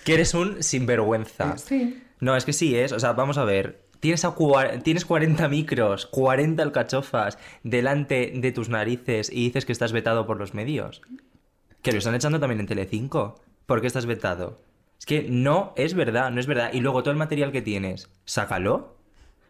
Speaker 1: Que eres un sinvergüenza.
Speaker 2: Eh, Sí.
Speaker 1: No, es que sí, es. O sea, vamos a ver. Tienes, a cua- tienes 40 micros, 40 alcachofas delante de tus narices y dices que estás vetado por los medios. Que lo están echando también en Telecinco. ¿Por qué estás vetado? Es que no es verdad, no es verdad. Y luego todo el material que tienes, sácalo.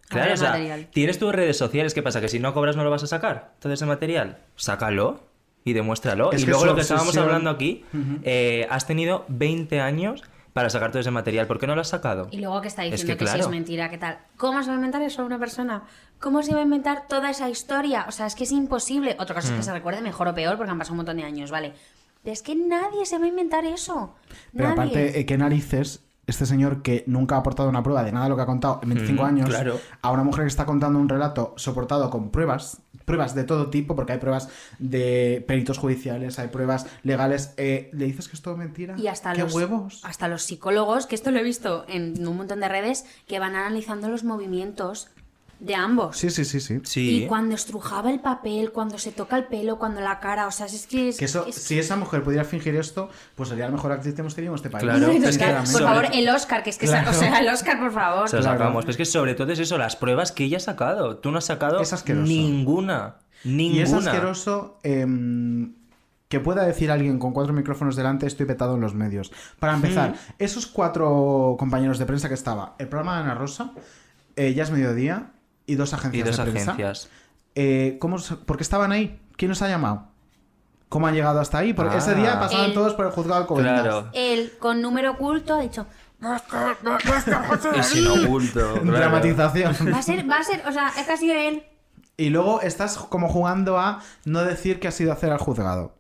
Speaker 1: Claro,
Speaker 4: Habrá
Speaker 1: o sea,
Speaker 4: material.
Speaker 1: tienes tus redes sociales, ¿qué pasa? Que si no cobras no lo vas a sacar. Todo ese material, sácalo y demuéstralo.
Speaker 2: Es
Speaker 1: y
Speaker 2: que
Speaker 1: luego
Speaker 2: su
Speaker 1: lo que estábamos
Speaker 2: obsesión-
Speaker 1: hablando aquí, eh, has tenido 20 años para sacar todo ese material. ¿Por qué no lo has sacado?
Speaker 4: Y luego que está
Speaker 1: Es
Speaker 4: diciendo
Speaker 1: que
Speaker 4: que, sí
Speaker 1: claro.
Speaker 4: es mentira, ¿qué tal? ¿Cómo se va a inventar eso una persona? ¿Cómo se va a inventar toda esa historia? O sea, es que es imposible. Otro caso es
Speaker 2: Mm.
Speaker 4: que se recuerde mejor o peor porque han pasado un montón de años, ¿vale? Pero es que nadie se va a inventar eso.
Speaker 2: Pero
Speaker 4: nadie.
Speaker 2: aparte, eh, qué narices este señor que nunca ha aportado una prueba de nada de lo que ha contado en 25
Speaker 1: Mm,
Speaker 2: años
Speaker 1: claro.
Speaker 2: a una mujer que está contando un relato soportado con pruebas, pruebas de todo tipo, porque hay pruebas de peritos judiciales, hay pruebas legales, eh, le dices que es todo mentira.
Speaker 4: Y hasta
Speaker 2: ¿Qué
Speaker 4: los,
Speaker 2: huevos?
Speaker 4: hasta los psicólogos, que esto lo he visto en un montón de redes, que van analizando los movimientos de ambos.
Speaker 2: Sí, sí, sí, sí.
Speaker 4: Y cuando estrujaba el papel, cuando se toca el pelo, cuando la cara, o sea, es que es...
Speaker 2: Que eso,
Speaker 4: es-
Speaker 2: si esa mujer pudiera fingir esto, pues sería la mejor actriz que hemos tenido en este país.
Speaker 1: Claro.
Speaker 4: Es que, por
Speaker 2: Sinceramente.
Speaker 4: favor, el Oscar, que es que sa-
Speaker 2: Claro.
Speaker 4: o sea, el Oscar, por favor.
Speaker 1: Se lo sacamos. Pero es que sobre todo es eso, las pruebas que ella ha sacado. Tú no has sacado
Speaker 2: asqueroso.
Speaker 1: ninguna. Ninguna.
Speaker 2: Y es asqueroso em, que pueda decir alguien con cuatro micrófonos delante estoy petado en los medios. Para empezar,
Speaker 1: Mm.
Speaker 2: esos cuatro compañeros de prensa que estaba, el programa de Ana Rosa, eh, ya es mediodía, y dos
Speaker 1: Y
Speaker 2: agencias
Speaker 1: dos
Speaker 2: de prensa.
Speaker 1: agencias.
Speaker 2: Eh, ¿cómo se- ¿Por qué estaban ahí? ¿Quién nos ha llamado? ¿Cómo han llegado hasta ahí? Porque
Speaker 1: Ah.
Speaker 2: ese día pasaban
Speaker 4: El-
Speaker 2: todos por el juzgado de Alcobendas.
Speaker 1: Claro.
Speaker 4: Él, con número oculto, ha dicho... "No es que- no- no es que José
Speaker 1: Y sin
Speaker 4: David".
Speaker 1: oculto. claro.
Speaker 2: (laughs) Dramatización.
Speaker 4: Va a ser, va a ser, o sea, es casi él.
Speaker 2: Y luego estás como jugando a no decir qué has ido a hacer al juzgado.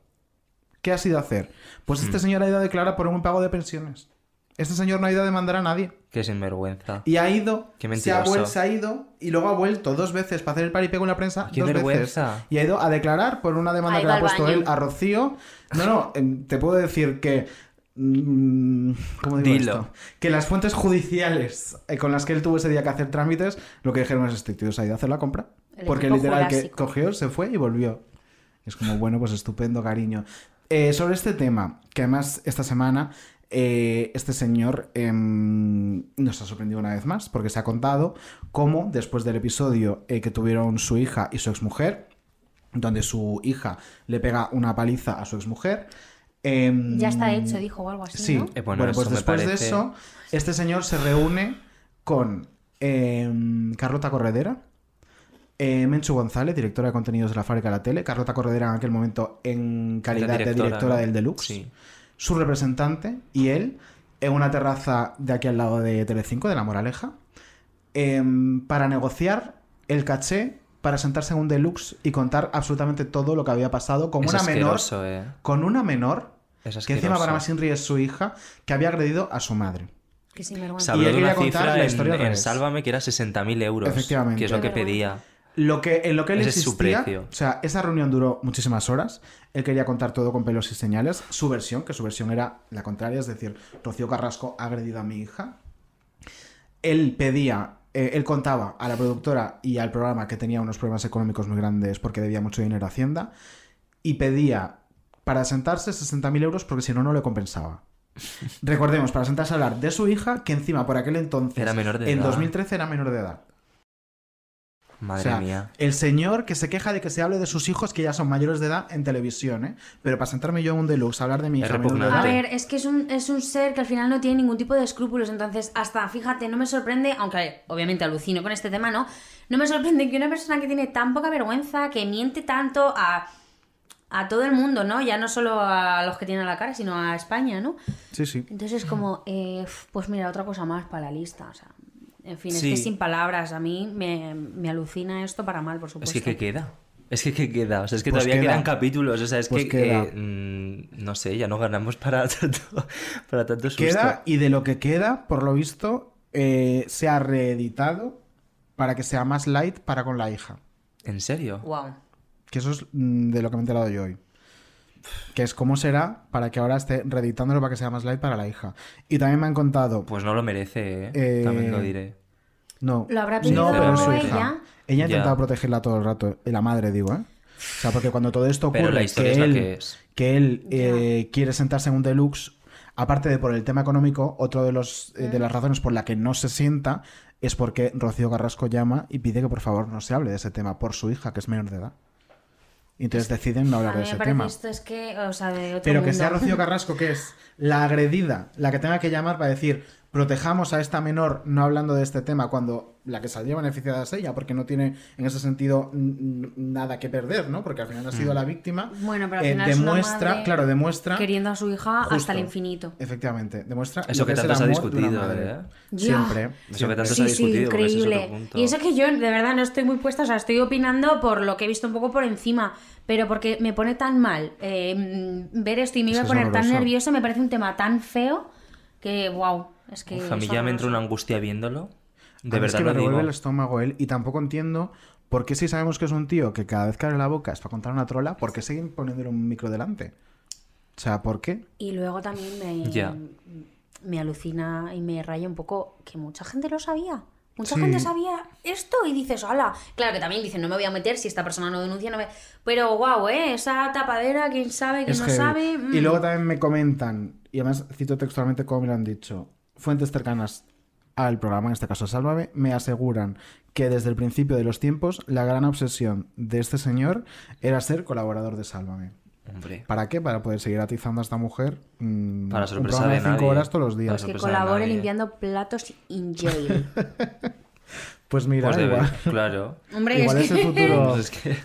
Speaker 2: ¿Qué has ido a hacer? Pues
Speaker 1: Hmm.
Speaker 2: este señor ha ido a declarar por un pago de pensiones. Este señor no ha ido a demandar a nadie.
Speaker 1: Qué sinvergüenza.
Speaker 2: Y ha ido,
Speaker 1: Qué
Speaker 2: se ha,
Speaker 1: mentiroso.
Speaker 2: vuel- se ha ido y luego ha vuelto dos veces para hacer el paripé con la prensa.
Speaker 1: Qué
Speaker 2: dos
Speaker 1: vergüenza.
Speaker 2: veces. Y ha ido a declarar por una demanda
Speaker 1: Ha
Speaker 2: que
Speaker 1: ido
Speaker 2: le ha
Speaker 1: al
Speaker 2: puesto
Speaker 1: baño.
Speaker 2: él a Rocío. No, no, em, te puedo decir que. mm, ¿Cómo digo
Speaker 1: Dilo.
Speaker 2: esto? Que las fuentes judiciales eh, con las que él tuvo ese día que hacer trámites, lo que dijeron es este tío se ha ido a hacer la compra.
Speaker 1: El
Speaker 2: porque
Speaker 1: equipo
Speaker 2: literal que
Speaker 1: jurásico.
Speaker 2: cogió, se fue y volvió. Es como, bueno, pues estupendo, cariño. Eh, sobre este tema, que además esta semana eh, este señor em, nos ha sorprendido una vez más, porque se ha contado cómo después del episodio eh, que tuvieron su hija y su exmujer, donde su hija le pega una paliza a su exmujer. Em,
Speaker 4: Ya está hecho, dijo o algo así.
Speaker 2: Sí,
Speaker 4: ¿no?
Speaker 1: Eh, bueno,
Speaker 2: bueno, pues
Speaker 1: eso me
Speaker 2: después de
Speaker 1: parece-
Speaker 2: eso, este señor se reúne con em, Carlota Corredera, eh, Menchu González, directora de contenidos de la fábrica de la tele, Carlota Corredera en aquel momento en calidad de
Speaker 1: directora,
Speaker 2: directora
Speaker 1: ¿no?
Speaker 2: del Deluxe, su representante y él en una terraza de aquí al lado de Telecinco, de La Moraleja, em, para negociar el caché para sentarse en un deluxe y contar absolutamente todo lo que había pasado con
Speaker 1: Es
Speaker 2: una menor
Speaker 1: asqueroso, eh.
Speaker 2: con una menor
Speaker 1: Es
Speaker 2: que encima
Speaker 1: asqueroso.
Speaker 2: para más Inri es su hija que había agredido a su madre.
Speaker 4: Que
Speaker 1: Se
Speaker 4: sinvergüenza.
Speaker 1: habló
Speaker 2: Y él
Speaker 1: de una
Speaker 2: quería contar
Speaker 1: cifra
Speaker 2: la
Speaker 1: en-
Speaker 2: historia al
Speaker 1: en,
Speaker 2: revés.
Speaker 1: Sálvame que era 60.000 euros.
Speaker 2: Efectivamente.
Speaker 1: Que es lo que
Speaker 2: Qué vergüenza.
Speaker 1: pedía.
Speaker 2: Lo que, en lo que él
Speaker 1: Ese es su
Speaker 2: insistía,
Speaker 1: precio.
Speaker 2: o sea, esa reunión duró muchísimas horas. Él quería contar todo con pelos y señales. Su versión, que su versión era la contraria, es decir, Rocío Carrasco ha agredido a mi hija. Él pedía, eh, él contaba a la productora y al programa que tenía unos problemas económicos muy grandes porque debía mucho dinero a Hacienda y pedía para sentarse 60.000 euros porque si no, no
Speaker 1: (laughs)
Speaker 2: le compensaba. Recordemos, para sentarse a hablar de su hija, que encima por aquel entonces,
Speaker 1: Era menor de
Speaker 2: en
Speaker 1: edad.
Speaker 2: 2013, era menor de edad.
Speaker 1: Madre
Speaker 2: O sea,
Speaker 1: mía.
Speaker 2: El señor que se queja de que se hable de sus hijos que ya son mayores de edad en televisión, ¿eh? Pero para sentarme yo en un deluxe a hablar de mi
Speaker 1: Es
Speaker 2: hija. menor de
Speaker 1: repugnante.
Speaker 4: A
Speaker 2: edad-
Speaker 4: ver, es que es un, es un ser que al final no tiene ningún tipo de escrúpulos, entonces hasta, fíjate, no me sorprende, aunque a ver, obviamente alucino con este tema, ¿no? No me sorprende que una persona que tiene tan poca vergüenza, que miente tanto a, a todo el mundo, ¿no? Ya no solo a los que tienen a la cara, sino a España, ¿no?
Speaker 2: Sí, sí.
Speaker 4: Entonces es como, eh, f- pues mira, otra cosa más para la lista, o sea, en fin, es
Speaker 1: Sí.
Speaker 4: que sin palabras, a mí me, me alucina esto para mal, por
Speaker 1: Es
Speaker 4: supuesto.
Speaker 1: que ¿qué queda? Es que ¿qué queda? O sea, es que
Speaker 2: Pues
Speaker 1: todavía
Speaker 2: queda.
Speaker 1: quedan capítulos. O sea, es
Speaker 2: Pues
Speaker 1: que...
Speaker 2: queda.
Speaker 1: eh, mm, no sé, ya no ganamos para (laughs) tanto, para tanto susto.
Speaker 2: Queda y de lo que queda, por lo visto, eh, se ha reeditado para que sea más light para con la hija.
Speaker 1: ¿En serio?
Speaker 4: Wow.
Speaker 2: Que eso es mm, de lo que me he enterado yo hoy. Que es cómo será para que ahora esté reeditándolo para que sea más light para la hija. Y también me han contado.
Speaker 1: Pues no lo merece, ¿eh?
Speaker 2: Eh,
Speaker 1: También lo diré.
Speaker 2: No.
Speaker 4: ¿Lo habrá
Speaker 2: no,
Speaker 4: pedido
Speaker 2: pero es su
Speaker 4: ella?
Speaker 2: hija. Ella ha
Speaker 1: Ya.
Speaker 2: intentado protegerla todo el rato. eh, La madre, digo, ¿eh? O sea, porque cuando todo esto ocurre,
Speaker 1: Pero la historia
Speaker 2: que,
Speaker 1: es la
Speaker 2: él,
Speaker 1: que es.
Speaker 2: que él, eh, quiere sentarse en un deluxe, aparte de por el tema económico, otro de, los,
Speaker 4: Mm.
Speaker 2: eh, de las razones por la que no se sienta es porque Rocío Carrasco llama y pide que por favor no se hable de ese tema por su hija, que es menor de edad. Y entonces deciden no hablar
Speaker 4: a
Speaker 2: de
Speaker 4: mí me
Speaker 2: ese
Speaker 4: parece
Speaker 2: tema.
Speaker 4: esto es que, o sea, de otro
Speaker 2: Pero que sea
Speaker 4: mundo.
Speaker 2: Rocío Carrasco, que es la agredida, la que tenga que llamar para decir, protejamos a esta menor no hablando de este tema, cuando la que saldría beneficiada es ella, porque no tiene en ese sentido n- n- nada que perder, ¿no? Porque al final ha sido
Speaker 1: Mm.
Speaker 2: la víctima.
Speaker 4: Bueno, pero al
Speaker 2: Eh,
Speaker 4: final es una
Speaker 2: demuestra,
Speaker 4: madre
Speaker 2: claro, demuestra.
Speaker 4: Queriendo a su hija
Speaker 2: Justo.
Speaker 4: hasta el infinito.
Speaker 2: Efectivamente, demuestra.
Speaker 1: Eso
Speaker 2: lo
Speaker 1: que
Speaker 2: es el
Speaker 1: tanto se ha
Speaker 2: amor de una
Speaker 1: discutido,
Speaker 2: madre.
Speaker 1: ¿eh?
Speaker 4: Ya.
Speaker 2: Siempre.
Speaker 1: Eso
Speaker 2: siempre.
Speaker 1: que tanto se ha discutido, porque ese es otro punto.
Speaker 4: Y eso que yo, de verdad, no estoy muy puesta, o sea, estoy opinando por lo que he visto un poco por encima, pero porque me pone tan mal eh, mm, ver esto y me
Speaker 1: Es
Speaker 4: iba a
Speaker 1: que es
Speaker 4: poner tan
Speaker 1: horroroso.
Speaker 4: nerviosa, me parece un tema tan feo que, wow, es que...
Speaker 1: Uf, a mí
Speaker 4: es
Speaker 1: ya me
Speaker 4: horroroso.
Speaker 1: entra una angustia viéndolo. De
Speaker 2: A mí es
Speaker 1: verdad
Speaker 2: que me
Speaker 1: lo digo.
Speaker 2: revuelve el estómago él y tampoco entiendo por qué si sabemos que es un tío que cada vez que abre la boca es para contar una trola, ¿por qué siguen poniéndole un micro delante? O sea, ¿por qué?
Speaker 4: Y luego también me,
Speaker 2: Ya.
Speaker 4: me alucina y me raya un poco que mucha gente lo sabía. Mucha
Speaker 9: Sí.
Speaker 4: gente sabía esto y dices, hola. Claro que también dicen, no me voy a meter si esta persona no denuncia, no me. Pero guau, ¿eh? Esa tapadera, quién sabe, quién
Speaker 2: Es
Speaker 4: no
Speaker 2: heavy.
Speaker 4: sabe. mm.
Speaker 2: Y luego también me comentan, y además cito textualmente como me lo han dicho, fuentes cercanas al programa, en este caso Sálvame, me aseguran que desde el principio de los tiempos la gran obsesión de este señor era ser colaborador de Sálvame.
Speaker 1: Hombre.
Speaker 2: ¿Para qué? Para poder seguir atizando a esta mujer mm,
Speaker 1: Para
Speaker 2: un
Speaker 1: sorpresa
Speaker 2: programa
Speaker 1: de
Speaker 2: de 5
Speaker 1: nadie.
Speaker 2: horas todos los días.
Speaker 1: Para
Speaker 4: Pues que
Speaker 1: sorpresa de
Speaker 4: colabore
Speaker 1: nadie.
Speaker 4: limpiando platos in
Speaker 2: (laughs)
Speaker 4: jail.
Speaker 2: Pues mira,
Speaker 1: Pues de ver,
Speaker 2: igual.
Speaker 1: claro.
Speaker 4: Hombre,
Speaker 2: igual
Speaker 4: es
Speaker 2: es, el
Speaker 4: que-
Speaker 2: futuro
Speaker 1: Pues (laughs) es que-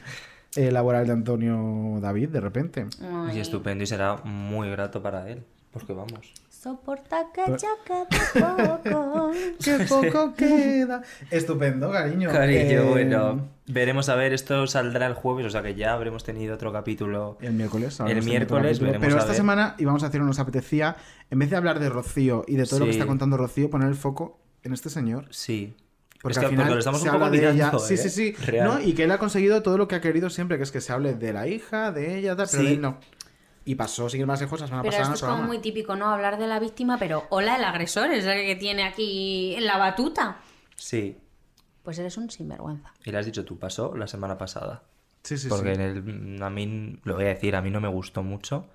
Speaker 2: eh, laboral de Antonio David, de repente.
Speaker 4: Mm.
Speaker 1: Y estupendo y será muy grato para él. Porque vamos.
Speaker 4: Soporta
Speaker 2: Pero-
Speaker 4: que ya queda
Speaker 14: (laughs)
Speaker 4: poco.
Speaker 2: Qué poco queda. Estupendo, cariño.
Speaker 1: Cariño,
Speaker 2: Eh,
Speaker 1: bueno. Veremos a ver, esto saldrá el jueves, o sea que ya habremos tenido otro capítulo.
Speaker 2: El miércoles. ahora
Speaker 1: El
Speaker 2: nos tiene otro
Speaker 1: miércoles
Speaker 2: capítulo.
Speaker 1: veremos
Speaker 2: Pero
Speaker 1: a
Speaker 2: esta
Speaker 1: ver.
Speaker 2: semana íbamos a hacer, nos apetecía, en vez de hablar de Rocío y de todo lo que
Speaker 1: Sí.
Speaker 2: está contando Rocío, poner el foco en este señor.
Speaker 1: Sí.
Speaker 2: Porque
Speaker 1: Es que-
Speaker 2: al final
Speaker 1: porque lo estamos
Speaker 2: se
Speaker 1: un poco
Speaker 2: habla de
Speaker 1: mirando,
Speaker 2: ella. Sí,
Speaker 1: ¿eh?
Speaker 2: sí, sí.
Speaker 1: Real.
Speaker 2: No, y que él ha conseguido todo lo que ha querido siempre, que es que se hable de la hija, de ella, tal, pero
Speaker 1: Sí.
Speaker 2: de él no. Y pasó, sin ir más lejos, la semana
Speaker 4: Pero
Speaker 2: pasada
Speaker 4: esto
Speaker 2: en
Speaker 4: es
Speaker 2: el
Speaker 4: como
Speaker 2: programa.
Speaker 4: muy típico, ¿no? Hablar de la víctima, pero hola, el agresor es el que tiene aquí la batuta.
Speaker 1: Sí.
Speaker 4: Pues eres un sinvergüenza.
Speaker 1: Y lo has dicho tú, pasó la semana pasada.
Speaker 2: Sí, sí,
Speaker 1: Porque
Speaker 2: sí.
Speaker 1: en el- a mí, lo voy a decir, a mí no me gustó mucho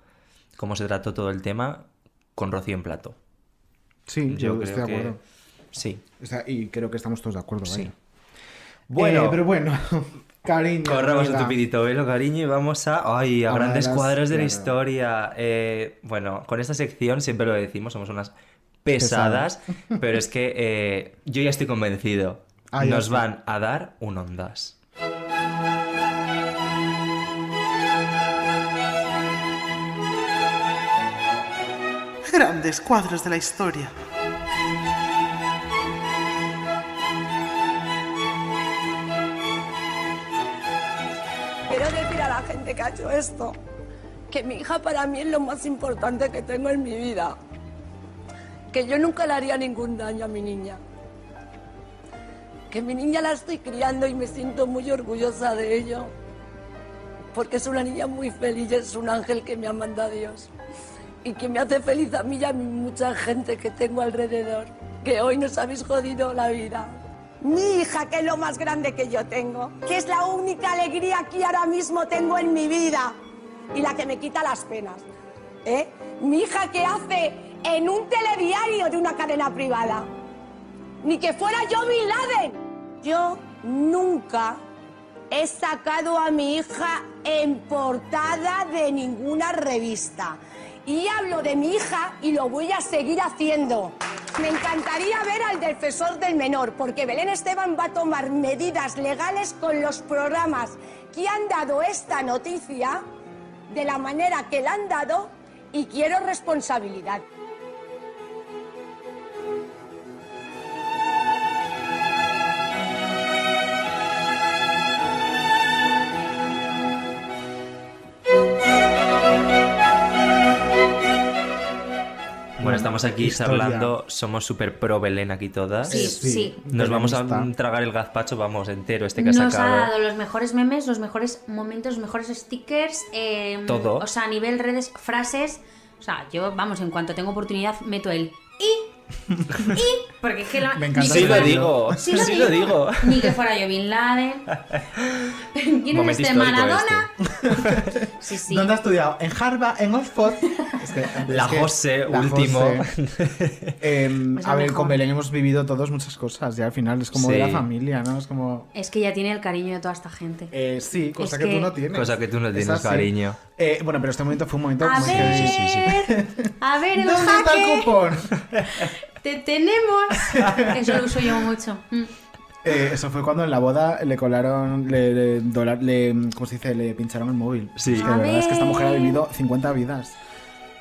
Speaker 1: cómo se trató todo el tema con Rocío en plato.
Speaker 2: Sí,
Speaker 1: Yo
Speaker 2: yo,
Speaker 1: creo
Speaker 2: estoy de
Speaker 1: que-
Speaker 2: acuerdo.
Speaker 1: Sí.
Speaker 2: O sea, y creo que estamos todos de acuerdo,
Speaker 1: Sí.
Speaker 2: vaya.
Speaker 1: Bueno.
Speaker 2: Eh, pero bueno. (laughs) Cariño.
Speaker 1: Corramos un
Speaker 2: amiga.
Speaker 1: tupidito velo, cariño, y vamos a, ay, a
Speaker 2: A una de
Speaker 1: grandes
Speaker 2: las-
Speaker 1: cuadros de la
Speaker 2: claro.
Speaker 1: historia. Eh, bueno, con esta sección siempre lo decimos, somos unas pesadas, pero es que eh, yo ya estoy convencido.
Speaker 2: Ah, ya
Speaker 1: Nos
Speaker 2: está.
Speaker 1: van a dar un ondas.
Speaker 12: Grandes cuadros de la historia.
Speaker 16: Quiero decir a la gente que ha hecho esto, que mi hija para mí es lo más importante que tengo en mi vida. Que yo nunca le haría ningún daño a mi niña. Que mi niña la estoy criando y me siento muy orgullosa de ello. Porque es una niña muy feliz, es un ángel que me ha mandado Dios. Y que me hace feliz a mí y a mucha gente que tengo alrededor. Que hoy nos habéis jodido la vida.
Speaker 10: Mi hija, que es lo más grande que yo tengo, que es la única alegría que ahora mismo tengo en mi vida y la que me quita las penas. ¿eh? Mi hija que hace en un telediario de una cadena privada, ni que fuera yo Bin Laden. Yo nunca he sacado a mi hija en portada de ninguna revista. Y hablo de mi hija y lo voy a seguir haciendo. Me encantaría ver al defensor del menor, porque Belén Esteban va a tomar medidas legales con los programas que han dado esta noticia de la manera que la han dado y quiero responsabilidad.
Speaker 1: Bueno, estamos aquí
Speaker 2: historia.
Speaker 1: hablando, somos súper pro Belén aquí todas.
Speaker 4: Sí, Sí, sí.
Speaker 1: Nos vamos a
Speaker 2: Belenista.
Speaker 1: tragar el gazpacho, vamos, entero, este que ha
Speaker 4: Nos ha
Speaker 1: sacado.
Speaker 4: dado los mejores memes, los mejores momentos, los mejores stickers. eh,
Speaker 1: Todo.
Speaker 4: O sea, a nivel redes, frases. O sea, yo, vamos, en cuanto tengo oportunidad, meto el y.
Speaker 1: (laughs)
Speaker 4: Y. Porque es que la.
Speaker 1: Me
Speaker 4: ni
Speaker 1: encanta
Speaker 4: que
Speaker 1: Sí lo
Speaker 4: fuera-
Speaker 1: digo, sí lo digo.
Speaker 4: Ni que fuera yo
Speaker 1: (laughs)
Speaker 4: Bin Laden. ¿Quién es
Speaker 2: Momento
Speaker 4: este?
Speaker 2: histórico
Speaker 4: Maradona. Sí, sí.
Speaker 2: ¿Dónde ha estudiado? ¿En Harvard? ¿En
Speaker 4: (laughs)
Speaker 2: Oxford? Es que-
Speaker 1: La
Speaker 2: es que-
Speaker 1: José,
Speaker 2: la
Speaker 1: último. (laughs)
Speaker 2: José. Em,
Speaker 4: Pues Es la
Speaker 2: a ver,
Speaker 4: mejor.
Speaker 2: con Belén hemos vivido todos muchas cosas ya al final. Es como
Speaker 1: Sí.
Speaker 2: de la familia, ¿no? Es como.
Speaker 1: este.
Speaker 4: Es que ya tiene el cariño de toda esta gente.
Speaker 2: eh, sí, cosa
Speaker 4: Es
Speaker 2: que,
Speaker 4: que-
Speaker 2: tú no tienes.
Speaker 1: Cosa que tú no
Speaker 2: Es
Speaker 1: tienes,
Speaker 2: así.
Speaker 1: cariño.
Speaker 2: Eh, bueno, pero este momento fue un momento.
Speaker 4: A
Speaker 2: muy
Speaker 4: ver,
Speaker 2: heavy.
Speaker 4: a ver, el
Speaker 2: ¿Dónde está
Speaker 4: jaque,
Speaker 2: el cupón?
Speaker 4: te
Speaker 1: (laughs)
Speaker 4: tenemos. Eso lo uso yo mucho. Mm.
Speaker 2: Eh, eso fue cuando en la boda le colaron, le, le dola- le- ¿cómo se dice? Le pincharon el móvil.
Speaker 1: Sí.
Speaker 2: Es que
Speaker 1: A
Speaker 2: de verdad es que esta mujer ha
Speaker 1: ver.
Speaker 2: vivido 50 vidas.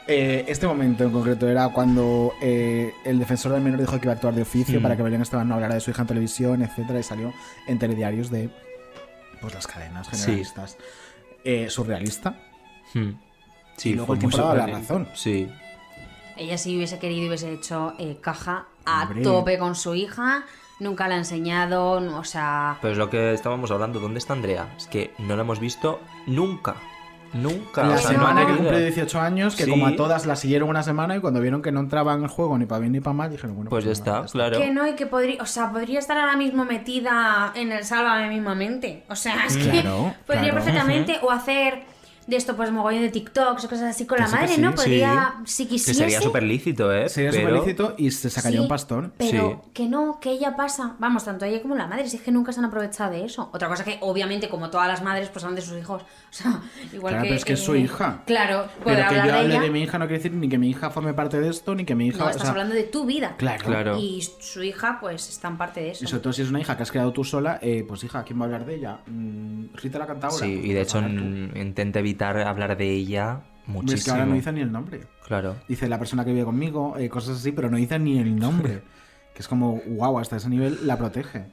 Speaker 2: Eh, este momento en concreto era cuando eh, el defensor del menor dijo que iba a actuar de oficio
Speaker 1: Mm.
Speaker 2: para que Belén Esteban no hablara de su hija en televisión, etcétera, y salió en telediarios de pues las cadenas
Speaker 1: Sí.
Speaker 2: generalistas. Eh, surrealista.
Speaker 1: Hmm. Sí,
Speaker 2: Y luego
Speaker 1: fue
Speaker 2: el tiempo
Speaker 1: muy
Speaker 2: daba la
Speaker 1: surreal.
Speaker 2: razón.
Speaker 1: Sí.
Speaker 4: Ella si hubiese querido hubiese hecho eh, caja a
Speaker 1: Hombre.
Speaker 4: tope con su hija. Nunca la ha enseñado, no- o sea...
Speaker 1: Pero es Pues lo que estábamos hablando, ¿dónde está Andrea? Es que no la hemos visto nunca. Nunca.
Speaker 2: La
Speaker 1: O sea, no ha
Speaker 2: semana que
Speaker 1: querido.
Speaker 2: cumplió 18 años, que
Speaker 1: Sí.
Speaker 2: como a todas la siguieron una semana y cuando vieron que no entraba en el juego ni para bien ni para mal, dijeron, bueno,
Speaker 1: Pues ya está, claro.
Speaker 4: Que no, y que podría, o sea, podría estar ahora mismo metida en el sálvame mismamente. O sea, es que
Speaker 2: Claro,
Speaker 4: (laughs) podría
Speaker 2: claro.
Speaker 4: perfectamente, o hacer de esto, pues mogollón de TikToks o cosas así con
Speaker 2: Que
Speaker 4: la
Speaker 2: sí, que
Speaker 4: madre,
Speaker 2: sí,
Speaker 4: ¿no?
Speaker 2: sí.
Speaker 4: Podría, si
Speaker 1: Que
Speaker 4: quisiese.
Speaker 1: sería súper lícito, ¿eh?
Speaker 2: Sería
Speaker 1: Pero-
Speaker 2: superlícito y se sacaría
Speaker 4: Sí,
Speaker 2: un pastón.
Speaker 4: Pero que no, que ella pasa. Vamos, tanto ella como la madre, si es que nunca se han aprovechado de eso. Otra cosa que, obviamente, como todas las madres, pues hablan de sus hijos. (laughs) O sea, igual
Speaker 2: Claro,
Speaker 4: que. eh,
Speaker 2: pero es que es su hija.
Speaker 4: Claro,
Speaker 2: Pero
Speaker 4: poder
Speaker 2: que
Speaker 4: hablar
Speaker 2: yo
Speaker 4: de
Speaker 2: hable
Speaker 4: ella.
Speaker 2: de mi hija no quiere decir ni que mi hija forme parte de esto, ni que mi hija.
Speaker 4: No,
Speaker 2: o
Speaker 4: estás
Speaker 2: sea,
Speaker 4: hablando de tu vida.
Speaker 2: Claro. Claro.
Speaker 4: Y su hija, pues, está en parte de eso.
Speaker 2: Y sobre todo si es una hija que has creado tú sola, eh, pues hija, ¿quién va a hablar de ella? Mm, Rita la cantadora. Pues
Speaker 1: Sí, y de hecho n- intenta evitar hablar de ella muchísimo.
Speaker 2: Es que ahora no dice ni el nombre.
Speaker 1: Claro.
Speaker 2: Dice la persona que vive conmigo, eh, cosas así, pero no dice ni el
Speaker 1: (laughs)
Speaker 2: nombre. que es como, wow, hasta ese nivel la protege.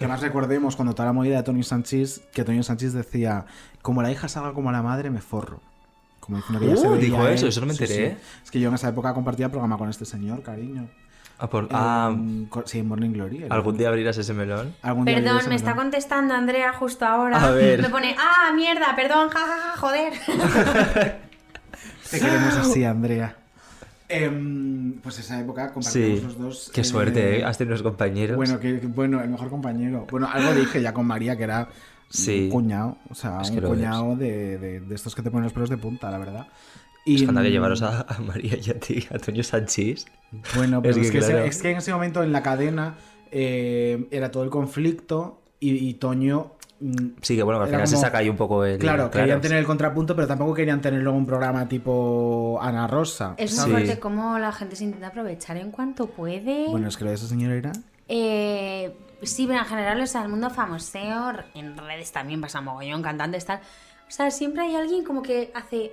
Speaker 2: Que más recordemos cuando toda la movida de Tony Sánchez, que Tony Sánchez decía, como la hija salga como la madre, me forro. Como diciendo que ya
Speaker 1: Uh,
Speaker 2: se veía
Speaker 1: dijo
Speaker 2: él.
Speaker 1: eso, eso no me
Speaker 2: Sí,
Speaker 1: enteré. ¿eh?
Speaker 2: sí. Es que yo en esa época compartía programa con este señor, cariño.
Speaker 1: Ah, por-
Speaker 2: Eh,
Speaker 1: ah,
Speaker 2: co- sí, Morning Glory. el-
Speaker 1: ¿Algún día abrirás ese melón?
Speaker 2: algún día
Speaker 4: Perdón,
Speaker 2: abriré
Speaker 4: me
Speaker 2: ese
Speaker 4: está
Speaker 2: melón.
Speaker 4: contestando Andrea justo ahora.
Speaker 1: A ver.
Speaker 4: Me pone, ah, mierda, perdón,
Speaker 2: (laughs)
Speaker 4: jajaja, joder.
Speaker 2: Te
Speaker 1: (laughs)
Speaker 2: queremos así, Andrea. Em, pues esa época compartimos
Speaker 1: Sí.
Speaker 2: los dos.
Speaker 1: Qué
Speaker 2: eh,
Speaker 1: suerte, ¿eh? Has tenido unos compañeros.
Speaker 2: Bueno, que, que- bueno, el mejor compañero. Bueno, algo dije ya con María que era
Speaker 1: Sí.
Speaker 2: un cuñado, o sea,
Speaker 1: Es que
Speaker 2: un
Speaker 1: lo
Speaker 2: cuñado de, de- de estos que te ponen los pelos de punta, la verdad.
Speaker 1: es
Speaker 2: Y,
Speaker 1: que anda que
Speaker 2: mm,
Speaker 1: llevaros a, a María y a ti, a Antonio Sánchez. (laughs)
Speaker 2: Bueno, pero es, que ese-
Speaker 1: claro.
Speaker 2: es que en ese momento en la cadena eh, era todo el conflicto y, y Toño
Speaker 1: Sí, que bueno, que al
Speaker 2: Era
Speaker 1: final se
Speaker 2: como-
Speaker 1: saca ahí un poco el.
Speaker 2: Claro, querían tener el contrapunto, pero tampoco querían tener luego un programa tipo Ana Rosa.
Speaker 4: Es muy
Speaker 2: ¿sabes?
Speaker 4: fuerte cómo la gente se intenta aprovechar en cuanto puede.
Speaker 2: Bueno, es que lo de esa señora era.
Speaker 4: Eh, sí, pero en general, o sea, el mundo famoseo, en redes también pasa mogollón, cantantes, tal. O sea, siempre hay alguien como que hace.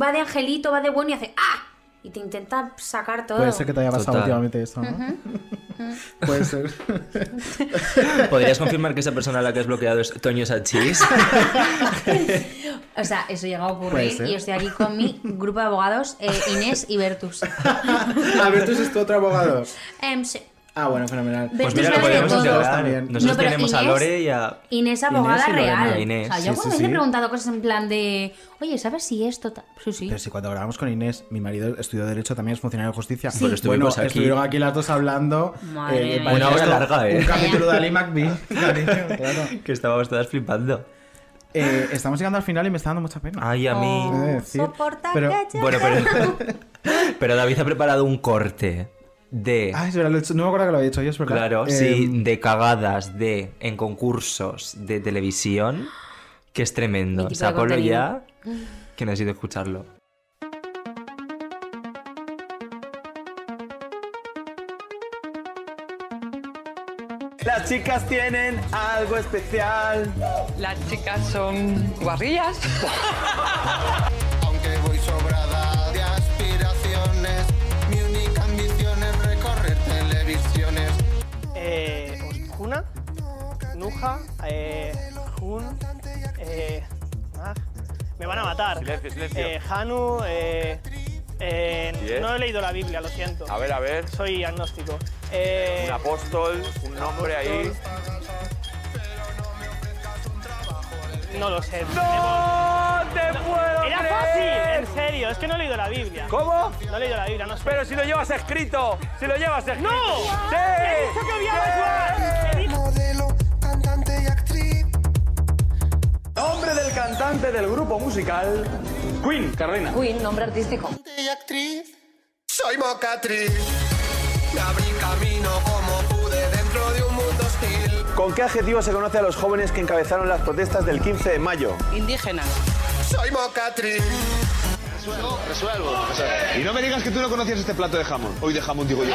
Speaker 4: Va de angelito, va de bueno y hace ¡Ah! Y te intenta sacar todo.
Speaker 2: Puede ser que te haya pasado
Speaker 1: Total.
Speaker 2: últimamente esto, ¿no? Puede ser. (laughs)
Speaker 1: ¿Podrías confirmar que esa persona a la que has bloqueado es Toño
Speaker 4: (laughs)
Speaker 1: Sachis?
Speaker 2: Eh,
Speaker 4: O sea, eso llega a
Speaker 1: Puede
Speaker 4: ocurrir
Speaker 1: ser.
Speaker 4: y estoy aquí
Speaker 1: (laughs)
Speaker 4: con mi grupo de abogados, eh, Inés y Bertus.
Speaker 2: Alberto es tu otro abogado.
Speaker 4: Em, sí.
Speaker 2: Ah, bueno, fenomenal.
Speaker 4: Pues Bertus mira, lo sabe de podemos todo. integrar.
Speaker 2: También.
Speaker 1: Nosotros
Speaker 4: No, pero
Speaker 1: tenemos a
Speaker 4: Inés-
Speaker 1: Lore y a.
Speaker 4: Inés
Speaker 1: Inés y
Speaker 4: abogada
Speaker 1: Lorena,
Speaker 4: real.
Speaker 1: Inés.
Speaker 4: O sea,
Speaker 2: Ah. Sí,
Speaker 4: yo
Speaker 2: sí,
Speaker 4: alguna vez le he
Speaker 2: sí.
Speaker 4: preguntado cosas en plan de, oye, ¿sabes si esto? tal?". Sí, sí.
Speaker 2: Pero si cuando hablábamos con Inés, mi marido estudió Derecho, también es funcionario de justicia.
Speaker 1: Sí. Pero
Speaker 2: bueno,
Speaker 1: estuvimos aquí-
Speaker 2: estuvieron aquí las dos hablando.
Speaker 4: Madre mía.
Speaker 1: Una hora
Speaker 2: esto
Speaker 1: larga, ¿eh?
Speaker 2: Un capítulo de
Speaker 1: (laughs)
Speaker 2: Ali McBeal. (laughs) cariño, claro.
Speaker 1: Que estábamos todas flipando.
Speaker 2: Eh, estamos llegando al final y me está dando mucha pena. Oh.
Speaker 1: Ay, a mí.
Speaker 2: He de decir, pero-
Speaker 1: Bueno, pero. Pero David ha preparado un corte de.
Speaker 2: Ay, es verdad, lo he hecho- no me acuerdo que lo había hecho yo, es verdad.
Speaker 1: Claro,
Speaker 2: Eh,
Speaker 1: sí, de cagadas de en concursos de televisión, que es tremendo. O
Speaker 4: Mítico
Speaker 1: sea,
Speaker 4: de
Speaker 1: ponlo
Speaker 4: contenido.
Speaker 1: ya, que necesito escucharlo.
Speaker 17: Las chicas tienen algo especial. Las chicas son guarrillas.
Speaker 6: (laughs) Aunque voy sobrada de aspiraciones, mi única ambición es recorrer televisiones.
Speaker 18: Eh, Osjuna, Nuja, eh, Jun, eh, ah, me van a matar.
Speaker 13: Silencio, silencio.
Speaker 18: Eh, Hanu, eh, eh,
Speaker 13: Yes.
Speaker 18: no he leído la Biblia, lo siento.
Speaker 13: A ver, a ver.
Speaker 18: Soy agnóstico. Eh,
Speaker 13: Un apóstol, un nombre ahí.
Speaker 18: No lo sé. ¡No te puedo Era fácil, en serio, es que no he leído la Biblia. ¿Cómo? No he leído la Biblia, no sé.
Speaker 13: Pero si lo llevas escrito, si lo llevas escrito.
Speaker 18: ¡No!
Speaker 13: ¡Sí!
Speaker 18: ¡Te he dicho que odiaba
Speaker 13: ¡Sí!
Speaker 6: Modelo, cantante y actriz.
Speaker 17: Nombre del cantante del grupo musical Queen, Carolina.
Speaker 6: Queen, nombre artístico. Cantante y actriz. Soy mocatriz. Me abrí camino como pude dentro de un mundo hostil.
Speaker 17: ¿Con qué adjetivo se conoce a los jóvenes que encabezaron las protestas del 15 de mayo?
Speaker 6: Indígena. Soy mocatriz. Resuelvo, resuelvo.
Speaker 17: Y no me digas que tú no conocías este plato de jamón. Hoy de jamón digo yo.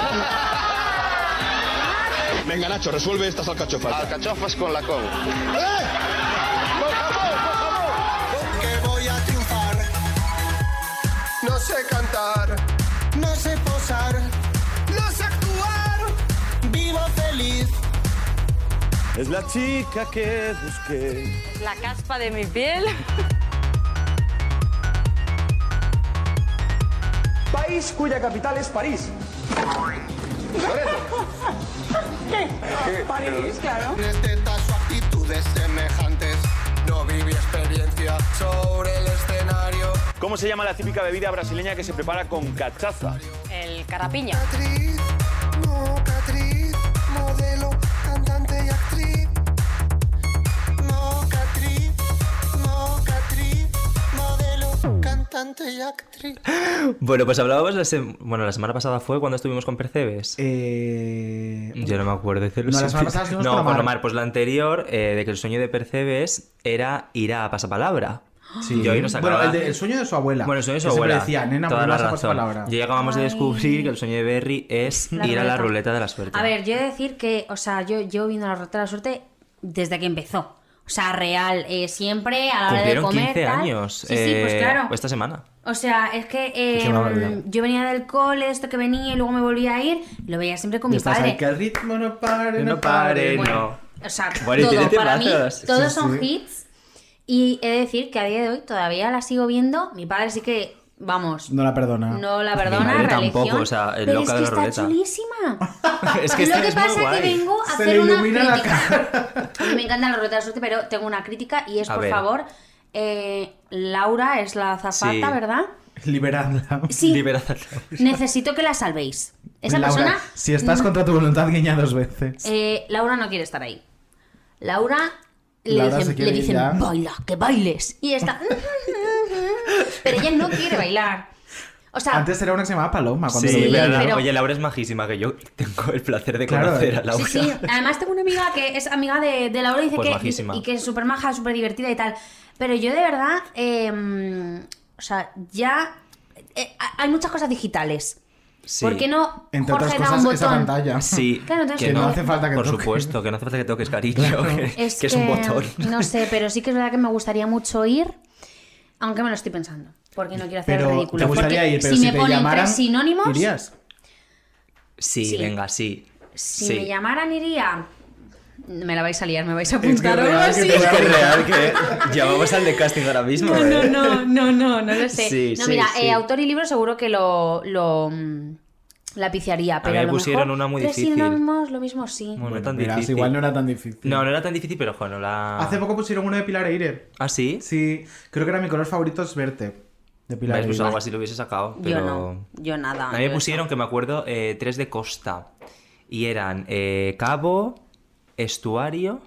Speaker 17: Venga, Nacho, resuelve estas alcachofas.
Speaker 11: Alcachofas con la col.
Speaker 6: Que voy a triunfar. No sé cantar. No sé posar. No sé actuar. Vivo feliz.
Speaker 17: Es la chica que busqué.
Speaker 19: La caspa de mi piel.
Speaker 17: País cuya capital es París.
Speaker 6: París, claro. Respetas actitudes semejantes. No viví experiencia sobre el escenario.
Speaker 17: ¿Cómo se llama la típica bebida brasileña que se prepara con cachaza?
Speaker 19: El carapiña.
Speaker 6: Mocatriz, modelo, cantante y actriz. Mocatriz, mocatriz, modelo, cantante y actriz.
Speaker 1: Bueno, pues hablábamos la, sem- bueno, la semana pasada fue cuando estuvimos con Percebes. Yo no me acuerdo. es que lo
Speaker 2: Eh, No, la
Speaker 1: sé.
Speaker 2: semana pasada estuvimos
Speaker 1: No,
Speaker 2: con
Speaker 1: con
Speaker 2: Omar.
Speaker 1: Omar, Pues la anterior, eh, de que el sueño de Percebes era ir a pasapalabra. Yo ahí nos
Speaker 2: bueno,
Speaker 1: acababa-
Speaker 2: el, de- el sueño de su abuela.
Speaker 1: Bueno, el sueño de su
Speaker 2: Que siempre
Speaker 1: abuela.
Speaker 2: decía, nena,
Speaker 1: toda la
Speaker 2: vuelvas a
Speaker 1: razón.
Speaker 2: pasapalabra".
Speaker 1: Ya acabamos de descubrir que el sueño de Berry es
Speaker 4: La
Speaker 1: ir a la
Speaker 4: ruleta.
Speaker 1: ruleta de la suerte.
Speaker 4: A ver, yo he de decir que, o sea, yo llevo viendo la ruta de la suerte desde que empezó. O sea, real, eh, siempre a la hora de
Speaker 1: Cumplieron
Speaker 4: comer.
Speaker 1: 15
Speaker 4: tal.
Speaker 1: años
Speaker 4: Sí, sí, pues
Speaker 1: eh,
Speaker 4: claro.
Speaker 1: esta semana.
Speaker 4: O sea, es que eh,
Speaker 1: Qué barbaridad.
Speaker 4: yo venía del cole, esto que venía y luego me volvía a ir, lo veía siempre con
Speaker 1: Y
Speaker 4: mi
Speaker 1: estás
Speaker 4: padre.
Speaker 1: ahí, que
Speaker 2: el ritmo no pare,
Speaker 1: no pare,
Speaker 4: Bueno,
Speaker 1: no.
Speaker 4: O sea,
Speaker 1: Bueno, y
Speaker 4: todo
Speaker 1: tiene
Speaker 4: para mí,
Speaker 1: temazos.
Speaker 4: todos
Speaker 1: Sí,
Speaker 4: son
Speaker 1: sí.
Speaker 4: hits. Y he de decir que a día de hoy todavía la sigo viendo. Mi padre sí que, vamos,
Speaker 2: No la perdona.
Speaker 4: no la
Speaker 1: Mi
Speaker 4: perdona.
Speaker 1: madre
Speaker 4: religión.
Speaker 1: tampoco, o sea, es
Speaker 4: Pero
Speaker 1: loca
Speaker 4: es
Speaker 1: de
Speaker 4: que
Speaker 1: la
Speaker 4: está
Speaker 1: ruleta.
Speaker 4: chulísima.
Speaker 1: (laughs) es que
Speaker 4: Lo
Speaker 1: esta
Speaker 4: que
Speaker 1: es muy
Speaker 4: pasa
Speaker 1: guay.
Speaker 4: que vengo a
Speaker 2: Se
Speaker 4: hacer
Speaker 2: le
Speaker 4: una
Speaker 2: ilumina la
Speaker 4: crítica. (laughs) A mí me encanta la ruleta de la suerte, pero tengo una crítica y es,
Speaker 1: A
Speaker 4: por
Speaker 1: ver.
Speaker 4: favor, eh, Laura es la azafata,
Speaker 1: Sí.
Speaker 4: ¿verdad?
Speaker 2: Liberadla.
Speaker 4: Sí.
Speaker 1: Liberadla.
Speaker 4: Necesito que la salvéis. Esa
Speaker 2: Pues Laura,
Speaker 4: persona,
Speaker 2: Si estás contra tu voluntad, guiña dos veces.
Speaker 4: eh, Laura no quiere estar ahí. Laura le
Speaker 2: Laura se
Speaker 4: dicen,
Speaker 2: quiere
Speaker 4: le
Speaker 2: ir
Speaker 4: dicen,
Speaker 2: ya. (laughs)
Speaker 4: baila, que bailes. Y está... pero ella no quiere bailar. O sea,
Speaker 2: Antes era una que se llamaba Paloma. Ah, Cuando
Speaker 1: Sí,
Speaker 2: lo vi.
Speaker 1: pero la-
Speaker 4: pero-
Speaker 1: oye, Laura es majísima, que yo (laughs) tengo el placer de
Speaker 2: Claro. eh,
Speaker 1: conocer a Laura.
Speaker 4: Sí, sí. Además tengo una amiga que es amiga de, de Laura y dice
Speaker 1: Pues
Speaker 4: que,
Speaker 1: majísima.
Speaker 4: y que es súper maja, súper divertida y tal. Pero yo de verdad, eh, o sea, ya eh, hay muchas cosas digitales.
Speaker 1: (laughs) Sí.
Speaker 4: ¿Por qué no
Speaker 2: Entre
Speaker 4: Jorge da
Speaker 2: otras
Speaker 4: un
Speaker 2: cosas, esa
Speaker 4: botón?
Speaker 2: pantalla.
Speaker 1: Sí,
Speaker 4: (laughs) Claro, entonces-
Speaker 1: que no,
Speaker 4: Que no hace
Speaker 2: falta que
Speaker 1: Por
Speaker 2: toque.
Speaker 1: supuesto, que no hace falta que toques, cariño, (laughs) que,
Speaker 4: Es
Speaker 1: que es un botón.
Speaker 4: No sé, pero sí que es verdad que me gustaría mucho ir, aunque me lo estoy pensando. Porque no quiero hacer
Speaker 1: Pero,
Speaker 4: el
Speaker 1: ¿te
Speaker 4: ridículo.
Speaker 1: gustaría
Speaker 4: Porque
Speaker 1: ir? Pero
Speaker 4: si,
Speaker 1: si
Speaker 4: me
Speaker 1: te
Speaker 4: ponen
Speaker 1: llamaran,
Speaker 4: tres sinónimos,
Speaker 1: Sí, venga, sí.
Speaker 4: si
Speaker 1: sí.
Speaker 4: me llamaran iría. Me la vais a liar, me vais a
Speaker 1: Es que
Speaker 4: apuntar o algo
Speaker 1: real,
Speaker 4: así.
Speaker 1: que, (laughs) es que real que llamamos al de casting ahora mismo.
Speaker 4: No, no,
Speaker 1: ¿eh?
Speaker 4: no, no, no, no lo sé.
Speaker 1: Sí,
Speaker 4: no,
Speaker 1: sí,
Speaker 4: mira,
Speaker 1: sí.
Speaker 4: eh, autor y libro seguro que lo, lo mm, la piciaría, pero
Speaker 1: mí
Speaker 4: a
Speaker 1: me
Speaker 4: lo
Speaker 1: pusieron
Speaker 4: mejor
Speaker 1: una muy
Speaker 4: tres
Speaker 1: difícil.
Speaker 4: sinónimos, lo mismo sí.
Speaker 1: Bueno, no tan
Speaker 2: verás,
Speaker 1: difícil.
Speaker 2: igual no era tan difícil.
Speaker 1: No, no era tan difícil, pero bueno, la.
Speaker 2: Hace poco pusieron uno de Pilar Eire.
Speaker 1: ¿Ah, sí?
Speaker 2: Sí, creo que era mi color favorito es verte. De Pilar
Speaker 1: ¿Ves? Pues
Speaker 2: Eire.
Speaker 1: algo así lo hubiese sacado,
Speaker 4: Yo
Speaker 1: pero.
Speaker 4: no. Yo nada.
Speaker 1: A mí me
Speaker 4: yo
Speaker 1: pusieron, que me acuerdo, eh, tres de costa. Y eran eh, cabo, estuario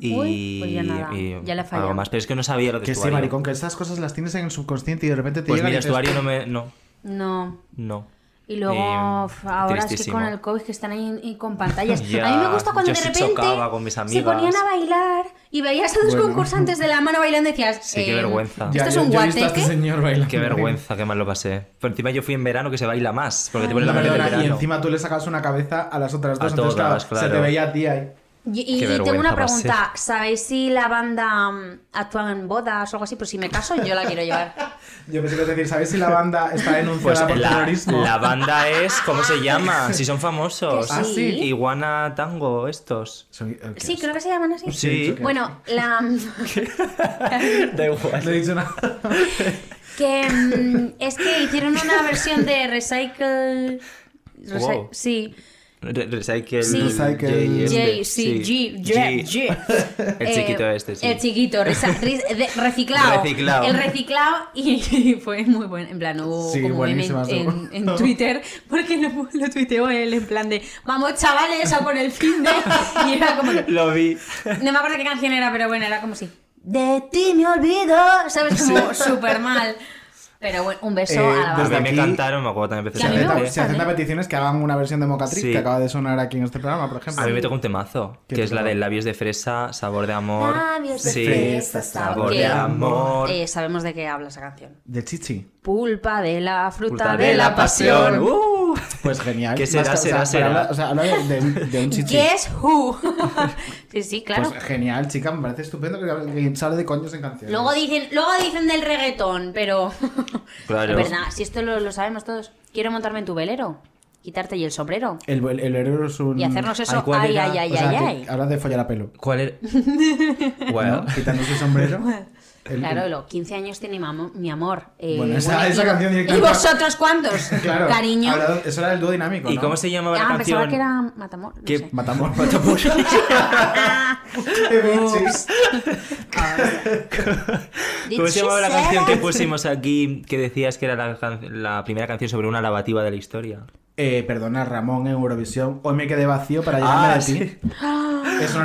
Speaker 1: y.
Speaker 4: Uy, pues ya nada,
Speaker 1: y
Speaker 4: ya le he fallado.
Speaker 1: Algo más, pero es que no sabía lo de
Speaker 2: Que sí,
Speaker 1: estuario.
Speaker 2: maricón, que estas cosas las tienes en el subconsciente y de repente te
Speaker 1: pues
Speaker 2: llegan
Speaker 1: mira,
Speaker 2: y dices,
Speaker 1: estuario no me. No,
Speaker 4: No.
Speaker 1: no.
Speaker 4: Y luego,
Speaker 1: Eh,
Speaker 4: f- ahora es que
Speaker 1: tristísimo.
Speaker 4: con el COVID que están ahí y con pantallas.
Speaker 1: (laughs) Ya,
Speaker 4: a mí me gusta cuando
Speaker 1: yo
Speaker 4: de
Speaker 1: sí
Speaker 4: repente
Speaker 1: chocaba con mis
Speaker 4: se
Speaker 1: amigas.
Speaker 4: ponían a bailar y veías a dos
Speaker 1: Bueno.
Speaker 4: concursantes de la mano bailando y decías,
Speaker 1: Sí, qué
Speaker 4: "Em,
Speaker 1: vergüenza.
Speaker 4: Esto es un guateque.
Speaker 2: este señor bailando.
Speaker 1: Qué vergüenza, qué mal lo pasé. Por encima yo fui en verano que se baila más, porque te ponen la
Speaker 2: "Perdona",
Speaker 1: parte de verano.
Speaker 2: y encima tú le sacas una cabeza a las otras
Speaker 1: A
Speaker 2: dos, entonces
Speaker 1: todas,
Speaker 2: claro, se te
Speaker 1: claro.
Speaker 2: veía a ti ahí.
Speaker 4: Y, y-
Speaker 1: Qué
Speaker 4: y tengo
Speaker 1: vergüenza
Speaker 4: una
Speaker 1: va a
Speaker 4: pregunta, ¿sabéis si la banda mm, actúa en bodas o algo así? Pues si me caso, yo la quiero llevar.
Speaker 1: (laughs)
Speaker 2: Yo pensé que ibas a decir, ¿sabéis si la banda está
Speaker 1: Pues
Speaker 2: denunciada por
Speaker 1: la,
Speaker 2: terrorismo?
Speaker 1: la
Speaker 2: (laughs)
Speaker 1: banda es, ¿cómo se
Speaker 4: (laughs)
Speaker 1: llama? Si son famosos.
Speaker 4: Que Ah, sí. sí.
Speaker 1: Iguana Tango, estos.
Speaker 4: Sí, creo que se llaman así.
Speaker 1: Sí.
Speaker 4: Bueno,
Speaker 1: (laughs)
Speaker 4: la mm,
Speaker 1: Da igual.
Speaker 2: No he dicho nada.
Speaker 4: que mm, es que hicieron una versión de Recycle Recy-
Speaker 1: Wow.
Speaker 4: Sí,
Speaker 1: Re- Recycle.
Speaker 4: Sí.
Speaker 2: Recycle.
Speaker 1: J,
Speaker 4: J,
Speaker 1: este,
Speaker 4: sí, G,
Speaker 1: G.
Speaker 4: G, G.
Speaker 1: El
Speaker 4: Eh,
Speaker 1: chiquito este, sí.
Speaker 4: El chiquito, reza- re- de- reciclado.
Speaker 1: Reciclado.
Speaker 4: El reciclado y (laughs) fue muy bueno. En plan, hubo
Speaker 1: Sí,
Speaker 4: como meme en,
Speaker 1: buenísima, seguro.
Speaker 4: en, en Twitter, porque lo, lo tuiteó él en plan de, vamos chavales a por el fin de... (laughs) Y era como que,
Speaker 1: Lo vi.
Speaker 4: no me acuerdo qué canción era, pero bueno, era como si, de ti me olvido, ¿sabes? Como súper mal. Pero bueno, un beso
Speaker 2: Eh,
Speaker 4: a la
Speaker 1: A
Speaker 4: banda.
Speaker 1: mí me
Speaker 2: aquí-
Speaker 1: cantaron, me acuerdo también
Speaker 2: Si
Speaker 1: veces.
Speaker 2: acepta-
Speaker 1: gente.
Speaker 2: si
Speaker 4: ¿eh?
Speaker 2: acepta peticiones que hagan una versión de Mocatriz
Speaker 1: Sí.
Speaker 2: que acaba de sonar aquí en este programa, por ejemplo.
Speaker 1: A mí me tocó un temazo, que es la de labios de fresa, sabor de amor.
Speaker 4: Labios de
Speaker 1: Sí.
Speaker 4: fresa,
Speaker 1: sabor
Speaker 4: que-
Speaker 1: de amor.
Speaker 4: Eh, sabemos de qué habla esa canción.
Speaker 2: De Chichi.
Speaker 4: Pulpa de la fruta,
Speaker 1: Fruta
Speaker 4: de, la pasión.
Speaker 1: ¡Uh!
Speaker 2: Pues genial.
Speaker 1: ¿Qué será,
Speaker 2: Más que- o
Speaker 1: será,
Speaker 2: sea, pero
Speaker 1: será?
Speaker 2: habla- O sea, habla de,
Speaker 4: (laughs)
Speaker 2: de- de un Chichi.
Speaker 4: Guess
Speaker 2: (laughs)
Speaker 4: who. sí, sí, claro.
Speaker 2: Pues genial, chica, me parece estupendo que que sale de coños en canciones.
Speaker 4: luego, dicen, luego dicen del reggaetón, pero.
Speaker 1: Claro.
Speaker 4: Es verdad, si esto lo, lo sabemos todos. Quiero montarme en tu velero, quitarte y el sombrero.
Speaker 2: El, el, el héroe es un...
Speaker 4: Y hacernos eso,
Speaker 2: ¿cuál
Speaker 4: ay,
Speaker 2: era?
Speaker 4: ay, ay,
Speaker 2: O sea,
Speaker 4: ay,
Speaker 2: que
Speaker 4: ay.
Speaker 2: Hablas de follar a pelo.
Speaker 1: ¿Cuál
Speaker 4: (laughs)
Speaker 1: era?
Speaker 2: Bueno. Quitándose el sombrero. El-
Speaker 4: Claro, los 15 años tiene mi amo- mi amor. Eh,
Speaker 2: Bueno, esa- esa
Speaker 4: y-
Speaker 2: canción
Speaker 4: ¿Y
Speaker 2: directamente-
Speaker 4: vosotros cuántos?
Speaker 2: (laughs) Claro,
Speaker 4: Cariño.
Speaker 2: habla- eso era el dúo dinámico,
Speaker 1: ¿Y
Speaker 2: ¿no?
Speaker 1: cómo se llamaba la
Speaker 4: Ah, pensaba
Speaker 1: canción?
Speaker 4: que era
Speaker 2: (laughs)
Speaker 4: Matamor. no sé. (laughs)
Speaker 2: Matamos.
Speaker 4: Eh,
Speaker 1: ¿Cómo se llamaba la
Speaker 4: Dichosera.
Speaker 1: canción que pusimos aquí que decías que era la, can- la primera canción sobre una lavativa de la historia?
Speaker 2: Eh, perdona, Ramón en Eurovisión. Hoy me quedé vacío para llevarme
Speaker 1: Ah,
Speaker 2: de
Speaker 1: sí.
Speaker 2: ti. Es una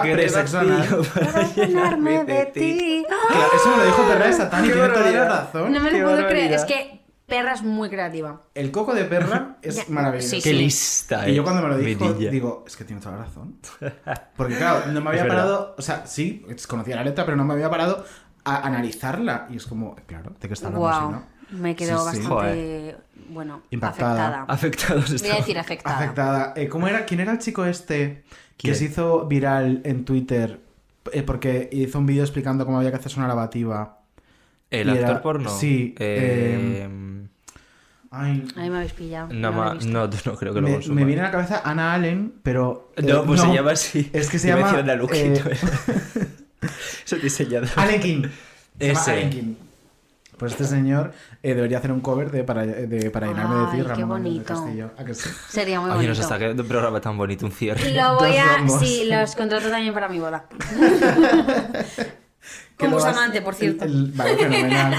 Speaker 1: Hoy Oh. me quedé
Speaker 2: presexo
Speaker 1: vacío
Speaker 2: (laughs) anal.
Speaker 4: Llenarme de ti.
Speaker 2: Claro, Eso me lo dijo Perra
Speaker 1: (laughs)
Speaker 2: de Satán y tiene toda la razón.
Speaker 4: No me lo
Speaker 2: Qué
Speaker 4: puedo creer,
Speaker 2: barbaridad.
Speaker 4: es que Perra es muy creativa.
Speaker 2: El coco de Perra es
Speaker 4: Ya,
Speaker 2: maravilloso.
Speaker 4: sí, Qué sí.
Speaker 1: lista,
Speaker 2: Y
Speaker 1: eh,
Speaker 2: yo cuando me lo dijo,
Speaker 1: Mirilla.
Speaker 2: digo, es que tiene toda la razón. Porque claro, no me había
Speaker 1: Es verdad.
Speaker 2: parado. O sea, sí, conocía la letra, pero no me había parado a analizarla. Y es como, claro, ¿de qué está hablando si
Speaker 4: Wow.
Speaker 2: no?
Speaker 4: Me quedó
Speaker 2: Sí, sí.
Speaker 4: bastante. Bueno,
Speaker 2: Impactada.
Speaker 4: afectada.
Speaker 1: Afectados
Speaker 4: Voy a decir afectada.
Speaker 2: Afectada. Eh, ¿Cómo era? ¿Quién era el chico este
Speaker 1: Ah. ¿Quién?
Speaker 2: que se hizo viral en Twitter eh, porque hizo un vídeo explicando cómo había que hacerse una lavativa?
Speaker 1: ¿El
Speaker 2: Y era-
Speaker 1: actor porno?
Speaker 2: Sí.
Speaker 1: Eh,
Speaker 2: eh, ay,
Speaker 4: Ahí me habéis pillado.
Speaker 1: no, ma- no, no creo que lo
Speaker 2: me,
Speaker 1: consuma.
Speaker 2: me viene a la cabeza Ana Allen, pero. eh,
Speaker 1: No, pues se llama así.
Speaker 2: Es que se
Speaker 1: Iba a
Speaker 2: llama.
Speaker 1: decir Ana Luque,
Speaker 2: eh,
Speaker 1: no (laughs) Es el diseñador.
Speaker 2: Allen King. Se llama
Speaker 1: Ese.
Speaker 2: Allen King. Pues este señor eh, debería hacer un cover de para, de para llenarme de
Speaker 4: Ay,
Speaker 2: ti,
Speaker 4: qué
Speaker 2: Ramón Manuel del
Speaker 4: bonito.
Speaker 2: Castillo. ¿A que sí?
Speaker 4: (laughs) Sería muy
Speaker 1: Oye, nos
Speaker 4: bonito.
Speaker 1: está quedando un programa tan bonito, un (laughs)
Speaker 4: (laughs)
Speaker 1: cierre.
Speaker 4: Lo voy
Speaker 2: Dos
Speaker 4: a.
Speaker 2: rombos. (laughs)
Speaker 4: (laughs) Sí, los contrato también para mi boda.
Speaker 2: que
Speaker 4: Con
Speaker 2: lo has-
Speaker 4: Bustamante, por cierto.
Speaker 2: el- el- vale,
Speaker 4: (laughs)
Speaker 2: fenomenal.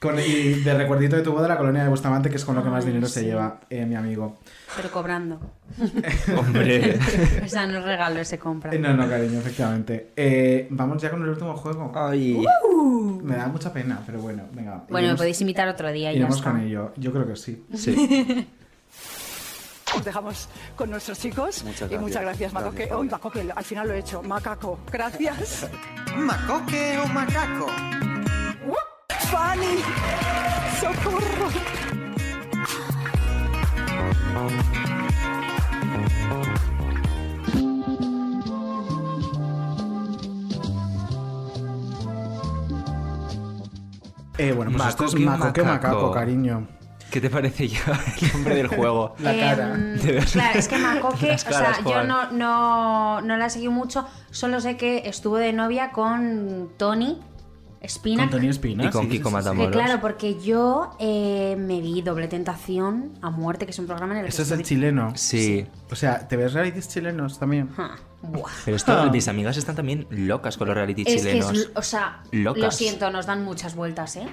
Speaker 2: Con- y de recuerdito de tu boda, la colonia de Bustamante, que es con lo que más dinero se lleva eh, mi amigo.
Speaker 4: Pero cobrando.
Speaker 2: (laughs) Hombre.
Speaker 4: (laughs)
Speaker 2: Eh,
Speaker 4: o sea, no es regalo, se compra.
Speaker 2: No, no, cariño, efectivamente. Eh, vamos ya con el último juego.
Speaker 4: Uh.
Speaker 2: Me da mucha pena, pero bueno, venga.
Speaker 4: Bueno, me
Speaker 2: iremos-
Speaker 4: podéis invitar otro día y ya
Speaker 2: Iremos
Speaker 4: está. (laughs)
Speaker 2: con ello. Yo creo que sí.
Speaker 20: Os dejamos con nuestros chicos.
Speaker 2: Muchas
Speaker 20: Y muchas gracias,
Speaker 2: gracias.
Speaker 20: Macoque.
Speaker 2: Gracias,
Speaker 20: Uy, Macoque, al final lo he hecho. Macaco, gracias.
Speaker 12: (laughs) ¿Macoque o macaco?
Speaker 20: Fanny, socorro.
Speaker 2: Eh, bueno, pues esto es Macoque Macaco, cariño.
Speaker 1: ¿Qué te parece ya el nombre del (laughs) juego?
Speaker 2: (laughs)
Speaker 4: Eh,
Speaker 1: De verdad.
Speaker 4: Claro, es
Speaker 1: (laughs)
Speaker 4: que Macoque, o
Speaker 1: Las caras,
Speaker 4: sea, yo
Speaker 1: Juan.
Speaker 4: no, no, no la seguí mucho, solo sé que estuvo de novia con Tony Espina.
Speaker 1: Y con Kiko
Speaker 4: Que
Speaker 1: Matamoros.
Speaker 4: claro, porque yo eh, me vi Doble Tentación a muerte, que es un programa en el que
Speaker 2: Eso es el
Speaker 4: estuve-
Speaker 2: chileno.
Speaker 1: Sí.
Speaker 2: O sea, ¿te ves realities chilenos también?
Speaker 4: (laughs)
Speaker 1: Pero esto,
Speaker 2: Ah.
Speaker 1: mis amigas están también locas con los reality
Speaker 4: Es que
Speaker 1: chilenos.
Speaker 4: es, o sea, lo
Speaker 1: Locas.
Speaker 4: siento, nos dan muchas vueltas, ¿eh?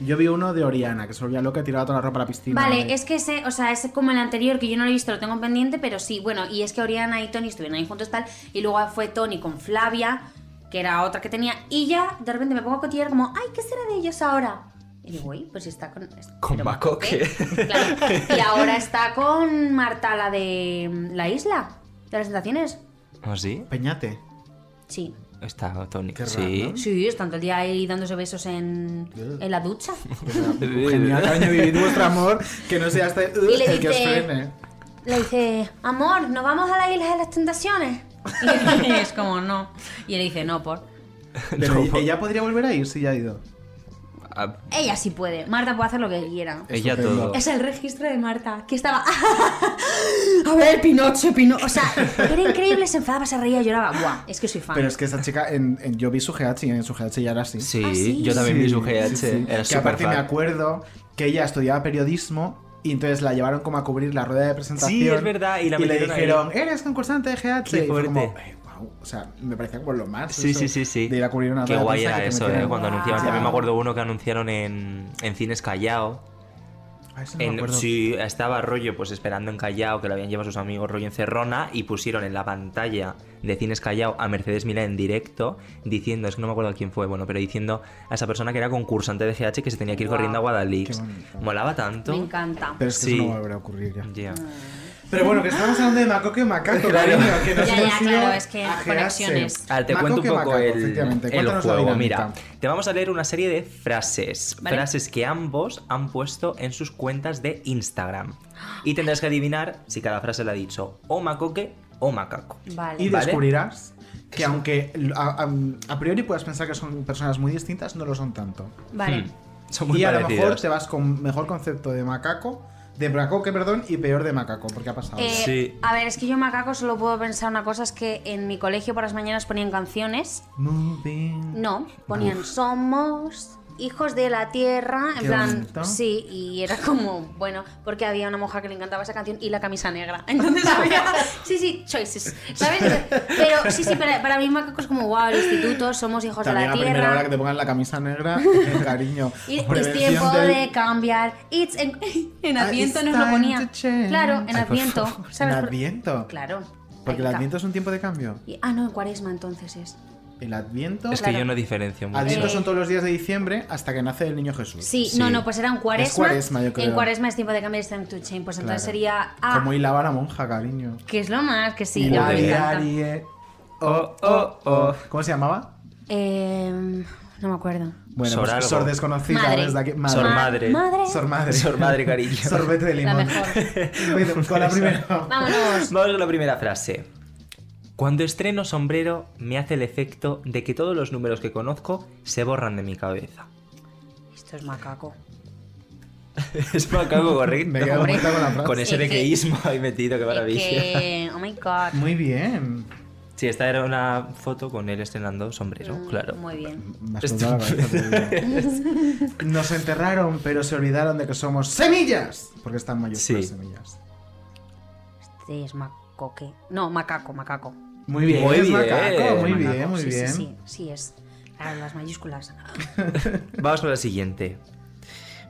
Speaker 2: Yo vi uno de Oriana, que se volvía loca y tiraba toda la ropa a la piscina.
Speaker 4: Vale, es que ese, o sea, ese como el anterior que yo no lo he visto, lo tengo pendiente, pero sí, bueno, y es que Oriana y Tony estuvieron ahí juntos tal, y luego fue Tony con Flavia, que era otra que tenía, y ya de repente me pongo a cotillar como, ay, ¿qué será de ellos ahora? Y digo, uy, pues está con...
Speaker 1: Con Macoque. (laughs)
Speaker 4: Y ahora está con Marta, la de mm, la isla, de las tentaciones.
Speaker 1: ¿Ah, sí?
Speaker 2: Peñate.
Speaker 4: Sí.
Speaker 1: Está Tony. Sí.
Speaker 4: Sí, están todo el día ahí dándose besos en, en la (laughs) ducha.
Speaker 2: Genial, cariño, vivid vuestro amor, que no sea este...
Speaker 4: (laughs) Y le
Speaker 2: el que os
Speaker 4: dice-
Speaker 2: frene.
Speaker 4: Le dice, amor, ¿nos vamos a la isla de las tentaciones? (laughs) Y es como, no. Y él dice, no, por.
Speaker 2: Pero ella podría volver a ir si ya ha ido.
Speaker 4: Ella sí puede. Marta puede hacer lo que quiera.
Speaker 1: Ah, Ella todo.
Speaker 4: Es el registro de Marta, que (laughs) estaba. A ver, Pinocho, Pinocho. O sea, era increíble, se enfadaba, se reía, lloraba. Guau, es que soy fan.
Speaker 2: Pero es que esa chica, en, en- yo vi su GH y en su GH ya era así.
Speaker 1: Sí, ¿Ah, sí? yo también vi su GH, era
Speaker 2: que aparte
Speaker 1: superfan.
Speaker 2: me acuerdo que ella estudiaba periodismo y entonces la llevaron como a cubrir la rueda de presentación.
Speaker 1: Sí, es verdad, y la
Speaker 2: le
Speaker 1: metieron ahí.
Speaker 2: dijeron, eres concursante de GH.
Speaker 1: Qué
Speaker 2: y fue como,
Speaker 1: fuerte.
Speaker 2: "Eh, guau", O sea, me parecía por lo más.
Speaker 1: Sí,
Speaker 2: eso,
Speaker 1: sí, sí, sí.
Speaker 2: De ir a cubrir una
Speaker 1: Qué
Speaker 2: rueda
Speaker 1: guay
Speaker 2: de
Speaker 1: era
Speaker 2: prensa que te
Speaker 1: eso,
Speaker 2: metieran.
Speaker 1: ¿eh? Cuando anunciaban. También me
Speaker 2: Claro.
Speaker 1: acuerdo uno que anunciaron en, en Cines Callao.
Speaker 2: Ah, eso no me
Speaker 1: En-
Speaker 2: acuerdo.
Speaker 1: sí, estaba rollo, pues esperando en Callao, que lo habían llevado sus amigos rollo en Cerrona, y pusieron en la pantalla de Cines Callao a Mercedes Milá en directo, diciendo, es que no me acuerdo quién fue, bueno, pero diciendo a esa persona que era concursante de GH que se tenía que ir
Speaker 4: Guau.
Speaker 1: corriendo a Guadalix.
Speaker 4: Qué
Speaker 1: Molaba tanto.
Speaker 4: Me encanta.
Speaker 2: Pero es que
Speaker 1: Sí.
Speaker 2: eso no volverá a ocurrir
Speaker 1: Ya.
Speaker 2: ya. Pero bueno, que estamos hablando de
Speaker 1: (laughs)
Speaker 2: Macoque Macaco, cariño. Que nos
Speaker 4: Ya,
Speaker 2: hemos
Speaker 4: ya,
Speaker 2: ido
Speaker 4: claro, es que
Speaker 2: a GH.
Speaker 4: conexiones.
Speaker 1: Ah, te
Speaker 2: Macoque
Speaker 1: cuento un poco
Speaker 2: Macaco,
Speaker 1: el,
Speaker 2: efectivamente.
Speaker 1: el
Speaker 2: Cuéntanos la
Speaker 1: juego.
Speaker 2: dinámica.
Speaker 1: Mira, te vamos a leer una serie de frases.
Speaker 4: Vale.
Speaker 1: Frases que ambos han puesto en sus cuentas de Instagram. Y tendrás que adivinar si cada frase la ha dicho o macoque o macaco.
Speaker 2: (laughs)
Speaker 4: Vale.
Speaker 2: Y
Speaker 1: ¿Vale?
Speaker 2: descubrirás que aunque a, a- a priori puedas pensar que son personas muy distintas, no lo son tanto.
Speaker 4: Vale.
Speaker 1: Hmm. Son muy
Speaker 2: y a lo
Speaker 1: parecidas.
Speaker 2: mejor te vas con mejor concepto de macaco, de macoque, perdón, y peor de macaco, porque ha pasado.
Speaker 4: Eh, A ver, es que yo macaco solo puedo pensar una cosa, es que en mi colegio por las mañanas ponían canciones.
Speaker 2: Moving.
Speaker 4: No, ponían
Speaker 2: Uf.
Speaker 4: somos hijos de la tierra, en
Speaker 2: Qué
Speaker 4: plan,
Speaker 2: bonito.
Speaker 4: sí, y era (laughs) como, bueno, porque había una monja que le encantaba esa canción y la camisa negra. (laughs) Entonces había, sí, sí, choices, ¿sabes? Pero sí, sí, para, para mí Macaco es como, wow, el instituto, somos hijos
Speaker 2: También
Speaker 4: de
Speaker 2: a
Speaker 4: la
Speaker 2: primera hora
Speaker 4: tierra.
Speaker 2: que te pongan la camisa
Speaker 4: (laughs)
Speaker 2: negra, eh, cariño. (laughs)
Speaker 4: Y es
Speaker 2: Prevención
Speaker 4: tiempo
Speaker 2: del-
Speaker 4: de cambiar. It's en, (laughs) en Adviento nos lo
Speaker 2: time
Speaker 4: ponía.
Speaker 2: to change.
Speaker 4: Claro, en
Speaker 2: Ay, por
Speaker 4: (laughs) Adviento.
Speaker 2: favor,
Speaker 4: ¿sabes?
Speaker 2: En
Speaker 4: Por-
Speaker 2: Adviento.
Speaker 4: Claro.
Speaker 2: Porque el Adviento es un tiempo de cambio.
Speaker 4: Y- Ah, no, en Cuaresma entonces es.
Speaker 2: El Adviento.
Speaker 1: Es que yo no diferencio mucho.
Speaker 2: Adviento
Speaker 4: Eh.
Speaker 2: son todos los días de diciembre hasta que nace el niño Jesús.
Speaker 4: Sí, no, no, pues era en cuaresma.
Speaker 2: Es cuaresma, yo creo.
Speaker 4: En cuaresma es tiempo de cambiar time to change. Pues
Speaker 2: Claro.
Speaker 4: entonces sería. Ah,
Speaker 2: Como hilaba la monja, cariño.
Speaker 4: que es lo más, que sí, yo me
Speaker 2: Hilari,
Speaker 4: encanta.
Speaker 2: Arie. Oh, oh, oh. ¿Cómo se llamaba?
Speaker 4: Em, no me acuerdo.
Speaker 2: Bueno,
Speaker 1: Sor
Speaker 2: pues,
Speaker 1: algo.
Speaker 2: Sor desconocida
Speaker 4: Madre.
Speaker 2: desde aquí.
Speaker 1: Sor madre.
Speaker 4: Madre.
Speaker 2: Sor
Speaker 1: (laughs)
Speaker 2: madre.
Speaker 1: Sor madre, cariño.
Speaker 2: (laughs) Sorbete de
Speaker 4: La
Speaker 2: limón.
Speaker 4: mejor.
Speaker 2: Bueno, Con la primera.
Speaker 4: Vámonos.
Speaker 1: Vamos con la primera frase. Cuando estreno sombrero me hace el efecto de que todos los números que conozco se borran de mi cabeza. (laughs)
Speaker 4: Esto es macaco.
Speaker 1: Es macaco, correcto.
Speaker 2: (laughs) Me he quedado muerta con la frase.
Speaker 1: Con ese
Speaker 4: Es que-
Speaker 1: dequeísmo ahí metido, qué maravilla.
Speaker 4: Que. Oh my god.
Speaker 2: Muy bien.
Speaker 1: Sí, esta era una foto con él estrenando sombrero, claro.
Speaker 4: Mm,
Speaker 2: (laughs)
Speaker 4: Muy bien.
Speaker 2: Me ha explotado la cabeza, te digo. Nos enterraron, pero se olvidaron de que somos semillas. Porque están mayúsculas
Speaker 1: Sí.
Speaker 2: semillas.
Speaker 4: Este es macoque. No, macaco, macaco.
Speaker 2: Muy bien,
Speaker 1: Muy
Speaker 2: es
Speaker 1: bien.
Speaker 2: macaco, muy
Speaker 1: Macaco,
Speaker 2: bien, muy
Speaker 4: sí,
Speaker 2: bien.
Speaker 4: Sí, sí, sí es. Claro, las mayúsculas.
Speaker 1: (laughs) Vamos con la siguiente.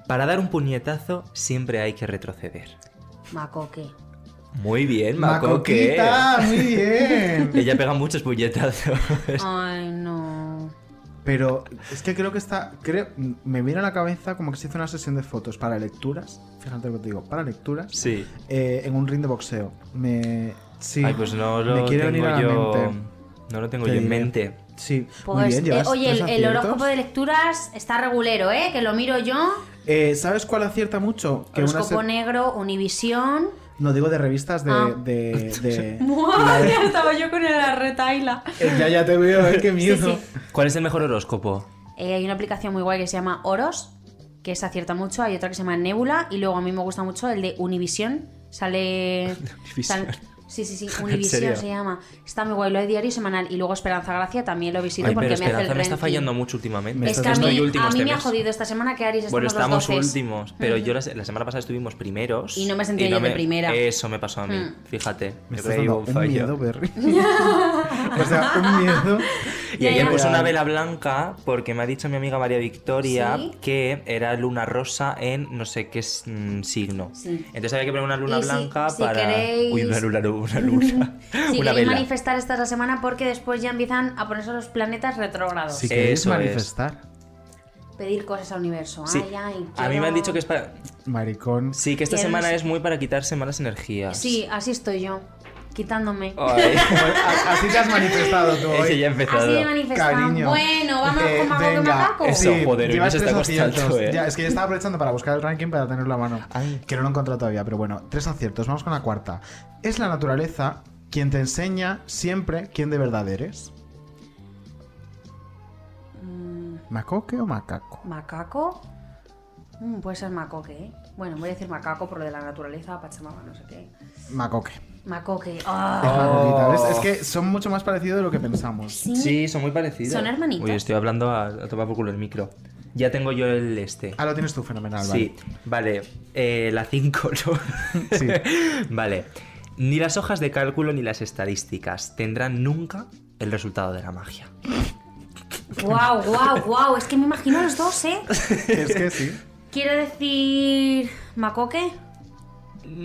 Speaker 1: Para dar un puñetazo siempre hay que retroceder.
Speaker 4: Macoque.
Speaker 1: Muy bien, Macoque.
Speaker 2: Macoquita, muy bien.
Speaker 1: Ella pega muchos puñetazos.
Speaker 4: Ay, no.
Speaker 2: Pero es que creo que está. Creo, me viene a la cabeza como que se hizo una sesión de fotos para lecturas. Fíjate lo que te digo, para lecturas.
Speaker 1: Sí.
Speaker 2: eh, en un ring de boxeo. Me. Sí.
Speaker 1: Ay, pues no
Speaker 2: me
Speaker 1: lo
Speaker 2: quiere venir
Speaker 1: tengo
Speaker 2: a la
Speaker 1: yo.
Speaker 2: mente.
Speaker 1: No lo tengo
Speaker 2: Te
Speaker 1: yo en
Speaker 2: diré.
Speaker 1: mente.
Speaker 2: Sí.
Speaker 4: Pues, eh,
Speaker 2: llevas
Speaker 4: oye,
Speaker 2: tres
Speaker 4: el, el
Speaker 2: aciertos.
Speaker 4: horóscopo de lecturas está regulero, ¿eh? Que lo miro yo.
Speaker 2: Eh, ¿Sabes cuál acierta mucho? Que una se-
Speaker 4: Horóscopo
Speaker 1: (laughs)
Speaker 4: negro, Univisión.
Speaker 2: No digo de revistas de.
Speaker 4: Ah.
Speaker 2: de,
Speaker 4: (laughs)
Speaker 2: de- (laughs)
Speaker 4: ¡Buah! Ya estaba yo con el retaila.
Speaker 2: (laughs) Eh, ya, ya te veo, es que miedo.
Speaker 1: ¿Cuál es el mejor horóscopo?
Speaker 4: Eh, hay una aplicación muy guay que se llama Oros, que se acierta mucho. Hay otra que se llama Nebula. Y luego a mí me gusta mucho el de Univision. Sale.
Speaker 1: (laughs) Univision.
Speaker 4: sal- sí,
Speaker 1: (laughs)
Speaker 4: sí, sí.
Speaker 1: serio?
Speaker 4: Univision se llama. Está muy guay. Lo de diario y semanal. Y luego Esperanza Gracia también lo visito
Speaker 1: Ay,
Speaker 4: porque
Speaker 1: pero
Speaker 4: me hace el
Speaker 1: Esperanza me está
Speaker 4: ranking.
Speaker 1: fallando mucho últimamente.
Speaker 4: Es que a mí, a mí me ha jodido esta semana que Aries
Speaker 1: Bueno,
Speaker 4: estamos
Speaker 1: estamos
Speaker 4: los doces. Mm.
Speaker 1: últimos, pero yo la, se- la semana pasada estuvimos primeros.
Speaker 4: Y no me sentí yo de primera.
Speaker 1: Eso me pasó a mí,
Speaker 4: Mm.
Speaker 1: fíjate.
Speaker 2: Me
Speaker 1: yo
Speaker 2: estás
Speaker 1: creo que
Speaker 2: dando
Speaker 1: hubo
Speaker 2: un
Speaker 1: fallo.
Speaker 2: miedo, Berry. (laughs) o sea, un miedo.
Speaker 1: Y ayer puse una vela blanca porque me ha dicho mi amiga María Victoria
Speaker 4: ¿Sí?
Speaker 1: que era luna rosa en no sé qué s- mm, signo.
Speaker 4: Sí.
Speaker 1: Entonces había que poner una luna
Speaker 4: Y si-
Speaker 1: blanca
Speaker 4: si
Speaker 1: para.
Speaker 4: queréis-
Speaker 1: Uy, una luna, lu- una luna.
Speaker 4: Si
Speaker 1: una
Speaker 4: queréis
Speaker 1: vela.
Speaker 4: manifestar esta es la semana porque después ya empiezan a ponerse los planetas retrógrados.
Speaker 1: Sí.
Speaker 2: Si queréis
Speaker 1: Eso es.
Speaker 2: manifestar,
Speaker 4: Pedir cosas al universo.
Speaker 1: Sí.
Speaker 4: (laughs) Ay, ay,
Speaker 1: A mí
Speaker 4: quiero-
Speaker 1: me han dicho que es para.
Speaker 2: maricón.
Speaker 1: Sí, que esta
Speaker 4: Quiero-
Speaker 1: semana es muy para quitarse malas energías.
Speaker 4: Sí, así estoy yo.
Speaker 1: (laughs)
Speaker 4: Quitándome.
Speaker 2: (laughs)
Speaker 1: Ay.
Speaker 2: Pues, Así te has manifestado tú.
Speaker 1: (laughs) Ese
Speaker 2: hoy.
Speaker 1: ya ha empezado.
Speaker 4: Así de manifestado.
Speaker 2: Cariño.
Speaker 4: Bueno, vamos
Speaker 2: Eh,
Speaker 4: con Mago que
Speaker 2: venga,
Speaker 4: Macaco.
Speaker 1: Eso, joder, hoy
Speaker 2: llevas
Speaker 1: nos está
Speaker 2: tres
Speaker 1: costando,
Speaker 2: aciertos.
Speaker 1: eh.
Speaker 2: Ya, es que yo estaba aprovechando para buscar el ranking para tenerlo a mano. Que no lo he encontrado todavía, pero bueno, tres aciertos. Vamos con la cuarta. Es la naturaleza quien te enseña siempre quién de verdad eres.
Speaker 4: Mm,
Speaker 2: ¿Macoque o macaco?
Speaker 4: Macaco. Mm, puede ser macoque, ¿eh? Bueno, voy a decir macaco por lo de la naturaleza, Pachamama, no sé qué.
Speaker 2: Macoque.
Speaker 4: Macoque.
Speaker 2: Es
Speaker 4: ah.
Speaker 2: macoquita, ¿ves? Es que son mucho más parecidos de lo que pensamos.
Speaker 1: Oh. Sí, son muy parecidos.
Speaker 4: Son hermanitos.
Speaker 1: Uy, estoy hablando a, a tomar por culo el micro. Ya tengo yo el este.
Speaker 2: Ah, lo tienes tú, fenomenal,
Speaker 1: sí, vale. Eh, la 5, ¿no?
Speaker 2: (laughs) Sí.
Speaker 1: (laughs) vale. Ni las hojas de cálculo ni las estadísticas tendrán nunca el resultado de la magia.
Speaker 4: Guau, guau, guau. Es que me imagino los dos, ¿eh?
Speaker 2: vale. (laughs) Es que sí.
Speaker 4: Quiero decir. Macoque.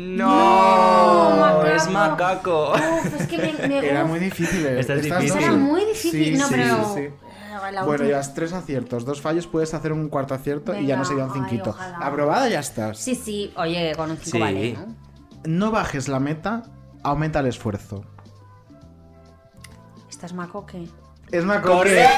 Speaker 1: ¡No!
Speaker 4: macaco.
Speaker 1: ¡Es macaco!
Speaker 4: Uf, es que me. me-
Speaker 2: Era
Speaker 4: uf,
Speaker 2: muy difícil. eh.
Speaker 1: Esta es
Speaker 2: Estas
Speaker 1: difícil.
Speaker 2: dos-
Speaker 1: Era
Speaker 4: muy difícil.
Speaker 2: Sí,
Speaker 4: No,
Speaker 2: sí,
Speaker 4: pero-
Speaker 2: sí, sí.
Speaker 4: eh, la
Speaker 2: Bueno,
Speaker 4: última.
Speaker 2: llevas tres aciertos, dos fallos, puedes hacer un cuarto acierto y ya no
Speaker 4: Venga,
Speaker 2: sería un
Speaker 4: ay,
Speaker 2: cinquito.
Speaker 4: ojalá.
Speaker 2: Aprobada ya estás.
Speaker 4: Sí, sí. Oye, con un 5
Speaker 1: Sí.
Speaker 4: vale, ¿no?
Speaker 2: No bajes la meta, aumenta el esfuerzo.
Speaker 4: Esta es macoque.
Speaker 2: Es una cosa que- En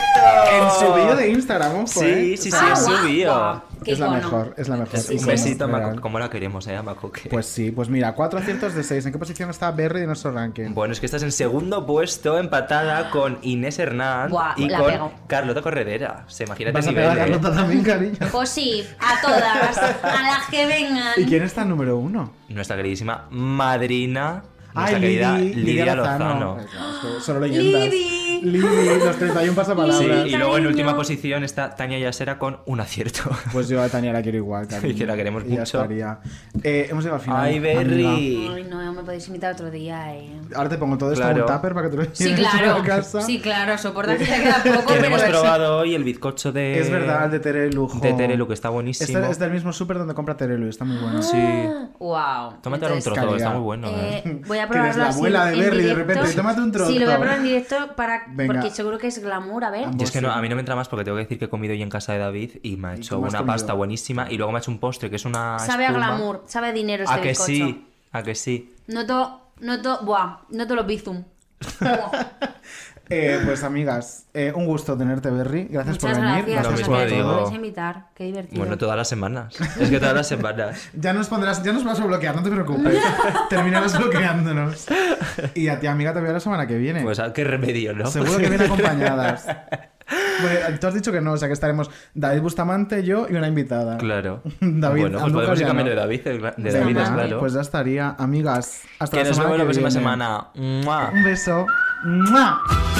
Speaker 2: su vídeo de Instagram, ojo,
Speaker 1: Sí,
Speaker 2: ¿eh?
Speaker 1: sí, sí,
Speaker 2: O sea,
Speaker 1: es su bio.
Speaker 4: Qué
Speaker 2: Es la
Speaker 4: icono.
Speaker 2: mejor, es la mejor.
Speaker 1: Es Un
Speaker 2: Sí,
Speaker 1: besito a
Speaker 2: real.
Speaker 1: Macaco. ¿Cómo la queremos, eh, a Macoque?
Speaker 2: Pues sí, pues mira, cuatro aciertos de seis. ¿En qué posición está Berry de nuestro ranking?
Speaker 1: Bueno, es que estás en segundo puesto, empatada con Inés Hernán
Speaker 4: Buah,
Speaker 1: y
Speaker 4: la
Speaker 1: con
Speaker 4: pego.
Speaker 1: Carlota Corredera. Se imagínate
Speaker 2: Vas a
Speaker 1: el nivel.
Speaker 2: pegar a
Speaker 1: ¿eh?
Speaker 2: Carlota también, cariño.
Speaker 4: Pues sí, a todas. A las que vengan.
Speaker 2: ¿Y quién está en número uno?
Speaker 1: Nuestra queridísima madrina, nuestra
Speaker 2: Ay,
Speaker 1: querida
Speaker 2: Lidi-
Speaker 1: Lidia
Speaker 2: Lidia
Speaker 1: Lozano.
Speaker 2: Lozano. Solo leyendas.
Speaker 4: Lidi.
Speaker 2: Lidi, los 31
Speaker 1: Sí,
Speaker 2: pasapalabras.
Speaker 1: y luego en
Speaker 4: Cariño.
Speaker 1: última posición está Tania Yasera con un acierto.
Speaker 2: Pues yo a Tania la quiero igual,
Speaker 1: (laughs) Que
Speaker 2: cariño.
Speaker 1: la queremos
Speaker 2: Y ya
Speaker 1: mucho.
Speaker 2: estaría. Eh, hemos llegado al final.
Speaker 1: Ay, Berry.
Speaker 2: amiga.
Speaker 4: Ay, no, me podéis invitar otro día, eh.
Speaker 2: Ahora te pongo todo esto en
Speaker 1: Claro.
Speaker 2: un tupper para que te lo
Speaker 4: Sí,
Speaker 2: lleves a la
Speaker 4: claro.
Speaker 2: casa.
Speaker 4: Sí, claro, soporta que ya (laughs) queda poco,
Speaker 1: Que no hemos
Speaker 4: pero.
Speaker 1: probado hoy el bizcocho de...
Speaker 2: Es verdad, el de Terelu. jo.
Speaker 1: de Terelu, que está buenísimo.
Speaker 2: Este es del mismo súper donde compra Terelu, está muy bueno.
Speaker 1: Sí.
Speaker 4: Wow.
Speaker 1: Tómate ahora un trozo,
Speaker 2: calidad.
Speaker 1: está muy bueno. ¿eh?
Speaker 4: Eh, voy a
Speaker 2: Que eres
Speaker 4: probarlo
Speaker 2: la
Speaker 4: así
Speaker 2: abuela de
Speaker 4: en
Speaker 2: Berry, de
Speaker 4: directo.
Speaker 2: repente, tómate un
Speaker 4: Sí, lo voy
Speaker 2: trozo.
Speaker 4: a probar en directo para
Speaker 2: Venga. Ah,
Speaker 4: porque seguro que es glamour, a ver.
Speaker 1: Yo es que no,
Speaker 2: sí.
Speaker 1: a mí no me entra más porque tengo que decir que he comido hoy en casa de David y me ha hecho
Speaker 2: cómo
Speaker 1: una
Speaker 2: has comido?
Speaker 1: pasta buenísima y luego me ha hecho un postre que es una
Speaker 4: Sabe a
Speaker 1: espuma.
Speaker 4: glamour, sabe a dinero este
Speaker 1: ¿A que
Speaker 4: bizcocho.
Speaker 1: sí? ¿A que sí?
Speaker 4: Noto, noto, buah, noto los bizum.
Speaker 2: (laughs) Eh, pues amigas, eh, un gusto tenerte, Berry. Gracias
Speaker 4: Muchas
Speaker 2: por venir.
Speaker 4: gracias,
Speaker 1: Lo
Speaker 4: muchas
Speaker 1: mismo
Speaker 4: gracias
Speaker 1: digo.
Speaker 4: por volverse a invitar. Qué divertido.
Speaker 1: Bueno, todas las semanas. Es que todas las
Speaker 2: (laughs)
Speaker 1: semanas.
Speaker 2: Ya nos pondrás, ya nos vas a bloquear, no te preocupes. Terminarás bloqueándonos. Y a ti, amiga, te veo la semana que viene.
Speaker 1: Pues ah, qué remedio, ¿no?
Speaker 2: Seguro
Speaker 1: (laughs)
Speaker 2: que vienen acompañadas. Bueno, tú has dicho que no, o sea que estaremos David Bustamante, yo y una invitada.
Speaker 1: Claro.
Speaker 2: (laughs) David,
Speaker 1: bueno, pues
Speaker 2: Andújar
Speaker 1: podemos ir
Speaker 2: ya
Speaker 1: cambiando de
Speaker 2: no.
Speaker 1: David, de David,
Speaker 2: Ya
Speaker 1: es
Speaker 2: está,
Speaker 1: claro.
Speaker 2: Pues ya estaría, amigas. Hasta
Speaker 1: que
Speaker 2: la
Speaker 1: nos
Speaker 2: semana
Speaker 1: vemos la
Speaker 2: que
Speaker 1: próxima semana.
Speaker 2: viene.
Speaker 1: ¡Mua!
Speaker 2: Un beso. ¡Mua!